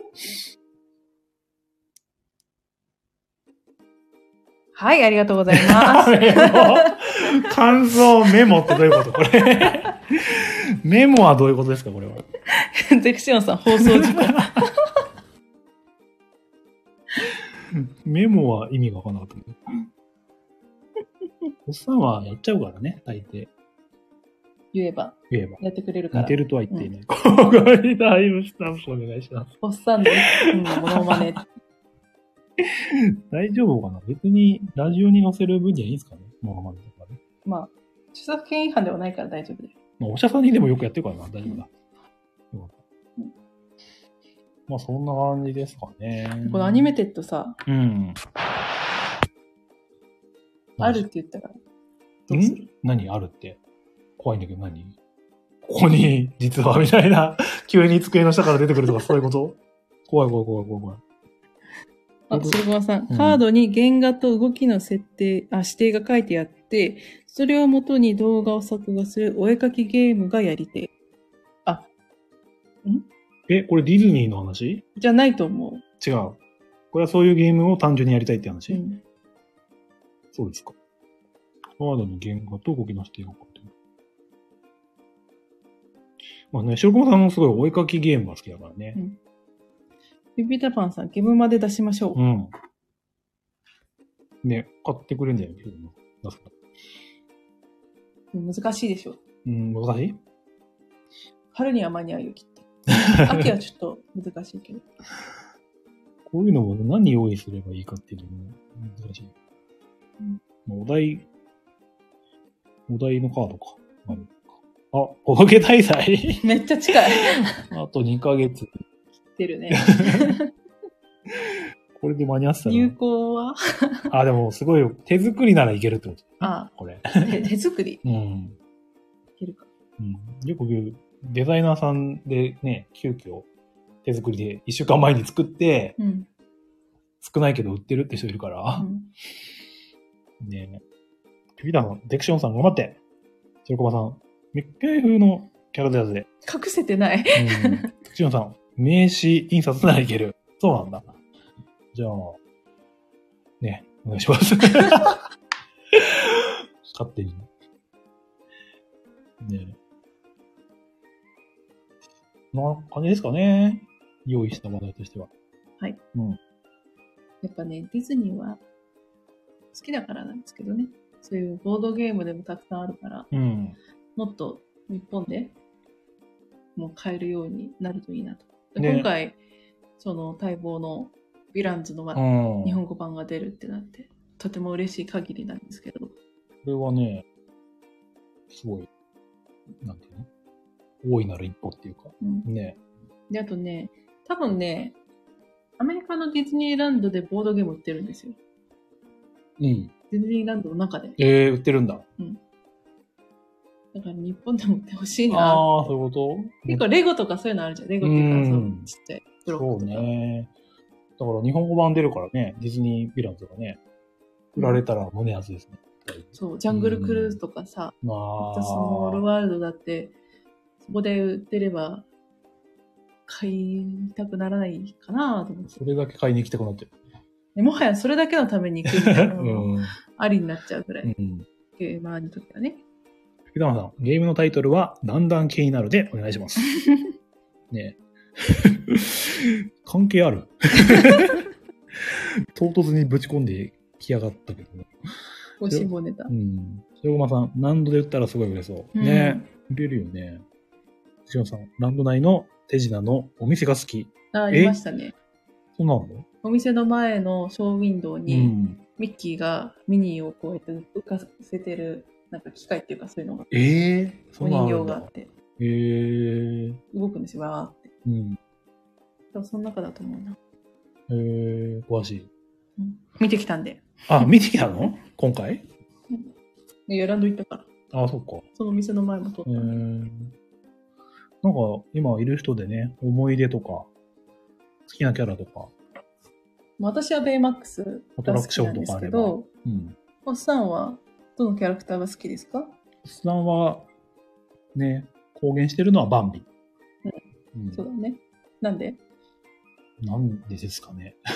Speaker 2: はい、ありがとうございます。
Speaker 1: 感想メモってどういうことこれ。 [laughs] メモはどういうことですかこれは。 [laughs]
Speaker 2: ゼクシオンさん、放送事故。
Speaker 1: メモは意味がわからなかったけど。おっさんはやっちゃうからね、大抵
Speaker 2: 言えば、
Speaker 1: 言えば。
Speaker 2: やってくれるか
Speaker 1: 似
Speaker 2: ら
Speaker 1: て。るとは言ってい
Speaker 2: [laughs]
Speaker 1: ない。ここがリダイブスタンプお願いします。
Speaker 2: ホッサンのうんモノマネ。
Speaker 1: 大丈夫かな別にラジオに載せる分にはいいんですかねモノマネとかね。
Speaker 2: まあ、著作権違反ではないから大丈夫です。
Speaker 1: まあ、お医者さんにでもよくやってるからな、大丈夫だ。よかった
Speaker 2: うん。
Speaker 1: まあそんな感じですかね。
Speaker 2: このアニメテッドさ、
Speaker 1: うん。
Speaker 2: あるって言ったから、どうす
Speaker 1: ん
Speaker 2: る
Speaker 1: 何あるって。怖いんだけど何ここに、実は、みたいな。 [laughs] 急に机の下から出てくるとか、そういうこと怖い怖い怖い怖い怖い。
Speaker 2: あ、鶴駒さん、
Speaker 1: うん
Speaker 2: カードに原画と動きの設定、あ、指定が書いてあって、それをもとに動画を作画するお絵かきゲームがやりてえ。
Speaker 1: え、これディズニーの話
Speaker 2: じゃないと思う。
Speaker 1: 違う。これはそういうゲームを単純にやりたいって話、
Speaker 2: うん
Speaker 1: そうですか。カードの原画と動きのしていこうかって。まあね、白駒さんもすごいお絵かきゲームが好きだからね。
Speaker 2: ピピタパンさん、ゲームまで出しましょう。
Speaker 1: うん。ね、買ってくれんじゃん、ゲームの出すから
Speaker 2: 難しいでしょ。
Speaker 1: うん、難しい
Speaker 2: 春には間に合うよ、きっ [laughs] と。秋はちょっと難しいけど。
Speaker 1: こういうのを何用意すればいいかっていうのも難しい。
Speaker 2: うん
Speaker 1: まあお題、お題のカードか。あるかあ、おどけ大祭
Speaker 2: めっちゃ近い。 [laughs]
Speaker 1: あと2ヶ月。
Speaker 2: 出るね。
Speaker 1: これで間に合ってた
Speaker 2: 有
Speaker 1: ら。
Speaker 2: 効は
Speaker 1: あ、でもすごいよ。手作りならいけるってこと。
Speaker 2: あ
Speaker 1: これ。
Speaker 2: 手手作り
Speaker 1: うん。
Speaker 2: いけるか。
Speaker 1: うん、よく言うデザイナーさんでね、急遽手作りで1週間前に作って、
Speaker 2: うん。
Speaker 1: 少ないけど売ってるって人いるから
Speaker 2: う、ん
Speaker 1: ねえ。ビダのデクションさん頑張って白駒さん、密閉風のキャラデザで、
Speaker 2: 隠せてない。
Speaker 1: うん、デクションさん、名刺印刷ならいける。そうなんだ。じゃあ、ね、お願いします。 [laughs] 勝手に。ねえ。な感じですかね。用意した話題としては。
Speaker 2: はい。
Speaker 1: うん。
Speaker 2: やっぱね、ディズニーは好きだからなんですけどね。そういうボードゲームでもたくさんあるから、
Speaker 1: うん。
Speaker 2: もっと日本でもう買えるようになるといいなと。で
Speaker 1: ね
Speaker 2: 今回、その待望のヴィランズのま
Speaker 1: うん。
Speaker 2: 日本語版が出るってなって、とても嬉しい限りなんですけど。
Speaker 1: これはね、すごい、なんていうの大いなる一歩っていうか。
Speaker 2: うん
Speaker 1: ね。
Speaker 2: で、あとね、多分ね、アメリカのディズニーランドでボードゲーム売ってるんですよ。
Speaker 1: うん。
Speaker 2: ディズニーランドの中で。
Speaker 1: えー、売ってるんだ。
Speaker 2: だから日本でも売ってほしいな。
Speaker 1: ああー、そういうこと
Speaker 2: 結構レゴとかそういうのあるじゃん。レゴっていうか、そ
Speaker 1: うん
Speaker 2: のちっちゃいブロ
Speaker 1: そ
Speaker 2: ッ
Speaker 1: う
Speaker 2: クとか。
Speaker 1: ね。だから日本語版出るからね、ディズニーヴィランズがね、売られたら胸熱ですね。
Speaker 2: そう、ジャングルクルーズとかさ、
Speaker 1: まあ、
Speaker 2: 私のールワールドだって、そこで売ってれば、買いたくならないかなと思って
Speaker 1: それだけ買いに行きたくなってる。
Speaker 2: で。もはやそれだけのために行くみたいなの
Speaker 1: [laughs]
Speaker 2: も
Speaker 1: うん。
Speaker 2: ありになっちゃうぐらい。
Speaker 1: うん。
Speaker 2: ゲーマーの時はね。
Speaker 1: 福玉さん、ゲームのタイトルは、だんだん気になるでお願いします。 [laughs] ね [laughs] え関係あ [laughs] る唐突にぶち込んできやがったけどね。
Speaker 2: ご辛抱ネタ
Speaker 1: う。ん。白駒さん、ランドで売ったらすごい売れそう。
Speaker 2: うん
Speaker 1: ねえ売れるよね。しおさん、ランド内の手品のお店が好き。
Speaker 2: ああ
Speaker 1: え
Speaker 2: りましたね。
Speaker 1: そうなの
Speaker 2: お店の前のショーウィンドウ
Speaker 1: う
Speaker 2: に、
Speaker 1: ん。
Speaker 2: ミッキーがミニーをこうやって浮かせてる、なんか機械っていうかそういうのが、
Speaker 1: ええそ
Speaker 2: お
Speaker 1: うな
Speaker 2: 人
Speaker 1: んだ
Speaker 2: 形があって、
Speaker 1: ええ
Speaker 2: 動くんですよ、わーって。
Speaker 1: うん。
Speaker 2: 多分その中だと思うな。
Speaker 1: ええ詳しい。
Speaker 2: うん見てきたんで。
Speaker 1: あ、 [laughs] 見てきたの今回
Speaker 2: で、やランド行ったから、
Speaker 1: あ、そっか。
Speaker 2: その店の前も通った
Speaker 1: うん
Speaker 2: で。
Speaker 1: ん。なんか、今いる人でね、思い出とか、好きなキャラとか、
Speaker 2: まあ私はベイマックス
Speaker 1: ア
Speaker 2: が好きなんですけ
Speaker 1: トラクションと
Speaker 2: ど、
Speaker 1: うん。
Speaker 2: おっさんはどのキャラクターが好きですか
Speaker 1: おっさんは、ね、公言してるのはバンビ。うん
Speaker 2: そうだね。なんで
Speaker 1: なんでですかね。 [laughs]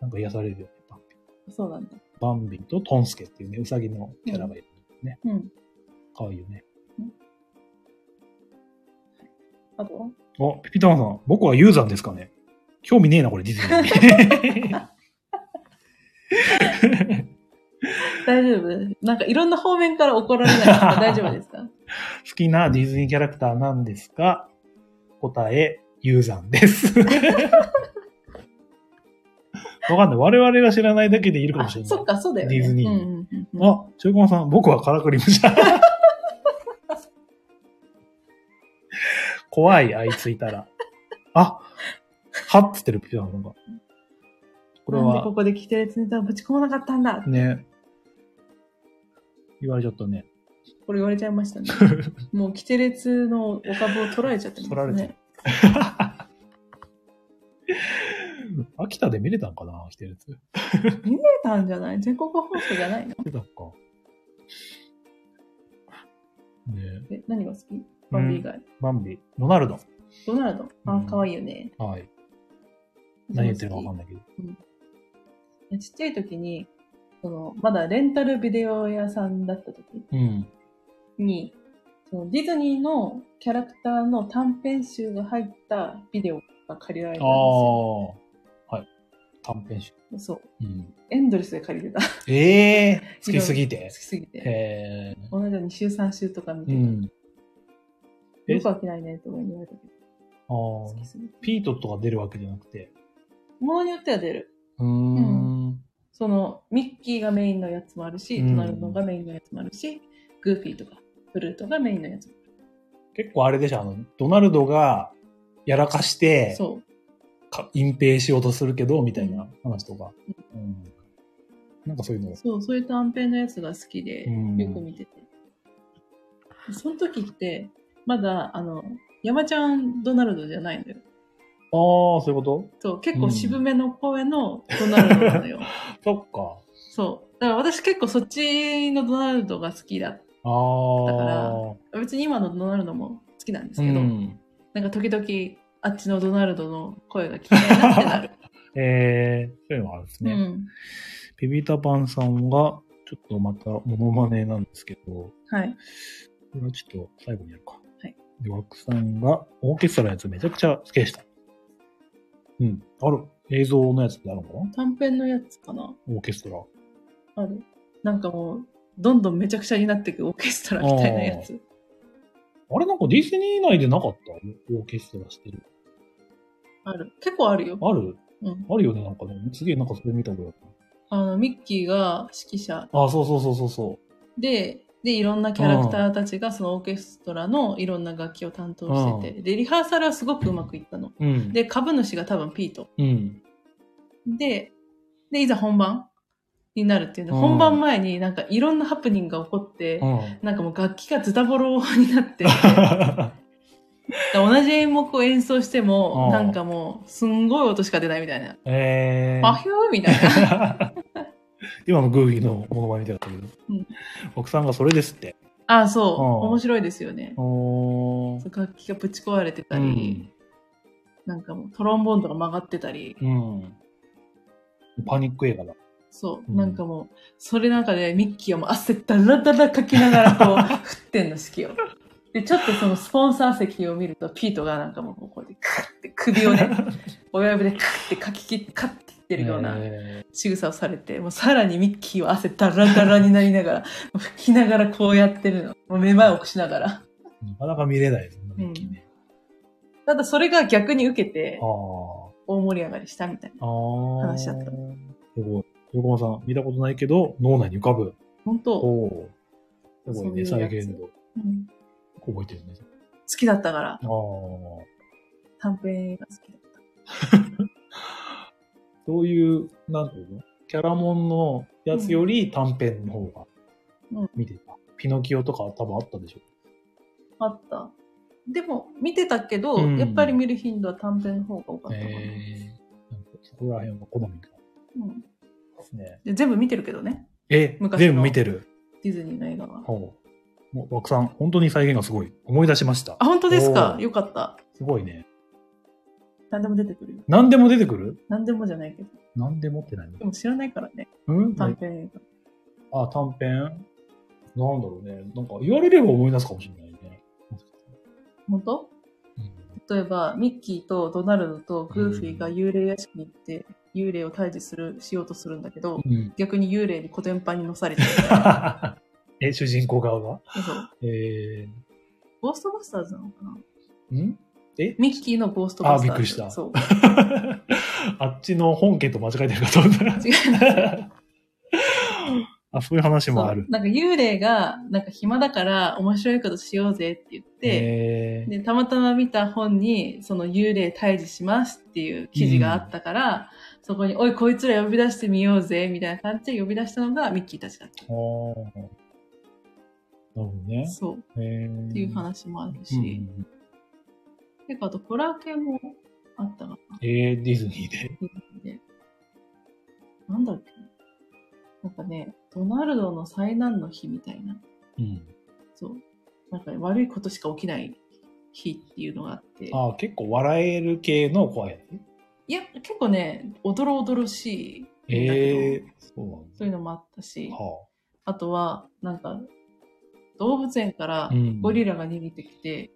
Speaker 1: なんか癒されるよね、バンビ。
Speaker 2: そうなんだ。
Speaker 1: バンビとトンスケっていうね、ウサギのキャラがいる。
Speaker 2: うん。
Speaker 1: かわいいよね。
Speaker 2: あとは
Speaker 1: あ、ピピタマンさん、僕はユーザーですかね。興味ねえな、これ、ディズニー [laughs] に。
Speaker 2: 大丈夫ですなんかいろんな方面から怒られないで
Speaker 1: [laughs]
Speaker 2: すか大丈夫ですか
Speaker 1: 好きなディズニーキャラクターなんですか答え、ユーザンです。 [laughs] わかんない。我々が知らないだけでいるかも
Speaker 2: あ、
Speaker 1: しれない。
Speaker 2: そっか、そうだよね。
Speaker 1: ディズニー
Speaker 2: うんうんうんうん、
Speaker 1: あ、中駒さん、僕はカラクリムシだ。 [laughs] 怖い、あいついたら。あ、はっつってるピピタマンさんが。これ
Speaker 2: なんで
Speaker 1: は
Speaker 2: こ、こで聞いたやつネタをぶち込まなかった
Speaker 1: [laughs]
Speaker 2: んだ
Speaker 1: ね、言われちゃったね。
Speaker 2: これ言われちゃいましたね。もう、キテレツのお株を取られちゃってますね。
Speaker 1: 取られてる。秋田で見れたんかな来てるやつ。
Speaker 2: 出たんじゃない全国放送じゃないの
Speaker 1: 出たか。ねえ
Speaker 2: え、何が好きバンビ以外。
Speaker 1: バンビ、ロナルド。
Speaker 2: ドナルド。
Speaker 1: う
Speaker 2: あ
Speaker 1: ん、
Speaker 2: 可愛いよね。
Speaker 1: はい。何言ってるかわかんないけど。
Speaker 2: 好きちっちゃい時に、その、まだレンタルビデオ屋さんだった時
Speaker 1: うん。
Speaker 2: に、そのディズニーのキャラクターの短編集が入ったビデオが借りられた
Speaker 1: あ
Speaker 2: ん
Speaker 1: あ。はい。短編集。
Speaker 2: ですよ。そ
Speaker 1: う
Speaker 2: う。
Speaker 1: ん。
Speaker 2: エンドレスで借りてた。好
Speaker 1: ええ [laughs] 好きすぎ
Speaker 2: き
Speaker 1: て。
Speaker 2: すぎて。
Speaker 1: へえ。
Speaker 2: 同じように週3週とか見
Speaker 1: う
Speaker 2: てた。
Speaker 1: ん。え
Speaker 2: よくはけないねとか言われたけど、
Speaker 1: あ
Speaker 2: 好き
Speaker 1: あ。
Speaker 2: すぎて。
Speaker 1: ピートとか出るわけじゃなくて。
Speaker 2: ものによっては出る。
Speaker 1: うーん。
Speaker 2: その、ミッキーがメインのやつもあるし、
Speaker 1: うん
Speaker 2: ドナルドがメインのやつもあるし、グーフィーとか、フルートがメインのやつもあ
Speaker 1: 結構あれでしょ、あの、ドナルドがやらかして
Speaker 2: る。、そう。
Speaker 1: か隠蔽しようとするけど、みたいな話とか。うん。なんかそういうの。
Speaker 2: そう、そういう短編のやつが好きで、
Speaker 1: うん
Speaker 2: よく見てて。その時って、まだ、あの、山ちゃんドナルドじゃないんだよ。
Speaker 1: ああ、そういうこ
Speaker 2: そう、結構渋めの声のドナルドなのよ。
Speaker 1: とそっか。
Speaker 2: [laughs] そう。だから私結構そっちのドナルドが好きだ。
Speaker 1: ああ。
Speaker 2: だから別に今のドナルドも好きなんですけど、
Speaker 1: うん、
Speaker 2: なんか時々あっちのドナルドの声が聞きたいなってなる。
Speaker 1: えー、そういうのがあるんです [laughs]
Speaker 2: う
Speaker 1: ね。
Speaker 2: ん。
Speaker 1: ピビタパンさんが、ちょっとまた、モノマネなんですけど、
Speaker 2: はい。
Speaker 1: これはちょっと最後にやるか。
Speaker 2: はい。
Speaker 1: で、ワックさんが、オーケストラのやつめちゃくちゃ好きでした。うん。ある。映像のやつってあるのかな
Speaker 2: 短編のやつかな
Speaker 1: オーケストラ。
Speaker 2: ある。なんかもう、どんどんめちゃくちゃになっていくオーケストラみたいなやつ。
Speaker 1: あれなんかディズニー内でなかったオーケストラしてる。
Speaker 2: ある。結構あるよ。
Speaker 1: ある
Speaker 2: うん。
Speaker 1: あるよね、なんかね。すげえなんかそれ見たことある。
Speaker 2: あの、ミッキーが指揮者
Speaker 1: あ、そうそうそうそうそ
Speaker 2: で、で、いろんなキャラクターたちがそのオーケストラのいろんな楽器を担当してて、で、リハーサルはすごくうまくいったの。
Speaker 1: う。うん。、
Speaker 2: で、株主が多分ピート。
Speaker 1: [laughs] うん。
Speaker 2: で、で、いざ本番になるっていうの。
Speaker 1: うん
Speaker 2: 本番前になんかいろんなハプニングが起こって、
Speaker 1: うん。
Speaker 2: なんかもう楽器がズタボロに
Speaker 1: [laughs]
Speaker 2: なって、同じ演目を演奏しても、
Speaker 1: うん
Speaker 2: なんかもう、すんごい音しか出ないみたいな。
Speaker 1: えー。
Speaker 2: パフューみたい
Speaker 1: [laughs]
Speaker 2: な。
Speaker 1: 今のグーフィーのものまねみたいだったけど、
Speaker 2: うん
Speaker 1: 奥さんがそれですって。
Speaker 2: あ、そう。
Speaker 1: うん
Speaker 2: 面白いですよね。
Speaker 1: おー。
Speaker 2: 楽器がぶち壊れてた
Speaker 1: う
Speaker 2: り、
Speaker 1: ん。
Speaker 2: なんかもうトロンボーンとか曲がってたり、
Speaker 1: うん。パニック映画だ。
Speaker 2: そう、
Speaker 1: うん
Speaker 2: なんかもう、それなんかでミッキーはもう汗だらだらかきながらこう、振ってんの、式を。で、ちょっとそのスポンサー席を見ると、ピートがなんかもうこうやって、カッて首
Speaker 1: [laughs]
Speaker 2: をね、親指でカッてかき切って、カッて切ってるような
Speaker 1: え
Speaker 2: 仕草をされて、もうさらにミッキーは汗だらだらになりながら、もう吹きながらこうやってるの。もうめまいを起こしながら。
Speaker 1: ーなかなか見れないですね、ミッキーね。
Speaker 2: ただそれが逆に受けて、
Speaker 1: あ
Speaker 2: 大盛り上がりしたみたいな。
Speaker 1: あ。ああ。
Speaker 2: 話だった
Speaker 1: すごい。横浜さん、見たことないけど、脳内に浮かぶ。
Speaker 2: 本当、
Speaker 1: おお。すごいね、
Speaker 2: そういう
Speaker 1: 再
Speaker 2: やつ
Speaker 1: 現度。
Speaker 2: うん好
Speaker 1: 覚えてるね。
Speaker 2: きだったから、
Speaker 1: ああ。
Speaker 2: 短編映画好きだった。
Speaker 1: そういう、なんていうのキャラモンのやつより短編の方
Speaker 2: う
Speaker 1: が
Speaker 2: ん、
Speaker 1: 見てた。ピノキオとか多分あったでしょ。
Speaker 2: あった。でも、見てたけど、
Speaker 1: うん
Speaker 2: やっぱり見る頻度は短編の方が多かったかな、
Speaker 1: えー、なんかそこら辺は好みが
Speaker 2: うん
Speaker 1: ですね。
Speaker 2: で。全部見てるけどね、
Speaker 1: え
Speaker 2: 昔の
Speaker 1: 全部見てる。
Speaker 2: ディズニーの映画は。
Speaker 1: ほう。もう、枠さん、本当に再現がすごい。思い出しました
Speaker 2: あ、。本当ですか
Speaker 1: おー
Speaker 2: よかった。
Speaker 1: すごいね。
Speaker 2: 何でも出てくるよ。
Speaker 1: 何でも出てくる
Speaker 2: 何でもじゃないけど。
Speaker 1: 何でもって何
Speaker 2: でも知らないからね、
Speaker 1: うん
Speaker 2: 短編映画。
Speaker 1: あ、短編なんだろうね。なんか言われれば思い出すかもしれないね。
Speaker 2: 本当例えば、ミッキーとドナルドとグーフィーが幽霊屋敷に行って、幽霊を退治する、しようとするんだけど、
Speaker 1: うん。 [laughs]
Speaker 2: 逆に幽霊にコテンパンに乗されてる。
Speaker 1: え、主人公側が
Speaker 2: そう。
Speaker 1: え
Speaker 2: ゴーストバスターズなのかな
Speaker 1: ー、んえ
Speaker 2: ミッキーのゴーストバスター
Speaker 1: あ
Speaker 2: ズ。
Speaker 1: びっくりした
Speaker 2: そう。
Speaker 1: [laughs] あっちの本家と間違えてるかと思った [laughs] ら。
Speaker 2: 違う。
Speaker 1: あ、そういう話もあ
Speaker 2: そ
Speaker 1: る
Speaker 2: う。なんか幽霊が、なんか暇だから面白いことしようぜって言って、
Speaker 1: えー
Speaker 2: で、たまたま見た本に、その幽霊退治しますっていう記事があったから、そこに、おい、こいつら呼び出してみようぜ、みたいな感じで呼び出したのがミッキーたちだっ
Speaker 1: あーなるほど
Speaker 2: た。
Speaker 1: ね。
Speaker 2: そう。
Speaker 1: えー、っ
Speaker 2: っていう話もあるし。てか、あと、ホラー系もあったかな。
Speaker 1: えー、ディズニーで。
Speaker 2: でなんだっけなんかね、ドナルドの災難の日みたいな。
Speaker 1: うん、
Speaker 2: そう。なんかね、悪いことしか起きない日っていうのがあって。
Speaker 1: あー結構笑える系の怖いやつ。
Speaker 2: いや、結構ね、おどろおどろしいんだけど、
Speaker 1: えー、そうなん
Speaker 2: そういうのもあったし
Speaker 1: だ。、は
Speaker 2: あとは、なんか、動物園から
Speaker 1: あ、うん
Speaker 2: ゴリラが逃げてきて、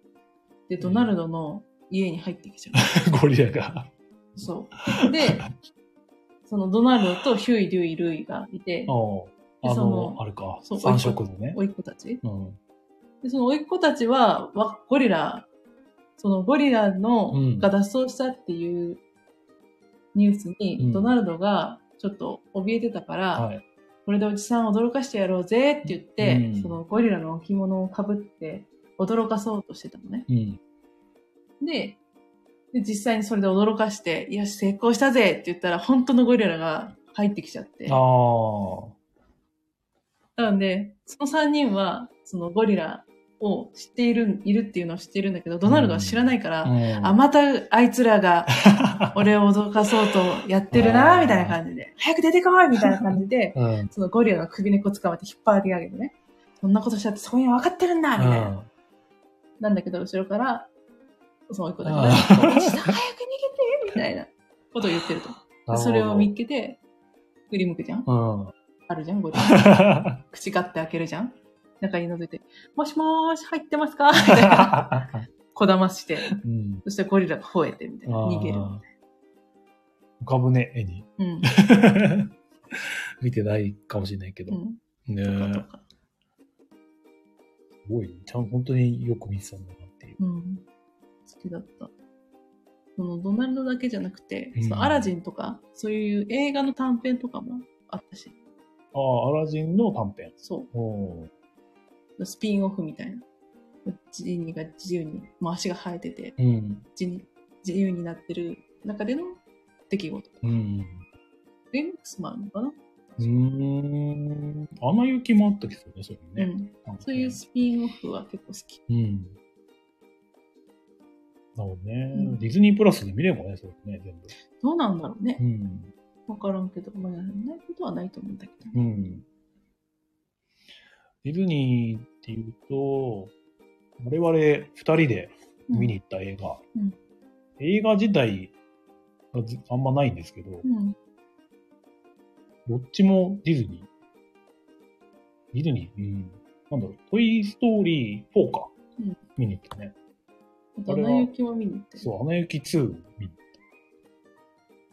Speaker 2: で、ドナルドの家に入ってきちゃう。
Speaker 1: [laughs] ゴリ
Speaker 2: [laughs]
Speaker 1: ラが。
Speaker 2: そう。で、そのドナルドとヒュイ、リュイ、ルイがいて、
Speaker 1: おう
Speaker 2: で
Speaker 1: あ
Speaker 2: その
Speaker 1: の、あれか。
Speaker 2: そう
Speaker 1: 三色のね。
Speaker 2: 甥っ子たち。
Speaker 1: うん。
Speaker 2: で、その甥っ子たちは、わゴリラ、そのゴリラの、
Speaker 1: うん
Speaker 2: が脱走したっていうニュースに、
Speaker 1: うん
Speaker 2: ドナルドがちょっと怯えてたから、
Speaker 1: はい。
Speaker 2: これでおじさんを驚かしてやろうぜって言って、
Speaker 1: うん
Speaker 2: そのゴリラの置物をかぶって驚かそうとしてたのね。
Speaker 1: うん。
Speaker 2: で、で、実際にそれで驚かして、よし、成功したぜって言ったら、本当のゴリラが入ってきちゃって。
Speaker 1: ああ。
Speaker 2: なので、その3人は、そのゴリラを知っている、いるっていうのを知っているんだけど、ドナルドは知らないから、
Speaker 1: うん
Speaker 2: あ、またあいつらが
Speaker 1: [laughs]
Speaker 2: 俺を脅かそうとやってる
Speaker 1: あ
Speaker 2: な、
Speaker 1: ー、
Speaker 2: みたいな感じで、早く出てこいみたいな感じで
Speaker 1: うん。
Speaker 2: そのゴリラの首根っこ掴まえて引っ張り上げてね、そんなことしたってそこには分かってるんだ、みたいな。なんだけど、後ろから、その一個だけ
Speaker 1: あ
Speaker 2: ね、下
Speaker 1: ー
Speaker 2: 早く逃げて、みたいなことを言ってると。でそれを見
Speaker 1: て。
Speaker 2: つけて、振り向くじゃん
Speaker 1: うん。
Speaker 2: あるじゃん、ゴリラ。口ガッて開けるじゃん中に覗いて、もしもーし、入ってますかみたい
Speaker 1: [laughs]
Speaker 2: な。こだますして、
Speaker 1: うん。
Speaker 2: そしてゴリラが吠えて、みたいな。逃げる。
Speaker 1: あー浮かぶね、絵に。 [laughs]
Speaker 2: うん。
Speaker 1: 見てないかもしれないけど。
Speaker 2: うん。
Speaker 1: ね
Speaker 2: とか
Speaker 1: え
Speaker 2: と。か。
Speaker 1: すごい。ちゃん、本当によく見てたんだなっていう。
Speaker 2: うん。好きだった。その、ドナルドだけじゃなくて、
Speaker 1: うん
Speaker 2: そのアラジンとか、そういう映画の短編とかもあったし、
Speaker 1: ああ、アラジンの短編。
Speaker 2: そ
Speaker 1: おー
Speaker 2: う。スピンオフみたいな。ジニーが自由に、もう足が生えてて、
Speaker 1: うん。
Speaker 2: ジニ自由になってる中での出来事。
Speaker 1: うん。
Speaker 2: フェニックスもあるのかな、
Speaker 1: うーん。アナ雪もあったけどね、それ
Speaker 2: う
Speaker 1: ね。
Speaker 2: ん。
Speaker 1: 短編
Speaker 2: そういうスピンオフは結構好き。
Speaker 1: うん。なるほどね、
Speaker 2: うん
Speaker 1: ディズニープラスで見ればね、それね、全部。
Speaker 2: どうなんだろうね
Speaker 1: う。ん。
Speaker 2: わからんけど、まあ、ないことはないと思うんだけど。
Speaker 1: うん。ディズニーっていうと、我々二人で見に行った映画。
Speaker 2: うん
Speaker 1: 映画自体がずあんまないんですけど、
Speaker 2: うん。
Speaker 1: どっちもディズニー。ディズニーうん。なんだろう、トイストーリー4か。
Speaker 2: うん
Speaker 1: 見に行ったね。
Speaker 2: あと、アナ雪も見に行って。
Speaker 1: そう、アナ雪2を見に行っ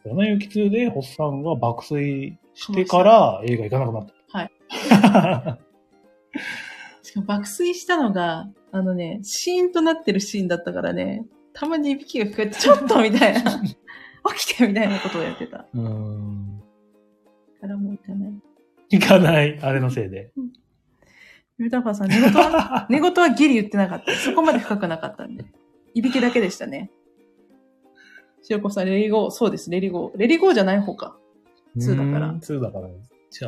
Speaker 1: た。アナ雪2で、ホッサンが爆睡してから映画行かなくなった。はい。
Speaker 2: しかも爆睡したのが、あのね、シーンとなってるシーンだったからね、たまにいびきが聞こえて、ちょっとみたい
Speaker 1: [laughs]
Speaker 2: な、起きてみたいなことをやってた。だ
Speaker 1: [laughs] うーん。
Speaker 2: からもう行かない。
Speaker 1: 行かない、あれのせいで。
Speaker 2: ユタファさん、寝言 [laughs] は、寝言はギリ言ってなかった。そこまで深くなかったんで。いびきだけでしたね。しおこさん、レリゴー、そうです、レリゴー。レリゴーじゃない方か。2だから
Speaker 1: うーん2だから。違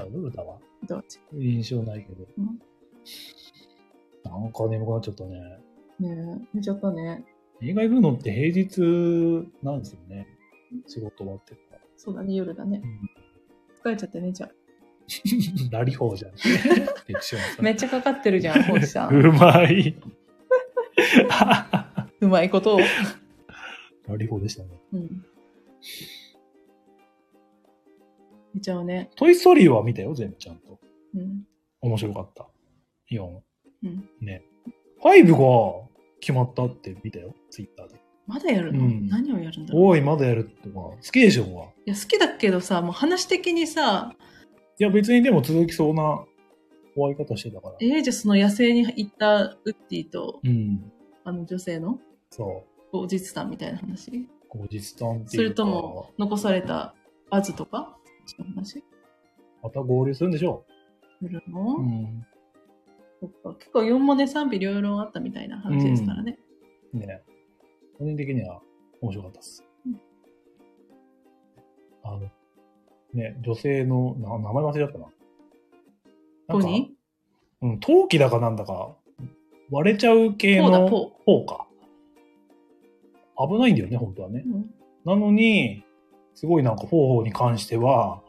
Speaker 1: う、歌は
Speaker 2: どっち
Speaker 1: 印象ないけど。
Speaker 2: うん
Speaker 1: なんか眠くなっちゃったね。
Speaker 2: ねえ、寝ちゃったね。
Speaker 1: 映画行くのって平日なんですよね。仕事終わってから。
Speaker 2: そうだね、夜だね。疲れちゃって寝ちゃう。
Speaker 1: ラリホーじ
Speaker 2: [laughs]
Speaker 1: ゃん。テクションさん
Speaker 2: めっちゃかかってるじゃ
Speaker 1: [laughs]
Speaker 2: ん、コーチさん。
Speaker 1: うまい。 [laughs] ラ
Speaker 2: うまいことを。
Speaker 1: リホーでしたね。
Speaker 2: うん。寝ちゃうね。
Speaker 1: トイストーリーは見たよ、全部ちゃんと。
Speaker 2: うん。
Speaker 1: 面白かった。4。
Speaker 2: うん。
Speaker 1: ね。5が決まったって見たよ、ツイッターで。
Speaker 2: まだやるの、
Speaker 1: うん
Speaker 2: 何をやるんだろう。
Speaker 1: おい、まだやるとか、好きでしょうが。
Speaker 2: いや、好きだけどさ、もう話的にさ、
Speaker 1: いや、別にでも続きそうな終わり方してたから。
Speaker 2: えー、じゃあその野生に行ったウッディと、
Speaker 1: うん。
Speaker 2: あの女性の
Speaker 1: そ
Speaker 2: おじつさんみたいな話
Speaker 1: う。後日談って
Speaker 2: そ
Speaker 1: い
Speaker 2: れ
Speaker 1: うか。
Speaker 2: とも、残されたアズとかそっちの話
Speaker 1: また合流するんでしょ
Speaker 2: するの、
Speaker 1: う。ん。
Speaker 2: そっか結構4もね賛否両論あったみたいな話ですからね。
Speaker 1: ね。個人的には面白かったっす。
Speaker 2: うん
Speaker 1: あの、ね、女性の、な名前忘れちゃったな。
Speaker 2: ポ
Speaker 1: なんか
Speaker 2: ニ
Speaker 1: うん、陶器だかなんだか、割れちゃう系
Speaker 2: ポーだ
Speaker 1: の
Speaker 2: ポ
Speaker 1: 方か。危ないんだよね、本当はね
Speaker 2: ー、。うん
Speaker 1: なのに、すごいなんか方法に関しては、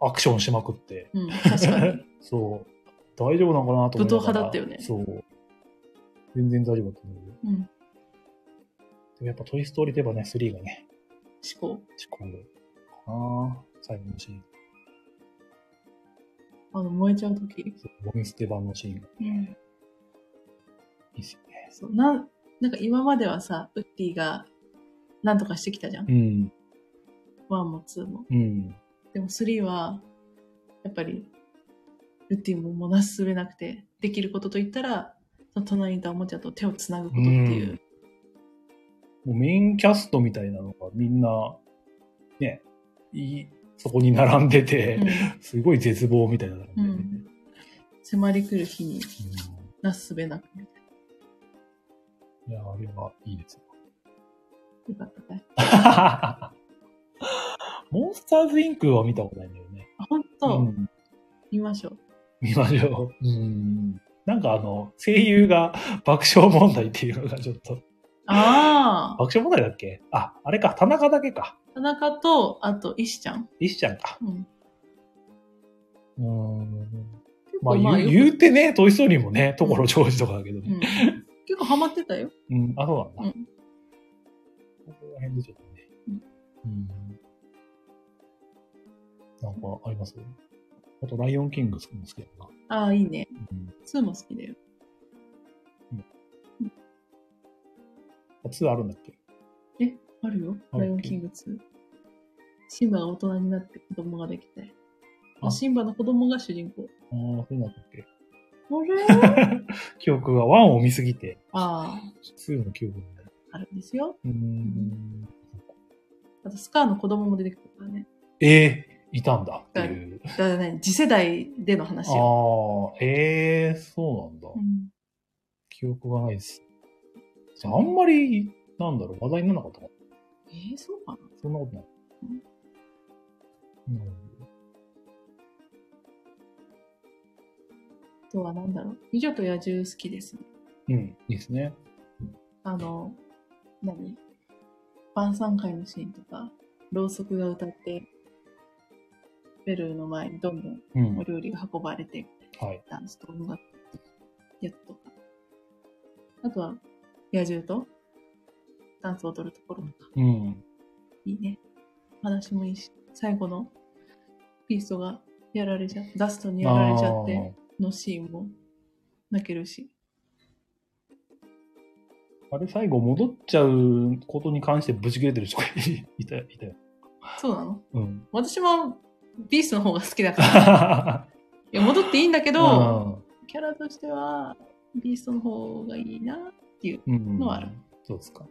Speaker 1: アクションしまくって、
Speaker 2: うん、確か
Speaker 1: [laughs]
Speaker 2: に。
Speaker 1: そう、大丈夫なのかなと思いながら
Speaker 2: 武闘派だったよね
Speaker 1: そう。全然大丈夫だったんだけど。
Speaker 2: うん、
Speaker 1: でもやっぱトイストーリーといえばね、3がね、
Speaker 2: 思考。
Speaker 1: 仕込んでるかな最後のシーン。
Speaker 2: あの、燃えちゃうとき。
Speaker 1: そうゴミ捨て場のシーンが
Speaker 2: うん、
Speaker 1: いいっすよね。
Speaker 2: そうなんなんか今まではさ、ウッディがなんとかしてきたじゃん。
Speaker 1: うん、
Speaker 2: 1も2も。
Speaker 1: うん、
Speaker 2: でも3は、やっぱり、ウッディももうなすすべなくて、できることといったら、その隣にいたおもちゃと手をつなぐことっていう。
Speaker 1: うんもうメインキャストみたいなのがみんな、ね、いい、そこに並んでて、
Speaker 2: うん
Speaker 1: すごい絶望みたいな感じでね、
Speaker 2: うん迫り来る日になすすべなく。
Speaker 1: うんいや、あれはいいですよ。
Speaker 2: よかったかい。
Speaker 1: [laughs] モンスターズインクは見たことないんだよね。
Speaker 2: あ本当、
Speaker 1: うん
Speaker 2: 見ましょう。
Speaker 1: 見ましょう。うん。なんかあの、声優が爆笑問題っていうのがちょっと、
Speaker 2: ああ、
Speaker 1: 爆笑問題だっけあ、あれか、田中だけか。
Speaker 2: 田中と、あと、石ちゃん。
Speaker 1: 石ちゃんか。
Speaker 2: うん。
Speaker 1: うん。まあ、
Speaker 2: 結構
Speaker 1: 言う
Speaker 2: よ
Speaker 1: 言うてね、トイストーリーもね、ところジョージとかだけど
Speaker 2: くう
Speaker 1: ね。
Speaker 2: ん、結構ハマってたよ。
Speaker 1: うん、あ、そうなんだ。
Speaker 2: うん
Speaker 1: ここら辺でちょっとね。うん。なんかありますあと、ライオンキングも好きだな。
Speaker 2: ああ、いいね。
Speaker 1: うん。
Speaker 2: 2も好きだよ。
Speaker 1: あ2あるんだっけ
Speaker 2: あるよ。
Speaker 1: あ
Speaker 2: ライオンキング2。シンバが大人になって子供ができて。
Speaker 1: あ
Speaker 2: シンバの子供が主人公。
Speaker 1: ああ、そうなんだっけ
Speaker 2: あ
Speaker 1: [laughs]
Speaker 2: れ
Speaker 1: 記憶が1を見すぎて、
Speaker 2: あ
Speaker 1: 2の記憶がない。
Speaker 2: あ、あるんですよ。
Speaker 1: うーん。
Speaker 2: あと、スカーの子供も出てくるからね。
Speaker 1: ええいたんだっていう。
Speaker 2: だからね、次世代での話よ。
Speaker 1: ああ、ええそうなんだ。
Speaker 2: うん
Speaker 1: 記憶がないです。あんまり、なんだろう、話題にならなかったかな
Speaker 2: えー、そうかな
Speaker 1: そんなことない。うん
Speaker 2: あとはなんだろう。美女と野獣好きですね。
Speaker 1: うん、いいですね。
Speaker 2: あの、何晩餐会のシーンとか、ろうそくが歌って、ベルの前にどんどん
Speaker 1: うん。
Speaker 2: お
Speaker 1: はい。
Speaker 2: 料理が運ばれて、ダンスと音楽やつとか。あとは、野獣とダンスを踊るところとか、
Speaker 1: うん。
Speaker 2: いいね。話もいいし、最後のピーストがやられちゃって、ダストにやられちゃってのシーンも泣けるし。
Speaker 1: あーあれ、最後戻っちゃうことに関してブチ切れてる人がいいた、いたよ。
Speaker 2: そうなの
Speaker 1: うん。
Speaker 2: 私もビーストの方が好きだから。
Speaker 1: あ
Speaker 2: いや戻っていいんだけど、
Speaker 1: ー
Speaker 2: キャラとしてはビーストの方がいいなっていう。
Speaker 1: うん
Speaker 2: のはある。
Speaker 1: そうですか。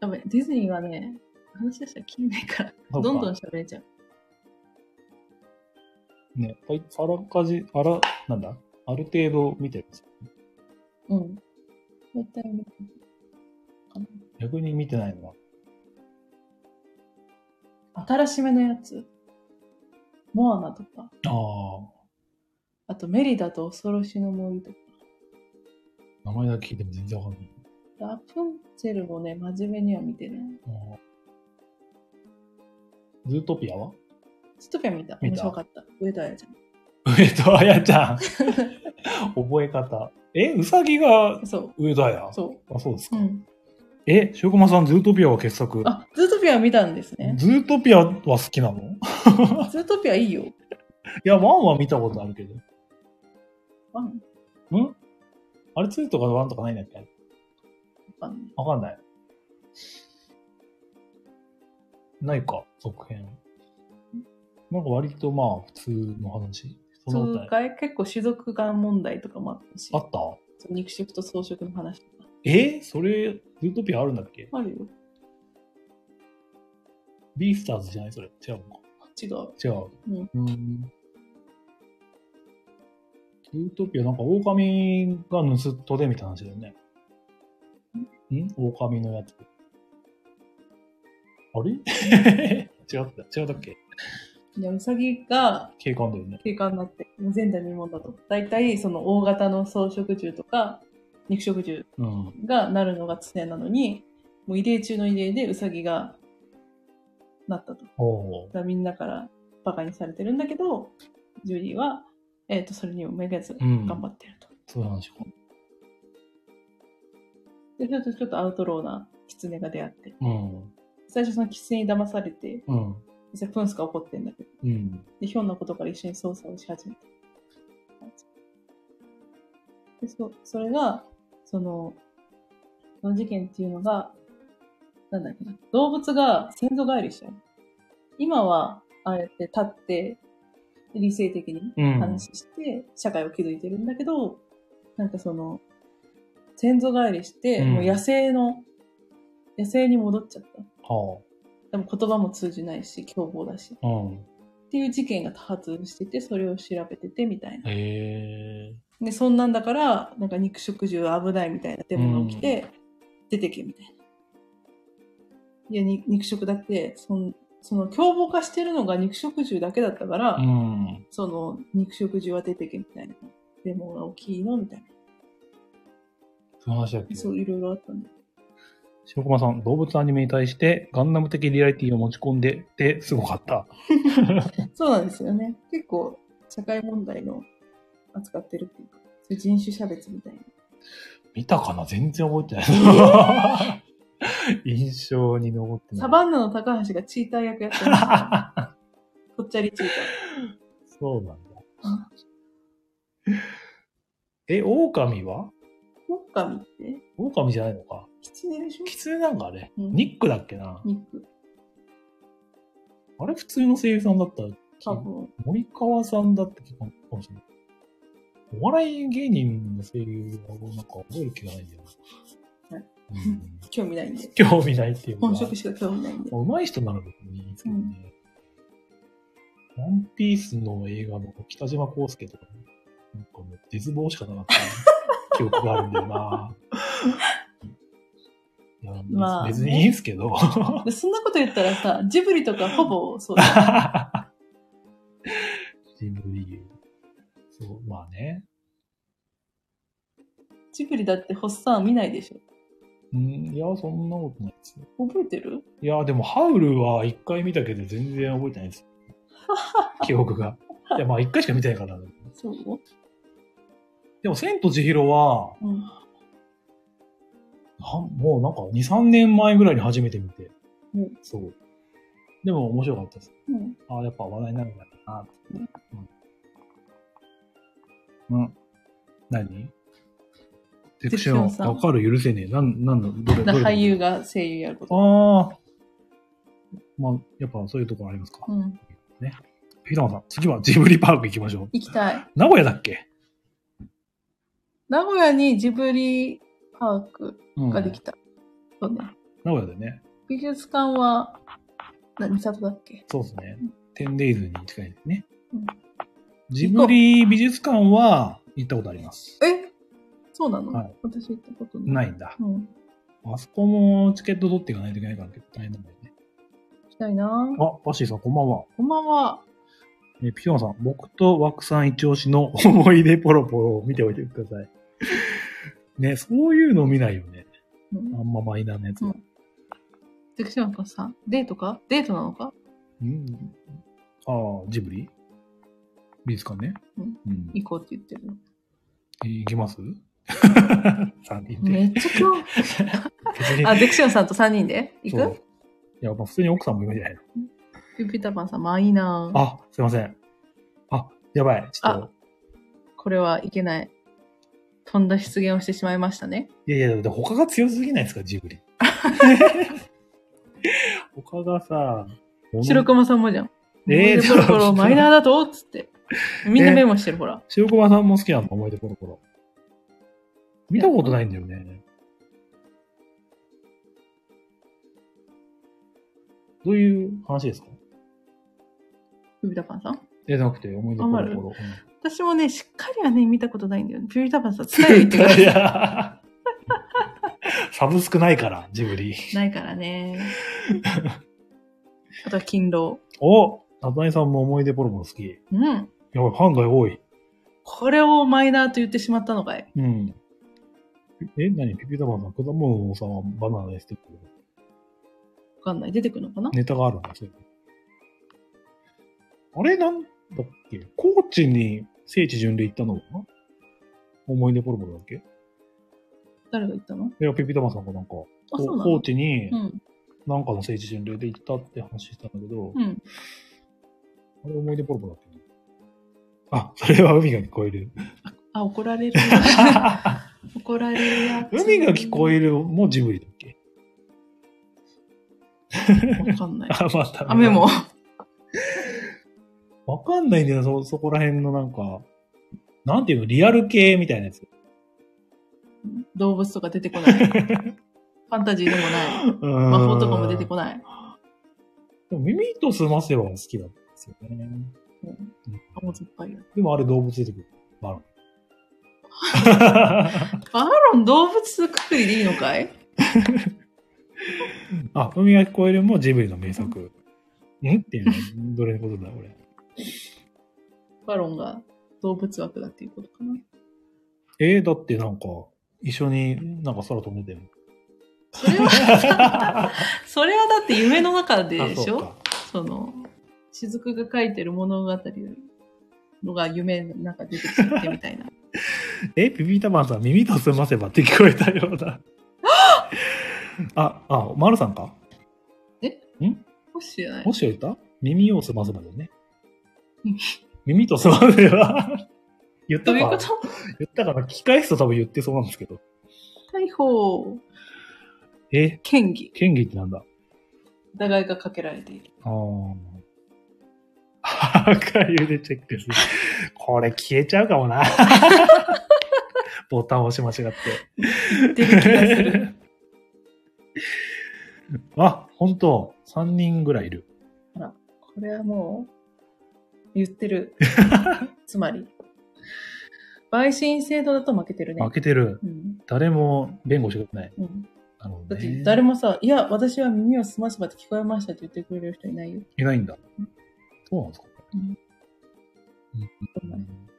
Speaker 2: ダメ、ディズニーはね、話し出したら切れないから、
Speaker 1: そ
Speaker 2: ど
Speaker 1: うんか
Speaker 2: どん喋れちゃう。
Speaker 1: ね、あらかじ、あら、なんだある程度見てるんですよ
Speaker 2: うん。大体見てか
Speaker 1: 逆に見てないのは。
Speaker 2: な新しめのやつ。モアナとか、
Speaker 1: あ
Speaker 2: あとメリダと恐ろしの森とか、
Speaker 1: あ、名前だけ聞いても全然わかんない。
Speaker 2: ラプンツェルもね、真面目には見てない。
Speaker 1: あーズートピアは
Speaker 2: ストピア見た。
Speaker 1: 見た
Speaker 2: 面白かった。上戸彩ち
Speaker 1: 上戸彩ち
Speaker 2: [laughs]
Speaker 1: ゃん。覚え方。え、うさぎが
Speaker 2: ゃん。そ
Speaker 1: 上戸彩
Speaker 2: う、そ
Speaker 1: あ、そうですか。
Speaker 2: う。うん。
Speaker 1: え、ショコマさん、ズートピアは傑作。
Speaker 2: あ、ズートピア見たんですね。
Speaker 1: ズートピアは好きなの [laughs] い
Speaker 2: ズートピアいいよ。
Speaker 1: や、ワンは見たことあるけど。
Speaker 2: ワン
Speaker 1: んあれ、ツーとかワンとかないんだっけ
Speaker 2: ワン
Speaker 1: わかんない。ないか、続編。なんか割とまあ、普通の話。そんな
Speaker 2: 通
Speaker 1: ことない
Speaker 2: 会結構種族間問題とかもあったし
Speaker 1: あ、った
Speaker 2: 肉食と草食の話とか。
Speaker 1: えそれ、ズートピアあるんだっけ
Speaker 2: あるよ。
Speaker 1: ビースターズじゃないそれ。違うのか。
Speaker 2: 違う。
Speaker 1: 違う。
Speaker 2: うん。
Speaker 1: うん。ズートピア、なんか狼が盗っ人でみたいな話だよね。ん狼のやつ。あれ [laughs] 違った、違ったっけ
Speaker 2: いや、ウサギが
Speaker 1: 警官だよね。
Speaker 2: 警官になって、前代未聞だと。大体、その大型の草食獣とか、肉食獣
Speaker 1: うん。
Speaker 2: がなるのが常なのに、もう異例中の異例でウサギがなったと。だか
Speaker 1: おう。
Speaker 2: らみんなからバカにされてるんだけど、ジュリーは、えっ、と、それにもめげず
Speaker 1: うん。
Speaker 2: 頑張ってると。
Speaker 1: そういう話か。
Speaker 2: で、それとちょっとアウトローな狐が出会って、
Speaker 1: うん。
Speaker 2: 最初その狐に騙されて、
Speaker 1: うん。
Speaker 2: 実際プンスが怒ってんだけど、
Speaker 1: うん。
Speaker 2: で、ひょんなことから一緒に捜査をし始めた。で、そ、それが、その、その事件っていうのが、なんだっけな、動物が先祖返りしちゃう。今は、ああやって立って、理性的に
Speaker 1: うん。
Speaker 2: 話して、社会を築いてるんだけど、なんかその、先祖返りして、
Speaker 1: うん
Speaker 2: もう野生の、野生に戻っちゃった。
Speaker 1: は
Speaker 2: でも言葉も通じないし、凶暴だし。
Speaker 1: あ。うん。
Speaker 2: っていう事件が多発してて、それを調べててみたいな。
Speaker 1: へえー。
Speaker 2: で、そんなんだから、なんか肉食獣は危ないみたいなデモが起きて、出てけみたいな。いや、に肉食だって、その、その凶暴化してるのが肉食獣だけだったから、
Speaker 1: うん。
Speaker 2: その肉食獣は出てけみたいな。デモが大きいのみたい
Speaker 1: そういう話だっけ
Speaker 2: な。そう、いろいろあったんだ。
Speaker 1: 白駒さん、動物アニメに対してガンダム的リアリティを持ち込んでて、すごかった。
Speaker 2: そうなんですよね。結構、社会問題の扱ってるっていうか、そういう人種差別みたいな。
Speaker 1: 見たかな全然覚えてない。 [laughs] 印象に残ってない。
Speaker 2: サバンナの高橋がチーター役やって
Speaker 1: [laughs]
Speaker 2: ました。ぽっちゃりチーター。
Speaker 1: そうなん
Speaker 2: ん
Speaker 1: だ。え、狼は
Speaker 2: オオカミって
Speaker 1: 狼じゃないのか。
Speaker 2: 狐でしょ
Speaker 1: 狐なんかあれ、
Speaker 2: うん
Speaker 1: ニックだっけな。
Speaker 2: 肉。
Speaker 1: あれ普通の声優さんだった
Speaker 2: 多分。
Speaker 1: 森川さんだって聞くかもしれない。お笑い芸人の声優はなんか覚える気がないんだよな。
Speaker 2: は
Speaker 1: うん、
Speaker 2: 興味ないんで。
Speaker 1: 興味ないっていうか。
Speaker 2: 本職しか興味ないんで。
Speaker 1: まあ上手い人なら別にいいですけどね。ワンピースの映画の北島康介とか、ね、なんかもう絶望しかなかった記憶があるんだよ
Speaker 2: [laughs]
Speaker 1: な。いや、
Speaker 2: まあね
Speaker 1: 別にいいんすけど。 [laughs]
Speaker 2: でそんなこと言ったらさ、ジブリとかほぼ [laughs] そうだよ。
Speaker 1: ジブリ。そう、まあね。
Speaker 2: ジブリだってホッサン見ないでしょ。
Speaker 1: うん、いや、そんなことないですよ。
Speaker 2: 覚えてる
Speaker 1: いや、でも、ハウルは一回見たけど、全然覚えてない
Speaker 2: [laughs]
Speaker 1: です。記憶が。いや、まあ、一回しか見てないから。
Speaker 2: そう
Speaker 1: でも、千と千尋は、
Speaker 2: うん。
Speaker 1: なんもうなんか2、3年前ぐらいに初めて見て。
Speaker 2: うん
Speaker 1: そう。でも面白かったです。
Speaker 2: うん。
Speaker 1: ああ、やっぱ話題になるんだなって。うん。うん。何セ
Speaker 2: ク
Speaker 1: クシ
Speaker 2: シ
Speaker 1: ョ
Speaker 2: ョン
Speaker 1: ン、
Speaker 2: さん
Speaker 1: わかる、許せねえ。なん、なんだ、どれ、
Speaker 2: だ
Speaker 1: ど
Speaker 2: か
Speaker 1: れ。
Speaker 2: ら俳優。が声優やること。
Speaker 1: ああ。まあ、やっぱそういうところありますか。
Speaker 2: うん。
Speaker 1: ひとまさん、次はジブリパーク行きましょう。
Speaker 2: 行きたい。
Speaker 1: 名古屋だっけ
Speaker 2: 名古屋にジブリパーク
Speaker 1: うん。
Speaker 2: がで
Speaker 1: 名
Speaker 2: きた。そうね。
Speaker 1: 古屋だよね。
Speaker 2: 美術館は、な、三里だっけ
Speaker 1: そうですね
Speaker 2: うん。
Speaker 1: テンデイズに近いですね
Speaker 2: うん。
Speaker 1: ジブリ美術館は行ったことあります。
Speaker 2: えそうなの、
Speaker 1: はい
Speaker 2: 私行ったことない。
Speaker 1: ないんだ。
Speaker 2: うん。
Speaker 1: あそこもチケット取っていかないといけないから結構大変なんだよね。
Speaker 2: 行きたいな
Speaker 1: あ、バッシーさんこんばんは。
Speaker 2: こんばんは。
Speaker 1: えーピョンさん、僕と枠さん一押しの思い出ポロポロを見ておいてください。ね、そういうの見ないよね。
Speaker 2: うん
Speaker 1: あんまマイナーなやつは。
Speaker 2: セクションさん、デートかデートなのか
Speaker 1: うん。ああ、ジブリ美術館ね。
Speaker 2: うん。
Speaker 1: うん、
Speaker 2: 行こうって言ってる。
Speaker 1: いきます [laughs] ?3 人で。
Speaker 2: めっちゃ興味。
Speaker 1: 別に
Speaker 2: あ、デクションさんと3人で行
Speaker 1: そう
Speaker 2: く
Speaker 1: いや、まあ普通に奥さんもいるんじゃないの
Speaker 2: ピピタパンさん、まあいいなぁ
Speaker 1: あ、すいません。あ、やばい。ちょっと。
Speaker 2: これはいけない。飛んだ出現をしてしまいましたね。
Speaker 1: いやいや、だって他が強すぎないですか、ジブ
Speaker 2: [laughs]
Speaker 1: リ。他がさ、もの
Speaker 2: 白駒さんもじゃん。
Speaker 1: えー
Speaker 2: 思い出ポロポロマイナーだとつって。みんなメモしてる、ほら。
Speaker 1: 白駒さんも好きなの思い出ポロポロ。見たことないんだよね。どういう話ですか
Speaker 2: ピピタパンさん。
Speaker 1: え、じゃなくて、思い出ポロポロ。
Speaker 2: 私もね、しっかりはね、見たことないんだよね。ピピ
Speaker 1: [laughs]
Speaker 2: タパンさん、伝えてくださ
Speaker 1: い
Speaker 2: い。
Speaker 1: やサブ少ないから、ジブリ。
Speaker 2: ないか
Speaker 1: [laughs]
Speaker 2: らね。あとは勤労。
Speaker 1: お夏井さんも思い出ポロポロ好き。
Speaker 2: うん。
Speaker 1: やばい、ファンが多い。
Speaker 2: これをマイナーと言ってしまったのかい。
Speaker 1: うん。え、何ピピタパンさん、果物さんはバナナですって言ってる
Speaker 2: わかんない。出てくるのかな
Speaker 1: ネタがあるんだ、それ。あれ、なんだっけ高知に聖地巡礼行ったのは思い出ポロポロだっけい
Speaker 2: 誰が言ったの
Speaker 1: や、ピピタパンさんがなんか、こ
Speaker 2: あ、そうな
Speaker 1: 高
Speaker 2: の
Speaker 1: 知に
Speaker 2: うん。
Speaker 1: なんかの聖地巡礼で行ったって話したんだけど、
Speaker 2: うん。
Speaker 1: あれ思い出ポロポロだっけあ、それは海が聞こえ
Speaker 2: [laughs]
Speaker 1: る。
Speaker 2: あ、怒
Speaker 1: [laughs]
Speaker 2: られる。怒られるやつ。
Speaker 1: 海が聞こえるもジブリだっけ
Speaker 2: わかんない。
Speaker 1: あ、また。
Speaker 2: 雨も。
Speaker 1: わかんないんだよな、そ、そこら辺のなんか、なんていうの、リアル系みたいなやつ。
Speaker 2: 動物とか出てこない。ファンタジーでもない。魔
Speaker 1: 魔
Speaker 2: 法とかも出てこない。
Speaker 1: でも耳とすませば好きなんですよね。
Speaker 2: うん甘酸っぱいや
Speaker 1: でもあれ動物出てくる。バロン。
Speaker 2: アーロン動物くくりでいいのかい
Speaker 1: あ、海が聞こえるもジブリの名 [laughs] 作。んっていうのはどれのことだ、これ。
Speaker 2: アーロンが動物枠だっていうことかな。
Speaker 1: えー、だってなんか、一緒になんか空飛んでても。
Speaker 2: それは、 [laughs] それはだって夢の中で
Speaker 1: あ
Speaker 2: でし
Speaker 1: そう
Speaker 2: ょ
Speaker 1: か。
Speaker 2: その、雫が書いてる物語のが夢の中で出てきちゃってみたいな。
Speaker 1: え、ピピータマンさん、耳と澄ませばって聞こえたよう
Speaker 2: [laughs]
Speaker 1: だ。あ、あ、マルさんか
Speaker 2: もしれない
Speaker 1: も。し言った耳を澄ませばだよね
Speaker 2: うん。
Speaker 1: 耳と澄ませ
Speaker 2: [laughs]
Speaker 1: ば。言った
Speaker 2: どう
Speaker 1: か
Speaker 2: いうこと
Speaker 1: 言ったかな聞き返すと多分言ってそうなんですけど。
Speaker 2: 逮捕、
Speaker 1: え、
Speaker 2: 嫌疑、
Speaker 1: 権利ってなんだ
Speaker 2: 疑いがかけられている。
Speaker 1: あーアー [laughs] カイブでチェックする。これ消えちゃうかもな。ボタン押し間違っ
Speaker 2: 出る気がする。
Speaker 1: て。あ、本当三3人ぐらいいる。
Speaker 2: [laughs] これはもう、言って [laughs] る。つまり、陪審制度だと負けてるね。
Speaker 1: 負けてる。
Speaker 2: うん。
Speaker 1: 誰も弁護してくれない。
Speaker 2: うん。
Speaker 1: なるほど
Speaker 2: だっ
Speaker 1: ね
Speaker 2: て誰もさ、いや、私は耳を澄ませばって聞こえましたって言ってくれる人いないよ。
Speaker 1: いないんだ。そうなんですか、
Speaker 2: うん
Speaker 1: うん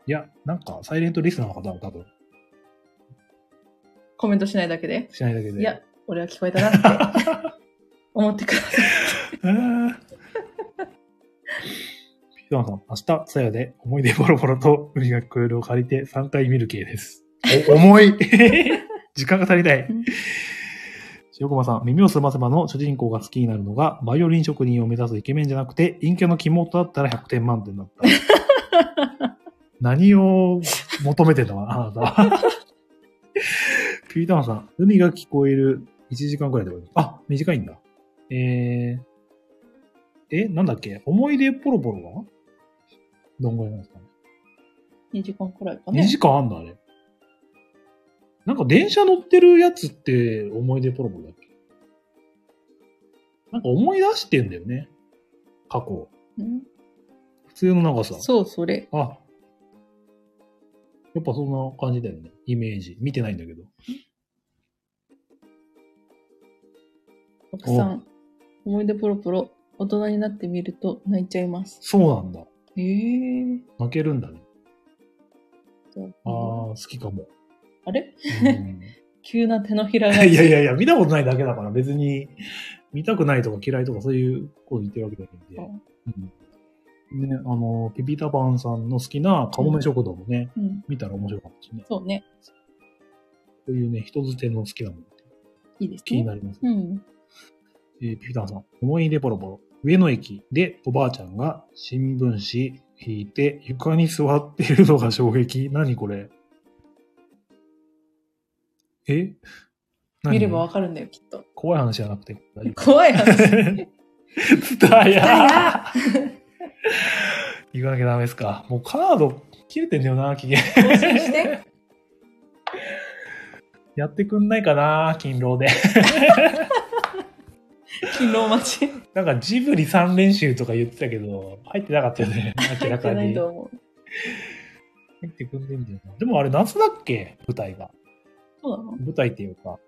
Speaker 1: いや、なんか、サイレントリスナーの方は多分、
Speaker 2: コメントしないだけで。
Speaker 1: しないだけで。
Speaker 2: いや、俺は聞こえたなって [laughs] 思ってください。
Speaker 1: [laughs] あー。ピザマンさん、明日、さやで、思い出ボロボロと、海が聞こえるを借りて3回見る系です。お、重い [laughs] 時間が足りない
Speaker 2: うん。
Speaker 1: 塩駒さん、耳をすませばの主人公が好きになるのが、バイオリン職人を目指すイケメンじゃなくて、陰キャの肝だったら100点満点だった。
Speaker 2: [laughs]
Speaker 1: 何を求めてんだわ、あなた
Speaker 2: [laughs]
Speaker 1: は。ピーターマンさん、海が聞こえる1時間くらいで終わります。あ、短いんだ。えー、え、なんだっけ思い出ポロポロはどんぐらいなんですかね。
Speaker 2: 2時間くらいか
Speaker 1: 2
Speaker 2: ね。
Speaker 1: 時間あんだ、あれ。なんか電車乗ってるやつって思い出ポロポロだっけなんか思い出してんだよね。過去。
Speaker 2: うん
Speaker 1: 普通の長さ。
Speaker 2: そう、それ。
Speaker 1: あ、やっぱそんな感じだよね。イメージ。見てないんだけど。
Speaker 2: 奥さん、思い出ポロポロ、大人になってみると泣いちゃいます。
Speaker 1: そうなんだ。
Speaker 2: ええ
Speaker 1: 泣けるんだね。
Speaker 2: ー。
Speaker 1: ああ、好きか
Speaker 2: [laughs]
Speaker 1: も。
Speaker 2: あれ
Speaker 1: うん
Speaker 2: 急な手のひら
Speaker 1: い
Speaker 2: が
Speaker 1: や [laughs] いやいやいや、見たことないだけだから、別に、見たくないとか嫌いとかそういうこと言ってるわけじゃないんで。うん、ね、あの、ピピタパンさんの好きなカモメ食堂もね、
Speaker 2: うん、
Speaker 1: 見たら面白かったしね。
Speaker 2: そうね。
Speaker 1: こういうね、人づての好きなものって
Speaker 2: いいですね。
Speaker 1: 気になります。
Speaker 2: うん。
Speaker 1: えーピピタンさん、思い出ボロボロ。上野駅でおばあちゃんが新聞紙引いて床に座ってるのが衝撃。何これえ何
Speaker 2: 見ればわかるんだよ、きっと。
Speaker 1: 怖い話じゃなくて。大丈夫
Speaker 2: 怖い話。
Speaker 1: ツ [laughs]
Speaker 2: [laughs]
Speaker 1: タヤ
Speaker 2: あ
Speaker 1: 行かなきゃダメですか。もうカード切れてんだよな、期限。
Speaker 2: 更新して。
Speaker 1: [laughs] やってくんないかな、勤労で。 [laughs]
Speaker 2: 勤労待ち。
Speaker 1: なんかジブリ3練習とか言ってたけど、入ってなかったよ
Speaker 2: [laughs]
Speaker 1: ね、明
Speaker 2: 入
Speaker 1: ら
Speaker 2: っ
Speaker 1: か
Speaker 2: てない
Speaker 1: に。
Speaker 2: と
Speaker 1: 入
Speaker 2: 思う。
Speaker 1: ってくんねえんだよな。でもあれ夏だっけ舞台が。
Speaker 2: そうなの
Speaker 1: 舞台っていうか、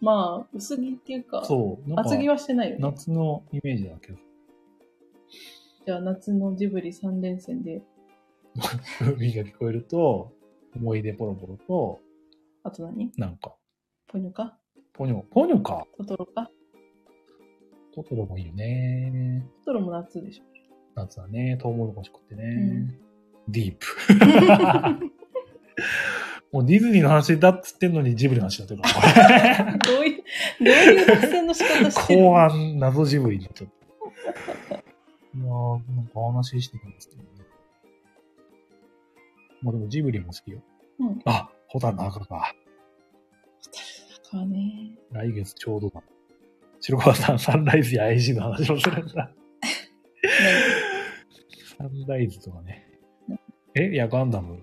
Speaker 2: まあ、薄着っていうか、
Speaker 1: そう。なんか
Speaker 2: 厚着はしてないよね。
Speaker 1: 夏のイメージだけど。
Speaker 2: じゃあ、夏のジブリ3連戦で、
Speaker 1: 海が聞こえると、思い出ポロポロ
Speaker 2: あと何
Speaker 1: と、なんか、
Speaker 2: ポニョか
Speaker 1: ポニョ、ポニョか。
Speaker 2: トトロか
Speaker 1: トトロもいいよね。
Speaker 2: トトロも
Speaker 1: [laughs]
Speaker 2: 夏でしょ。
Speaker 1: 夏はね、トウモロコシ食ってね、
Speaker 2: ん
Speaker 1: ディープ。 [laughs] もうディズニーの話だっつってんのにジブリの話になってるから、これ
Speaker 2: どういう、どういう作戦の仕方してる
Speaker 1: 後半、謎ジブリになっちゃった。いやー、なんかお話ししてたんですけどね。まあでもジブリも好きよ。
Speaker 2: うん
Speaker 1: あ、ホタルの赤か。
Speaker 2: かね。
Speaker 1: 来月ちょうどだ。白川さん、サンライズや IG の話もするんだ。サンライズとかね。え、いや、ガンダム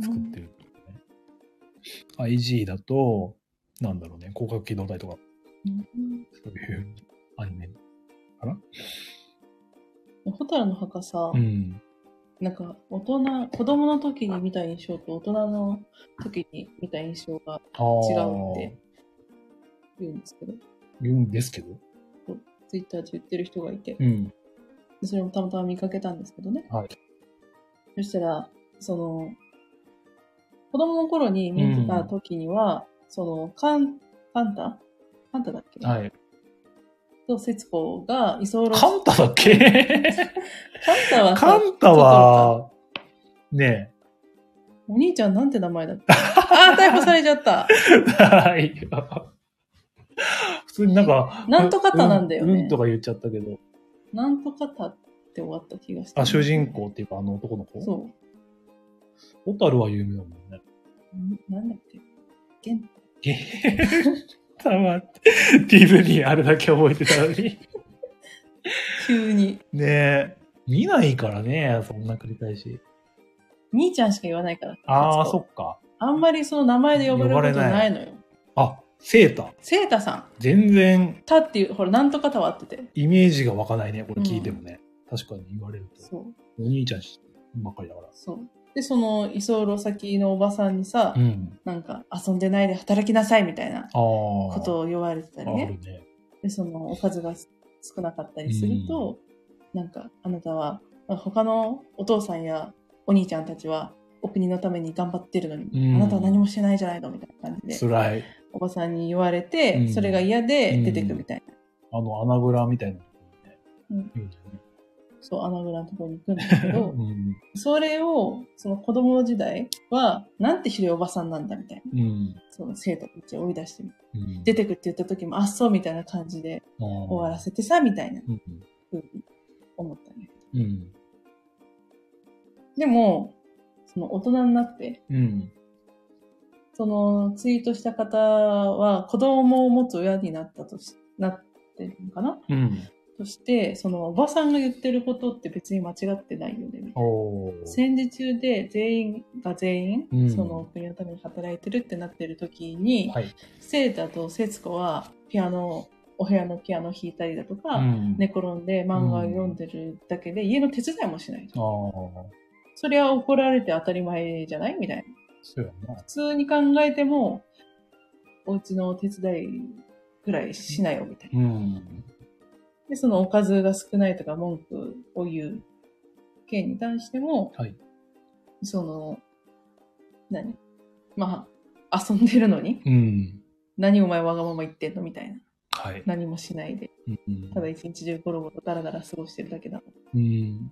Speaker 1: 作ってるってことね。IG だと、なんだろうね、広角機動隊とか、
Speaker 2: うん
Speaker 1: そういうアニメ。
Speaker 2: ホタルの墓さ、
Speaker 1: うん。
Speaker 2: なんか、大人、子供の時に見た印象と大人の時に見た印象が
Speaker 3: あー
Speaker 2: 違うって言うんですけど、
Speaker 3: 言うんですけど。
Speaker 2: ツイッターで言ってる人がいて、
Speaker 3: うん。
Speaker 2: それもたまたま見かけたんですけどね。
Speaker 3: はい。
Speaker 2: そしたら、その、子供の頃に見てた時には、その、カン、カンタカンタだっけ、
Speaker 3: はい。
Speaker 2: と、節子が居候し、
Speaker 3: カンタだっけ
Speaker 2: カンタはさ
Speaker 1: カンタは、ね
Speaker 2: お兄ちゃんなんて名前だっ
Speaker 1: [laughs]
Speaker 2: けあー、逮捕されちゃった。
Speaker 1: え。はい。普通になんか、
Speaker 2: なんとかたなんだよね
Speaker 1: うん、うんとか言っちゃったけど。
Speaker 2: なんとかたって終わった気がして。
Speaker 1: あ、主人公っていうか、あの男の子。
Speaker 2: そ
Speaker 1: 小樽は有名だもん [laughs] ね。
Speaker 2: う。んなんだっけゲン
Speaker 1: たまって、ディズニーあれだけ覚えてたのに。
Speaker 2: 急に。
Speaker 1: ねえ。見ないからね、そんな繰り返し。
Speaker 2: 兄ちゃんしか言わないから。
Speaker 1: ああ、
Speaker 2: 節
Speaker 1: そ
Speaker 2: 子
Speaker 1: っか。
Speaker 2: あんまりその名前で呼ばれること
Speaker 1: 呼ばれな
Speaker 2: ないいのよ。
Speaker 1: あ、セーター。
Speaker 2: セータさん。
Speaker 1: 全然
Speaker 2: たっていう、ほら、なんとかたわってて。
Speaker 1: イメージが湧かないね、これ聞いてもね。確かに言われると。
Speaker 2: そう。
Speaker 1: お兄ちゃんばっかりだから。
Speaker 2: そう。で、その、居候先のおばさんにさ、
Speaker 1: うん。
Speaker 2: なんか、遊んでないで働きなさいみたいな
Speaker 1: ああ。こ
Speaker 2: ことを言われてたり
Speaker 1: あ
Speaker 2: ね。
Speaker 1: るね。
Speaker 2: で、その、おかずが少なかったりすると、なんか、あなたは、まあ他のお父さんやお兄ちゃんたちは、お国のために頑張ってるのに、
Speaker 1: うん
Speaker 2: あなたは何もしてないじゃないのみたいな感じで、
Speaker 1: 辛い。
Speaker 2: おばさんに言われて、
Speaker 1: うん
Speaker 2: それが嫌で出てくみたいな。
Speaker 1: あの、穴蔵みたいなとこ
Speaker 2: う
Speaker 1: ろ
Speaker 2: ん
Speaker 1: ね。うん。
Speaker 2: そう、穴蔵のところに行くんだ
Speaker 1: [laughs]
Speaker 2: けど、
Speaker 1: うん。
Speaker 2: それを、その子供時代は、なんてひどいおばさんなんだみたいな。
Speaker 1: うん。
Speaker 2: その生徒たちを追い出してみて
Speaker 1: うん
Speaker 2: 出てくって言った時も、あっそうみたいな感じで終わら
Speaker 1: せ
Speaker 2: せてさ、みたいな
Speaker 1: うん。
Speaker 2: 風に思ったんだけど。
Speaker 1: うん。
Speaker 2: でも、その大人になって、
Speaker 1: うん。
Speaker 2: そのツイートした方は子供を持つ親になったとし、なってるのかな
Speaker 1: うん。
Speaker 2: として、そのおばさんが言ってることって別に間違ってないよね、みたいな。
Speaker 1: おー
Speaker 2: 戦時中で全員が全員、
Speaker 1: うん
Speaker 2: その国のために働いてるってなってる時に、
Speaker 1: はい。
Speaker 2: セータと節子はピアノお部屋のピアノ弾いたりだとか、
Speaker 1: うん
Speaker 2: 寝転んで漫画を読んでるだけで、家の手伝いもしない
Speaker 1: ああ
Speaker 2: と。。それは怒られて当たり前じゃないみたいな。
Speaker 1: そうやな。
Speaker 2: 普通に考えてもお家の手伝いぐらいしないよみたいな。
Speaker 1: うん。
Speaker 2: でそのおかずが少ないとか文句を言う件に対しても、
Speaker 1: はい。
Speaker 2: その、何まあ、遊んでるのに、
Speaker 1: うん。
Speaker 2: 何お前わがまま言ってんのみたいな。
Speaker 1: はい。
Speaker 2: 何もしないで、
Speaker 1: うん
Speaker 2: ただ一日中ゴロゴロダラダラ過ごしてるだけだの。っ
Speaker 1: うん。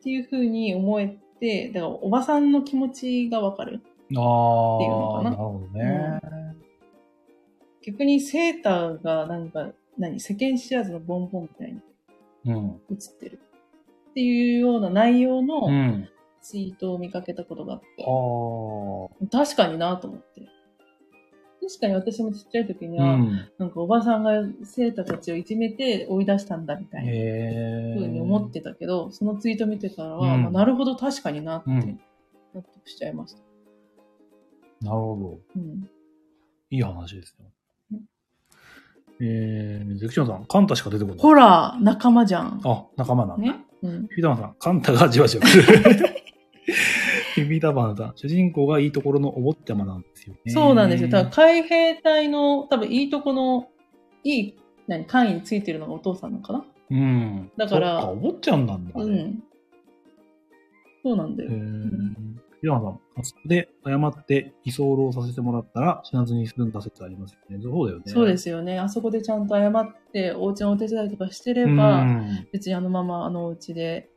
Speaker 2: ていう風に思えて、だからおばさんの気持ちがわかる。
Speaker 1: あ
Speaker 2: っていうの
Speaker 1: あ
Speaker 2: か
Speaker 1: ー、な
Speaker 2: な
Speaker 1: るほどね。
Speaker 2: 逆にセーターがなんか、何世間知らずのボンボンみたいに
Speaker 1: うん。
Speaker 2: 映ってる。っていうような内容
Speaker 1: う
Speaker 2: の
Speaker 1: ん。
Speaker 2: ツイートを見かけたことがあって。
Speaker 1: あ
Speaker 2: 確かになと思って。確かに私もちっちゃい時には、
Speaker 1: あ。うん。
Speaker 2: なんかおばさんが生徒たちをいじめて追い出したんだみたいな
Speaker 1: へえ。
Speaker 2: ふうに思ってたけど、そのツイート見てからは、
Speaker 1: うん
Speaker 2: まあなるほど確かになって
Speaker 1: うん
Speaker 2: 納得しちゃいました。
Speaker 1: なるほど。
Speaker 2: うん。
Speaker 1: いい話ですよ。えー、ゼクションさん、カンタしか出てこない。
Speaker 2: ほら、仲間じゃん。
Speaker 1: あ、仲間なんだ。
Speaker 2: ね。うん。
Speaker 1: ピーターマンさん、カンタがじわじわ来る。 [laughs] ピーターマンさん、主人公がいいところのお坊ちゃまなんですよね。
Speaker 2: そうなんですよ。だから海兵隊の、多分いいとこの、いい、何、単位についてるのがお父さんなのかな
Speaker 1: うん。
Speaker 2: だから
Speaker 1: そっお坊ちゃんなんだ、ね。
Speaker 2: う。ん。そうなんだ
Speaker 1: へ
Speaker 2: よ。
Speaker 1: ー平野さん、あそこで謝って居候させてもらったら死なずに済んだ説ありますよね。そうだよね。。
Speaker 2: そうですすよね。あそこでちゃんと謝って、お家のお手伝いとかしてれ
Speaker 1: う
Speaker 2: ば、
Speaker 1: ん。
Speaker 2: 別にあのままあのお家で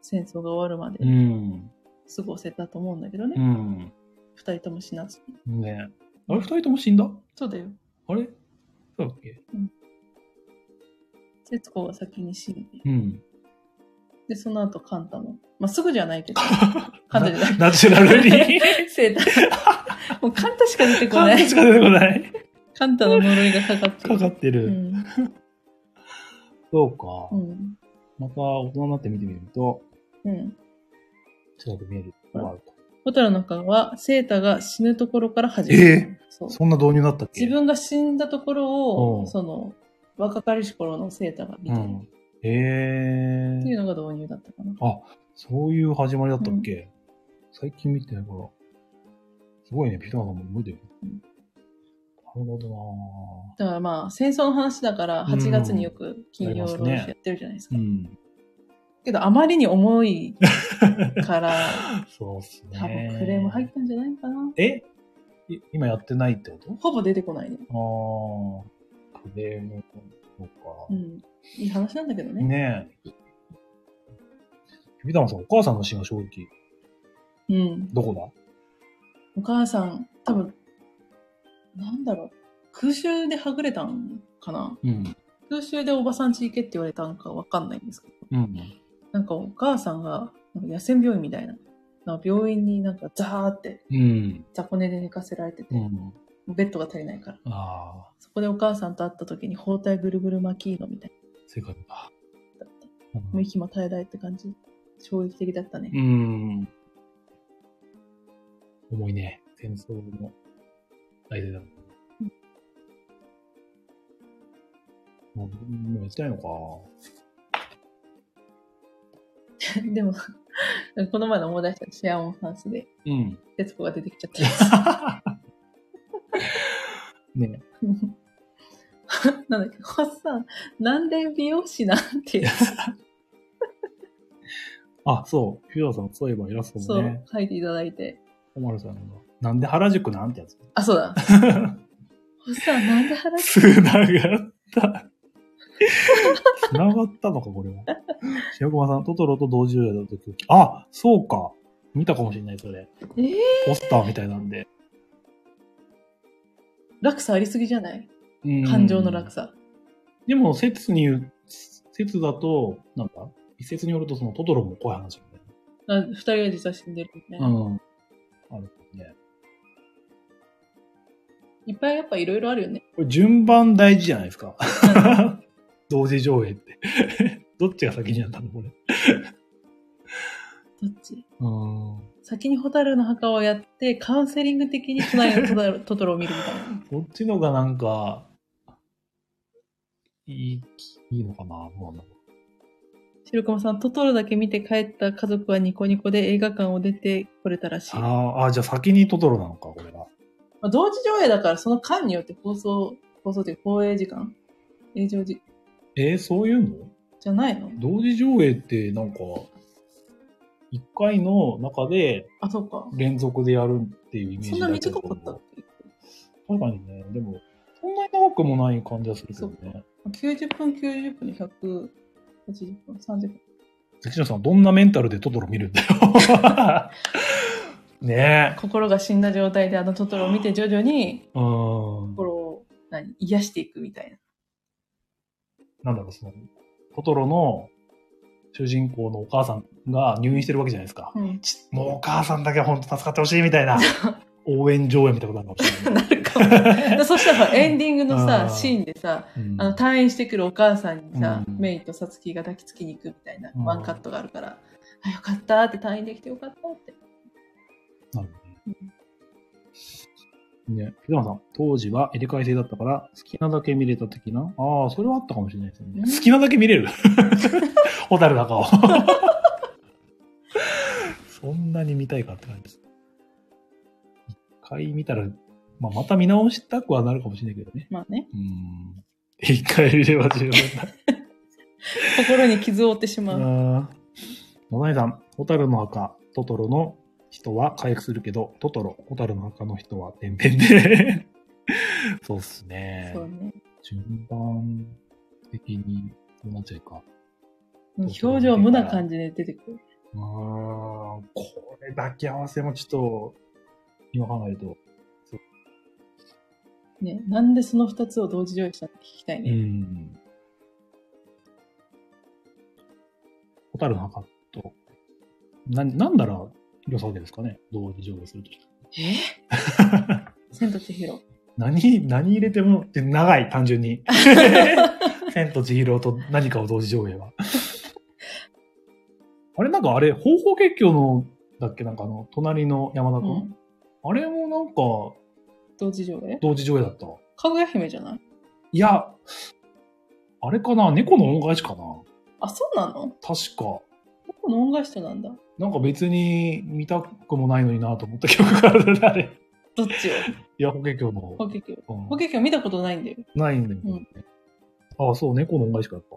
Speaker 2: 戦争が終わるまで
Speaker 1: うん。
Speaker 2: 過ごせたと思うんだけど
Speaker 1: う
Speaker 2: ね。
Speaker 1: ん。
Speaker 2: 二、人とも死なずに。
Speaker 1: ねあれ、二人とも死んだ
Speaker 2: そうだよ。
Speaker 1: あれそうだっけ
Speaker 2: 節子が先に死んで。
Speaker 1: うん。
Speaker 2: で、その後カンタも。まあ、すぐじゃないけ
Speaker 1: [laughs]
Speaker 2: ど。カンタじゃない。
Speaker 1: ナチュラル
Speaker 2: [laughs]
Speaker 1: に。
Speaker 2: セータ
Speaker 1: [laughs]
Speaker 2: ー。もうカンタしか出てこ
Speaker 1: カ
Speaker 2: な
Speaker 1: ンタ
Speaker 2: い
Speaker 1: し。か出てこない。
Speaker 2: カンタの呪いがかかって
Speaker 1: か
Speaker 2: る。
Speaker 1: かって
Speaker 2: う
Speaker 1: る。
Speaker 2: ん。
Speaker 1: そうか
Speaker 2: う。ん。
Speaker 1: また大人になって見てみると、
Speaker 2: うん。
Speaker 1: 違く見えるところがあると。
Speaker 2: ホタルの顔は、セーターが死ぬところから始ま
Speaker 1: え
Speaker 2: る。そう。
Speaker 1: そんな導入だったっけ
Speaker 2: 自分が死んだところ
Speaker 1: う
Speaker 2: を、
Speaker 1: ん
Speaker 2: その、若かりし頃のセーターが見
Speaker 1: う
Speaker 2: てる。
Speaker 1: ん。えへえ
Speaker 2: っていうのが導入だったかな。
Speaker 1: そういう始まりだったっけ、最近見てないから。すごいね、ピタナさんも無理だよ。
Speaker 2: うん
Speaker 1: なるほどな
Speaker 2: だからまあ、戦争の話だから、
Speaker 1: うん
Speaker 2: 8月によく金曜ロードショ
Speaker 1: やります
Speaker 2: ー
Speaker 1: ね
Speaker 2: やってるじゃないですか。
Speaker 1: ぁうん。
Speaker 2: けど、あまりに重いから、
Speaker 1: [laughs] そうっすね。
Speaker 2: 多分クレーム入ったんじゃないかな。
Speaker 1: えい今やってないってこ
Speaker 2: ほぼ出てこないね。
Speaker 1: とああ。クレームとか
Speaker 2: う。ん。いい話なんだけどね。
Speaker 1: ねえ。ピタナさん、お母さんの死が衝撃。
Speaker 2: うん。
Speaker 1: どこだ
Speaker 2: お母さん、多分、なんだろう。空襲ではぐれたんかな
Speaker 1: うん。
Speaker 2: 空襲でおばさんち行けって言われたんかわかんないんですけど。
Speaker 1: うん。
Speaker 2: なんかお母さんが、なんか野戦病院みたいな。なんか病院になんかザーって
Speaker 1: うん。
Speaker 2: 雑魚寝で寝かせられてて、
Speaker 1: うん。
Speaker 2: ベッドが足りないから。
Speaker 1: ああ、
Speaker 2: そこでお母さんと会った時に包帯ぐるぐる巻きのみたい
Speaker 1: 正解だ。
Speaker 2: だった。
Speaker 1: うん
Speaker 2: もう息も絶えないって感じ。衝撃的だったね。 [laughs]
Speaker 1: うん。重いね。戦争の題材だもんね。もう、もうやってないのか。
Speaker 2: でも、この前の思い出したシェアオンハウスで、
Speaker 1: うん。
Speaker 2: 徹子が出てきちゃった。
Speaker 1: [laughs] ね
Speaker 2: なんだっけ、おっさん、なんで美容師なんていう、
Speaker 1: あ、そう。ヒューさん、そういえばイラスト
Speaker 2: そ
Speaker 1: も
Speaker 2: う
Speaker 1: ね、、
Speaker 2: 書いていただいて。
Speaker 1: 小丸さんが。なんで原宿なんてやつ。
Speaker 2: あ、そうだ。おっさん、なんで話
Speaker 1: [laughs]
Speaker 2: す
Speaker 1: 繋がった。 [laughs] 繋がったのか、これは。白駒さん、トトロと同時代だった時。あ、そうか。見たかもしれない、それ。
Speaker 2: えー、
Speaker 1: ポスターみたいなんで。
Speaker 2: 落差ありすぎじゃない
Speaker 1: うん
Speaker 2: 感情の落差。
Speaker 1: でも、説に言う、説だと、なんか、一説によると、そのトトロも怖い話み
Speaker 2: あ二人は実は死んでるみた
Speaker 1: た
Speaker 2: い
Speaker 1: いな。
Speaker 2: な。
Speaker 1: うん。あるね。
Speaker 2: いっぱいやっぱいろいろある
Speaker 1: [laughs]
Speaker 2: よね。
Speaker 1: これ順番大事じゃないですか。 [laughs] 同時上映って。 [laughs] どっちが先にやったのこれ。
Speaker 2: どっち
Speaker 1: うん。
Speaker 2: 先に蛍の墓をやって、カウンセリング的に隣のトトロトトロを見るみたい
Speaker 1: [laughs]
Speaker 2: な。
Speaker 1: こっちのがなんか、いい、いいのかなどうなんだろ。
Speaker 2: 白駒さん、トトロだけ見て帰った家族はニコニコで映画館を出てこれたらしいう
Speaker 1: あーあー、じゃあ先にトトロなのか、これが。
Speaker 2: まあ、同時上映だから、その間によって放送、放送というか放映時間映像時、
Speaker 1: えーそういうの
Speaker 2: じゃないの
Speaker 1: 同時上映ってなんか、一回の中で
Speaker 2: あ、そうか。
Speaker 1: 連続でやるっていうイメージ
Speaker 2: そんな
Speaker 1: だけ
Speaker 2: 短
Speaker 1: ど
Speaker 2: かったっけ
Speaker 1: 確かにね、でも、そんなに長くもない感じはするけど
Speaker 2: そう
Speaker 1: ね。
Speaker 2: ?90 分、90分で180分、30分。
Speaker 1: 関野さん、どんなメンタルでトトロ見るんだよ。 [laughs] ねえ。
Speaker 2: 心が死んだ状態であのトトロを見て徐々に
Speaker 1: うーん。
Speaker 2: 心を何癒していくみたいな。
Speaker 1: なんだろう、その、トトロの主人公のお母さんが入院してるわけじゃないですか。
Speaker 2: うん。
Speaker 1: ちもうお母さんだけは本当助かってほしいみたいな、応援上映みたいなことあるかもしれ
Speaker 2: [laughs]
Speaker 1: な。
Speaker 2: ない
Speaker 1: [laughs]
Speaker 2: るかも。でそしたらエンディングの
Speaker 1: あー
Speaker 2: さ、シーンでさ、
Speaker 1: うん
Speaker 2: あの退院してくるお母さんにさ、
Speaker 1: うん
Speaker 2: メイとさつきが抱きつきに行くみたいな
Speaker 1: うん
Speaker 2: ワンカットがあるから、あ、よかったって退院できてよかったって。
Speaker 1: なるほどね。ね、ピザマさん、当時は入れ替え制だったから、好きなだけ見れた的な。ああ、それはあったかもしれないですよね。
Speaker 2: うん
Speaker 1: 好きなだけ見れる [laughs] ホタルだかを。 [laughs] そんなに見たいかって感じです。一回見たら、まあ、また見直したくはなるかもしれないけどね。
Speaker 2: まあね、
Speaker 1: うーん。 [laughs] 一回見れば十分だ。
Speaker 2: 心に傷を負ってしまう。
Speaker 1: うん。野内さん、ホタルの墓、トトロの人は回復するけど、トトロ、ホタルの墓の人は天変で。
Speaker 2: [laughs]
Speaker 1: そうっすね
Speaker 2: そうね。
Speaker 1: 順番的に、どうなっちゃいか。
Speaker 2: 表情無な感じで出てくる。
Speaker 1: うーん、これだけ合わせもちょっと、今考えると。
Speaker 2: ね、なんでその二つを同時上映したのか聞きたいうね。
Speaker 1: ん。ホタルの墓と、な、なんなら、良さわけですかね同時上映するとしたら
Speaker 2: え
Speaker 1: [laughs]
Speaker 2: 千と千尋。
Speaker 1: 何、何入れてもって長い、単純
Speaker 2: [laughs]
Speaker 1: に。千と千尋と何かを同時上映は。 [laughs] あれなんかあれ、方法結局の、だっけなんかあの、隣の山田
Speaker 2: う
Speaker 1: 君
Speaker 2: ん。
Speaker 1: あれもなんか、
Speaker 2: 同時上映
Speaker 1: 同時上映だった。
Speaker 2: かぐや姫じゃない
Speaker 1: いや、あれかな猫の恩返しかな
Speaker 2: あ、そうなの
Speaker 1: 確か。
Speaker 2: 僕の恩返しとなんだ。
Speaker 1: なんか別に見たくもないのになと思った記憶があるね、あれ。
Speaker 2: どっちを [laughs]
Speaker 1: いや、法華経の方。
Speaker 2: 法華
Speaker 1: う
Speaker 2: 経。
Speaker 1: ん
Speaker 2: 法華経見たことないんだよ。
Speaker 1: ないんだよね。ああ、そう、猫の恩返しかやっぱ。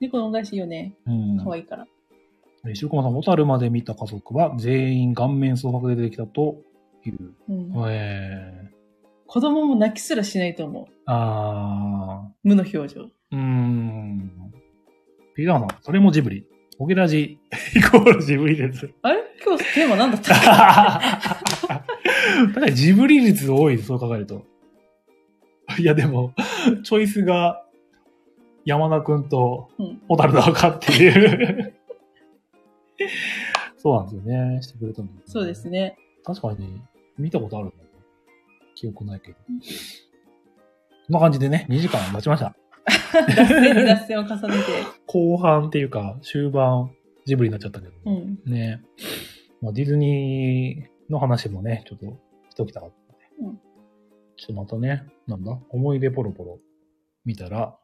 Speaker 2: 猫の恩返しいいよね。
Speaker 1: うん。
Speaker 2: 可愛いから。
Speaker 1: えー白駒さん、小樽まで見た家族は全員顔面蒼白で出てきたという。
Speaker 2: うん
Speaker 1: えー、
Speaker 2: 子供も泣きすらしないと思う。
Speaker 1: あ
Speaker 2: 無の表情。
Speaker 1: ー、うーん。ピーダーさん、それもジブリ。オゲラジイコールジブリ [laughs] です。
Speaker 2: あれ今日テーマ何だった
Speaker 1: [laughs] 確
Speaker 2: っ
Speaker 1: かにジブリ率多いです、そう考えると。いや、でも、チョイスが山田くんと
Speaker 2: うん
Speaker 1: 小樽の赤っていう。そうなんですよね。してくれたんだよね
Speaker 2: けそうですね。
Speaker 1: 確かに、見たことあるんだけど記憶ないけど。こんな感じでね、2時間経ちました。
Speaker 2: 脱線に脱線を重ねて。
Speaker 1: 後半っていうか、終盤、ジブリになっちゃったけど、
Speaker 2: うん。
Speaker 1: ね。まあ、ディズニーの話もね、ちょっと、しときたかったね。
Speaker 2: うん
Speaker 1: ちょっとまたね、なんだ、思い出ポロポロ見たら、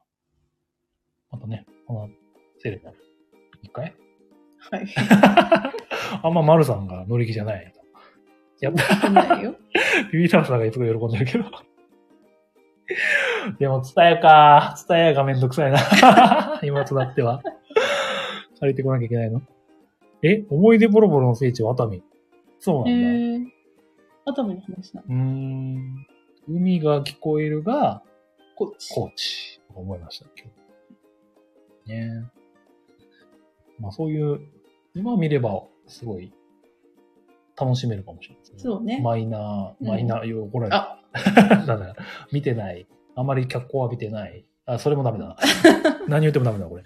Speaker 1: またね、話せればいいかい。一回
Speaker 2: はい。
Speaker 1: あんま丸さんが乗り気じゃない。やっぱ
Speaker 2: 良くな
Speaker 1: [laughs]
Speaker 2: いよ。
Speaker 1: ビビターさんがいつも喜んでるけど。 [laughs] でも、ツタヤか。ツタヤがめんどくさいな。 [laughs] 今となっては。借りてこなきゃいけないのえ、思い出ボロボロの聖地は熱海。そうな
Speaker 2: え
Speaker 1: んだ。
Speaker 2: ー。頭の話なの。
Speaker 1: うーん。海が聞こえるが、こ高知。思いました、今日。ねえまあそういう、今見れば、すごい、楽しめるかもしれないですね。
Speaker 2: そうね
Speaker 1: マイナー、マイナー、よ、怒られた。
Speaker 2: あ、
Speaker 1: [laughs] なんだよ見てない。あまり脚光を浴びてない。あ、それもダメ
Speaker 2: [laughs]
Speaker 1: だな。何言ってもダメだ、これ。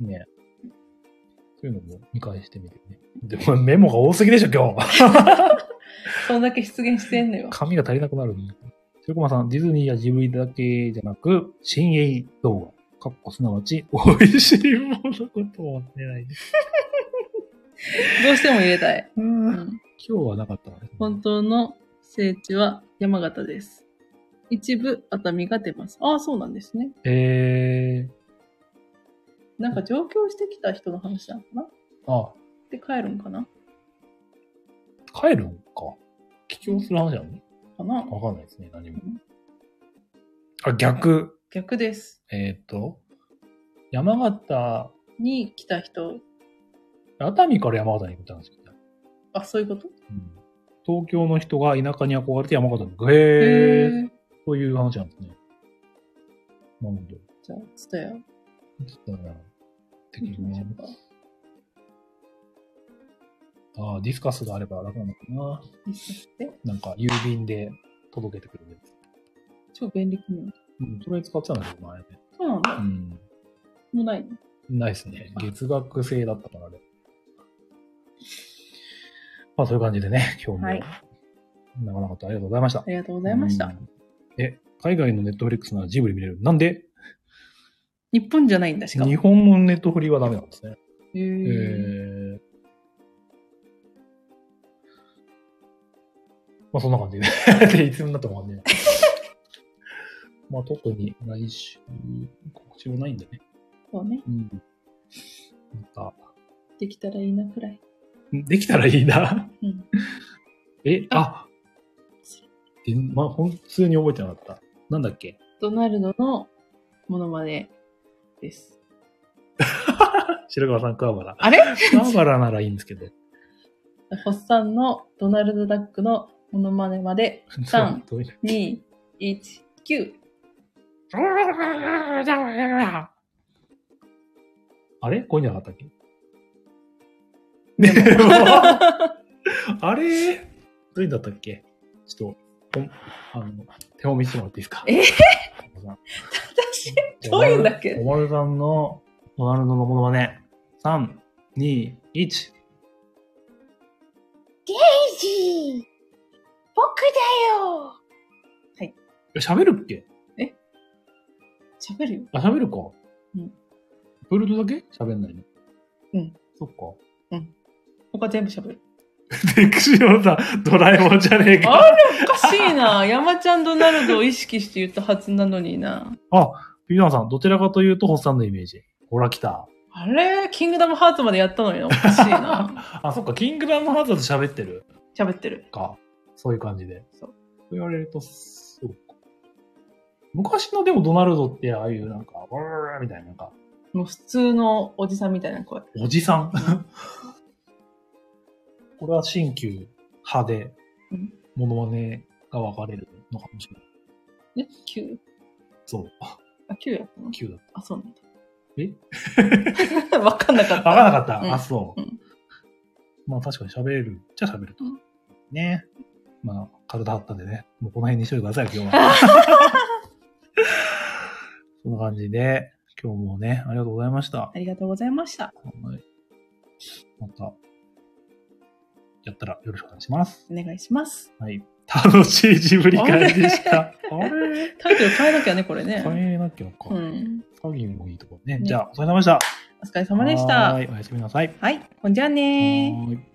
Speaker 1: ねそういうのも見返してみてね。でもメモが多すぎでしょ、今日。 [laughs]
Speaker 2: そんだけ出現してんのよ。
Speaker 1: 紙が足りなくなるんだ。白駒さん、ディズニーやジブリだけじゃなく、新鋭動画。かっこすなわち、美味しいもののことを忘れないで。
Speaker 2: どうしても入れたい。う
Speaker 1: 今
Speaker 2: ん。
Speaker 1: 日はなかったからですね
Speaker 2: 本当の聖地は山形です。一部熱海が出ます。ああ、そうなんですね。
Speaker 1: え
Speaker 2: なんか上京してきた人の話なのかな
Speaker 1: ー、あ、
Speaker 2: で帰るんかな
Speaker 1: 帰るんか。帰郷する話なの
Speaker 2: かな
Speaker 1: わかんないですね、何も
Speaker 2: うん。
Speaker 1: あ、逆。
Speaker 2: 逆です。
Speaker 1: えーっ、と、山形、
Speaker 2: に来た人。
Speaker 1: 熱海から山形に行ったんですよ、
Speaker 2: あ、そういうこと
Speaker 1: うん東京の人が田舎に憧れて山形に行く。
Speaker 2: へ
Speaker 1: へー。
Speaker 2: え。
Speaker 1: そういう話なんですね。なるほど。
Speaker 2: じゃあ、ツタヤ。
Speaker 1: ちょっとね的にああ、ディスカスがあれば楽なのかな。
Speaker 2: 見せて。
Speaker 1: なんか、郵便で届けてくれるやつ。
Speaker 2: 超便利機能。
Speaker 1: うん、それ使ってたんだけど、前ね。
Speaker 2: そうなんだ。
Speaker 1: ん。
Speaker 2: もうないの
Speaker 1: ないですね。月額制だったからね。まあそういう感じでね、今日も、
Speaker 2: はい
Speaker 1: 長々とありがとうございました。あ
Speaker 2: ありがとうございました。。
Speaker 1: え、海外のネットフリックスならジブリ見れる。なんで
Speaker 2: 日本じゃないんだ、しかも。
Speaker 1: 日
Speaker 2: へ
Speaker 1: 本のネットフリはダメなんですね。え
Speaker 2: え。
Speaker 1: ー。まあそんな感じ
Speaker 2: [laughs]
Speaker 1: で。で、いつになったかわかんない。まあ特に来週、告知もないんでね。
Speaker 2: そうね。
Speaker 1: うん。また、
Speaker 2: できたらいいなくらい。
Speaker 1: できたらいいな。
Speaker 2: うん。
Speaker 1: え、あえ、ま、本当に覚えてなかった。なんだっけ
Speaker 2: ドナルドのモノマネです。
Speaker 1: 白川さん、桑原。
Speaker 2: あれ
Speaker 1: 桑原ならいいんですけど。
Speaker 2: ホッサンのドナルドダックのモノマネまで、三
Speaker 1: どういう
Speaker 2: 2、1、9。
Speaker 1: [laughs] あれこういうんじゃなかったっけで
Speaker 2: で
Speaker 1: も [laughs]
Speaker 2: も
Speaker 1: あれどういうんだったっけちょっと、おあの、手本見せてもらっていいですか
Speaker 2: え
Speaker 1: 私、
Speaker 2: どういうんだっけ
Speaker 1: おまるさんの、ドナルドのものまね。3、2、1。
Speaker 4: イジー僕だよ
Speaker 1: え喋るっけ
Speaker 2: 喋るよ。
Speaker 1: あ、喋るか。
Speaker 2: うん。
Speaker 1: プルートだけ喋んないの
Speaker 2: うん。
Speaker 1: そっか。
Speaker 2: 他全部喋る。
Speaker 1: デクシオンさん、ドラえもんじゃねえ
Speaker 2: あれおかしいな。山ちゃんドナルドを意識して言ったはずなのにな。
Speaker 1: あ、ピーターさん、どちらかというと、ホッサンのイメージ。ほら、来た。
Speaker 2: あれキングダムハーツまでやったのになおかしいな。
Speaker 1: あ、そっか、キングダムハーツだと喋ってる
Speaker 2: 喋ってる。
Speaker 1: か。そういう感じで。
Speaker 2: そう
Speaker 1: 言われると、そうか。昔のでもドナルドって、ああいうなんか、わーみたいな、なんか、
Speaker 2: もう普通のおじさんみたいな声。
Speaker 1: おじさん。これは新旧派で
Speaker 2: うん、
Speaker 1: モノマネが分かれるのかもしれない。
Speaker 2: ね ?9?
Speaker 1: そう。
Speaker 2: あ、9やったの
Speaker 1: 旧だった。
Speaker 2: あ、そうなんだ。
Speaker 1: え
Speaker 2: え [laughs] わかんなかった。
Speaker 1: 分からなかった。
Speaker 2: うん
Speaker 1: あ、そう。
Speaker 2: うん
Speaker 1: まあ確かに喋るっちゃ喋ると。
Speaker 2: うん
Speaker 1: ねまあ、体張ったんでね。もうこの辺にしといてください、今日
Speaker 2: [laughs]
Speaker 1: は。そんな感じで、今日もね、ありがとうございました。
Speaker 2: ありがとうございました。
Speaker 1: はいまた、やったらよろしくお願いします。
Speaker 2: お願いします。
Speaker 1: はい。楽しいジブリ会でした。あれ
Speaker 2: タイトル変えなきゃね、これね。
Speaker 1: 変えなきゃか。
Speaker 2: うん。
Speaker 1: 詐欺もいいとこね。
Speaker 2: ね
Speaker 1: じゃあ、お疲れ様でした。
Speaker 2: お疲れ様でした。
Speaker 1: は
Speaker 2: は
Speaker 1: ーいおやすみなさい。
Speaker 2: い。ほんじゃあねー。
Speaker 1: はーい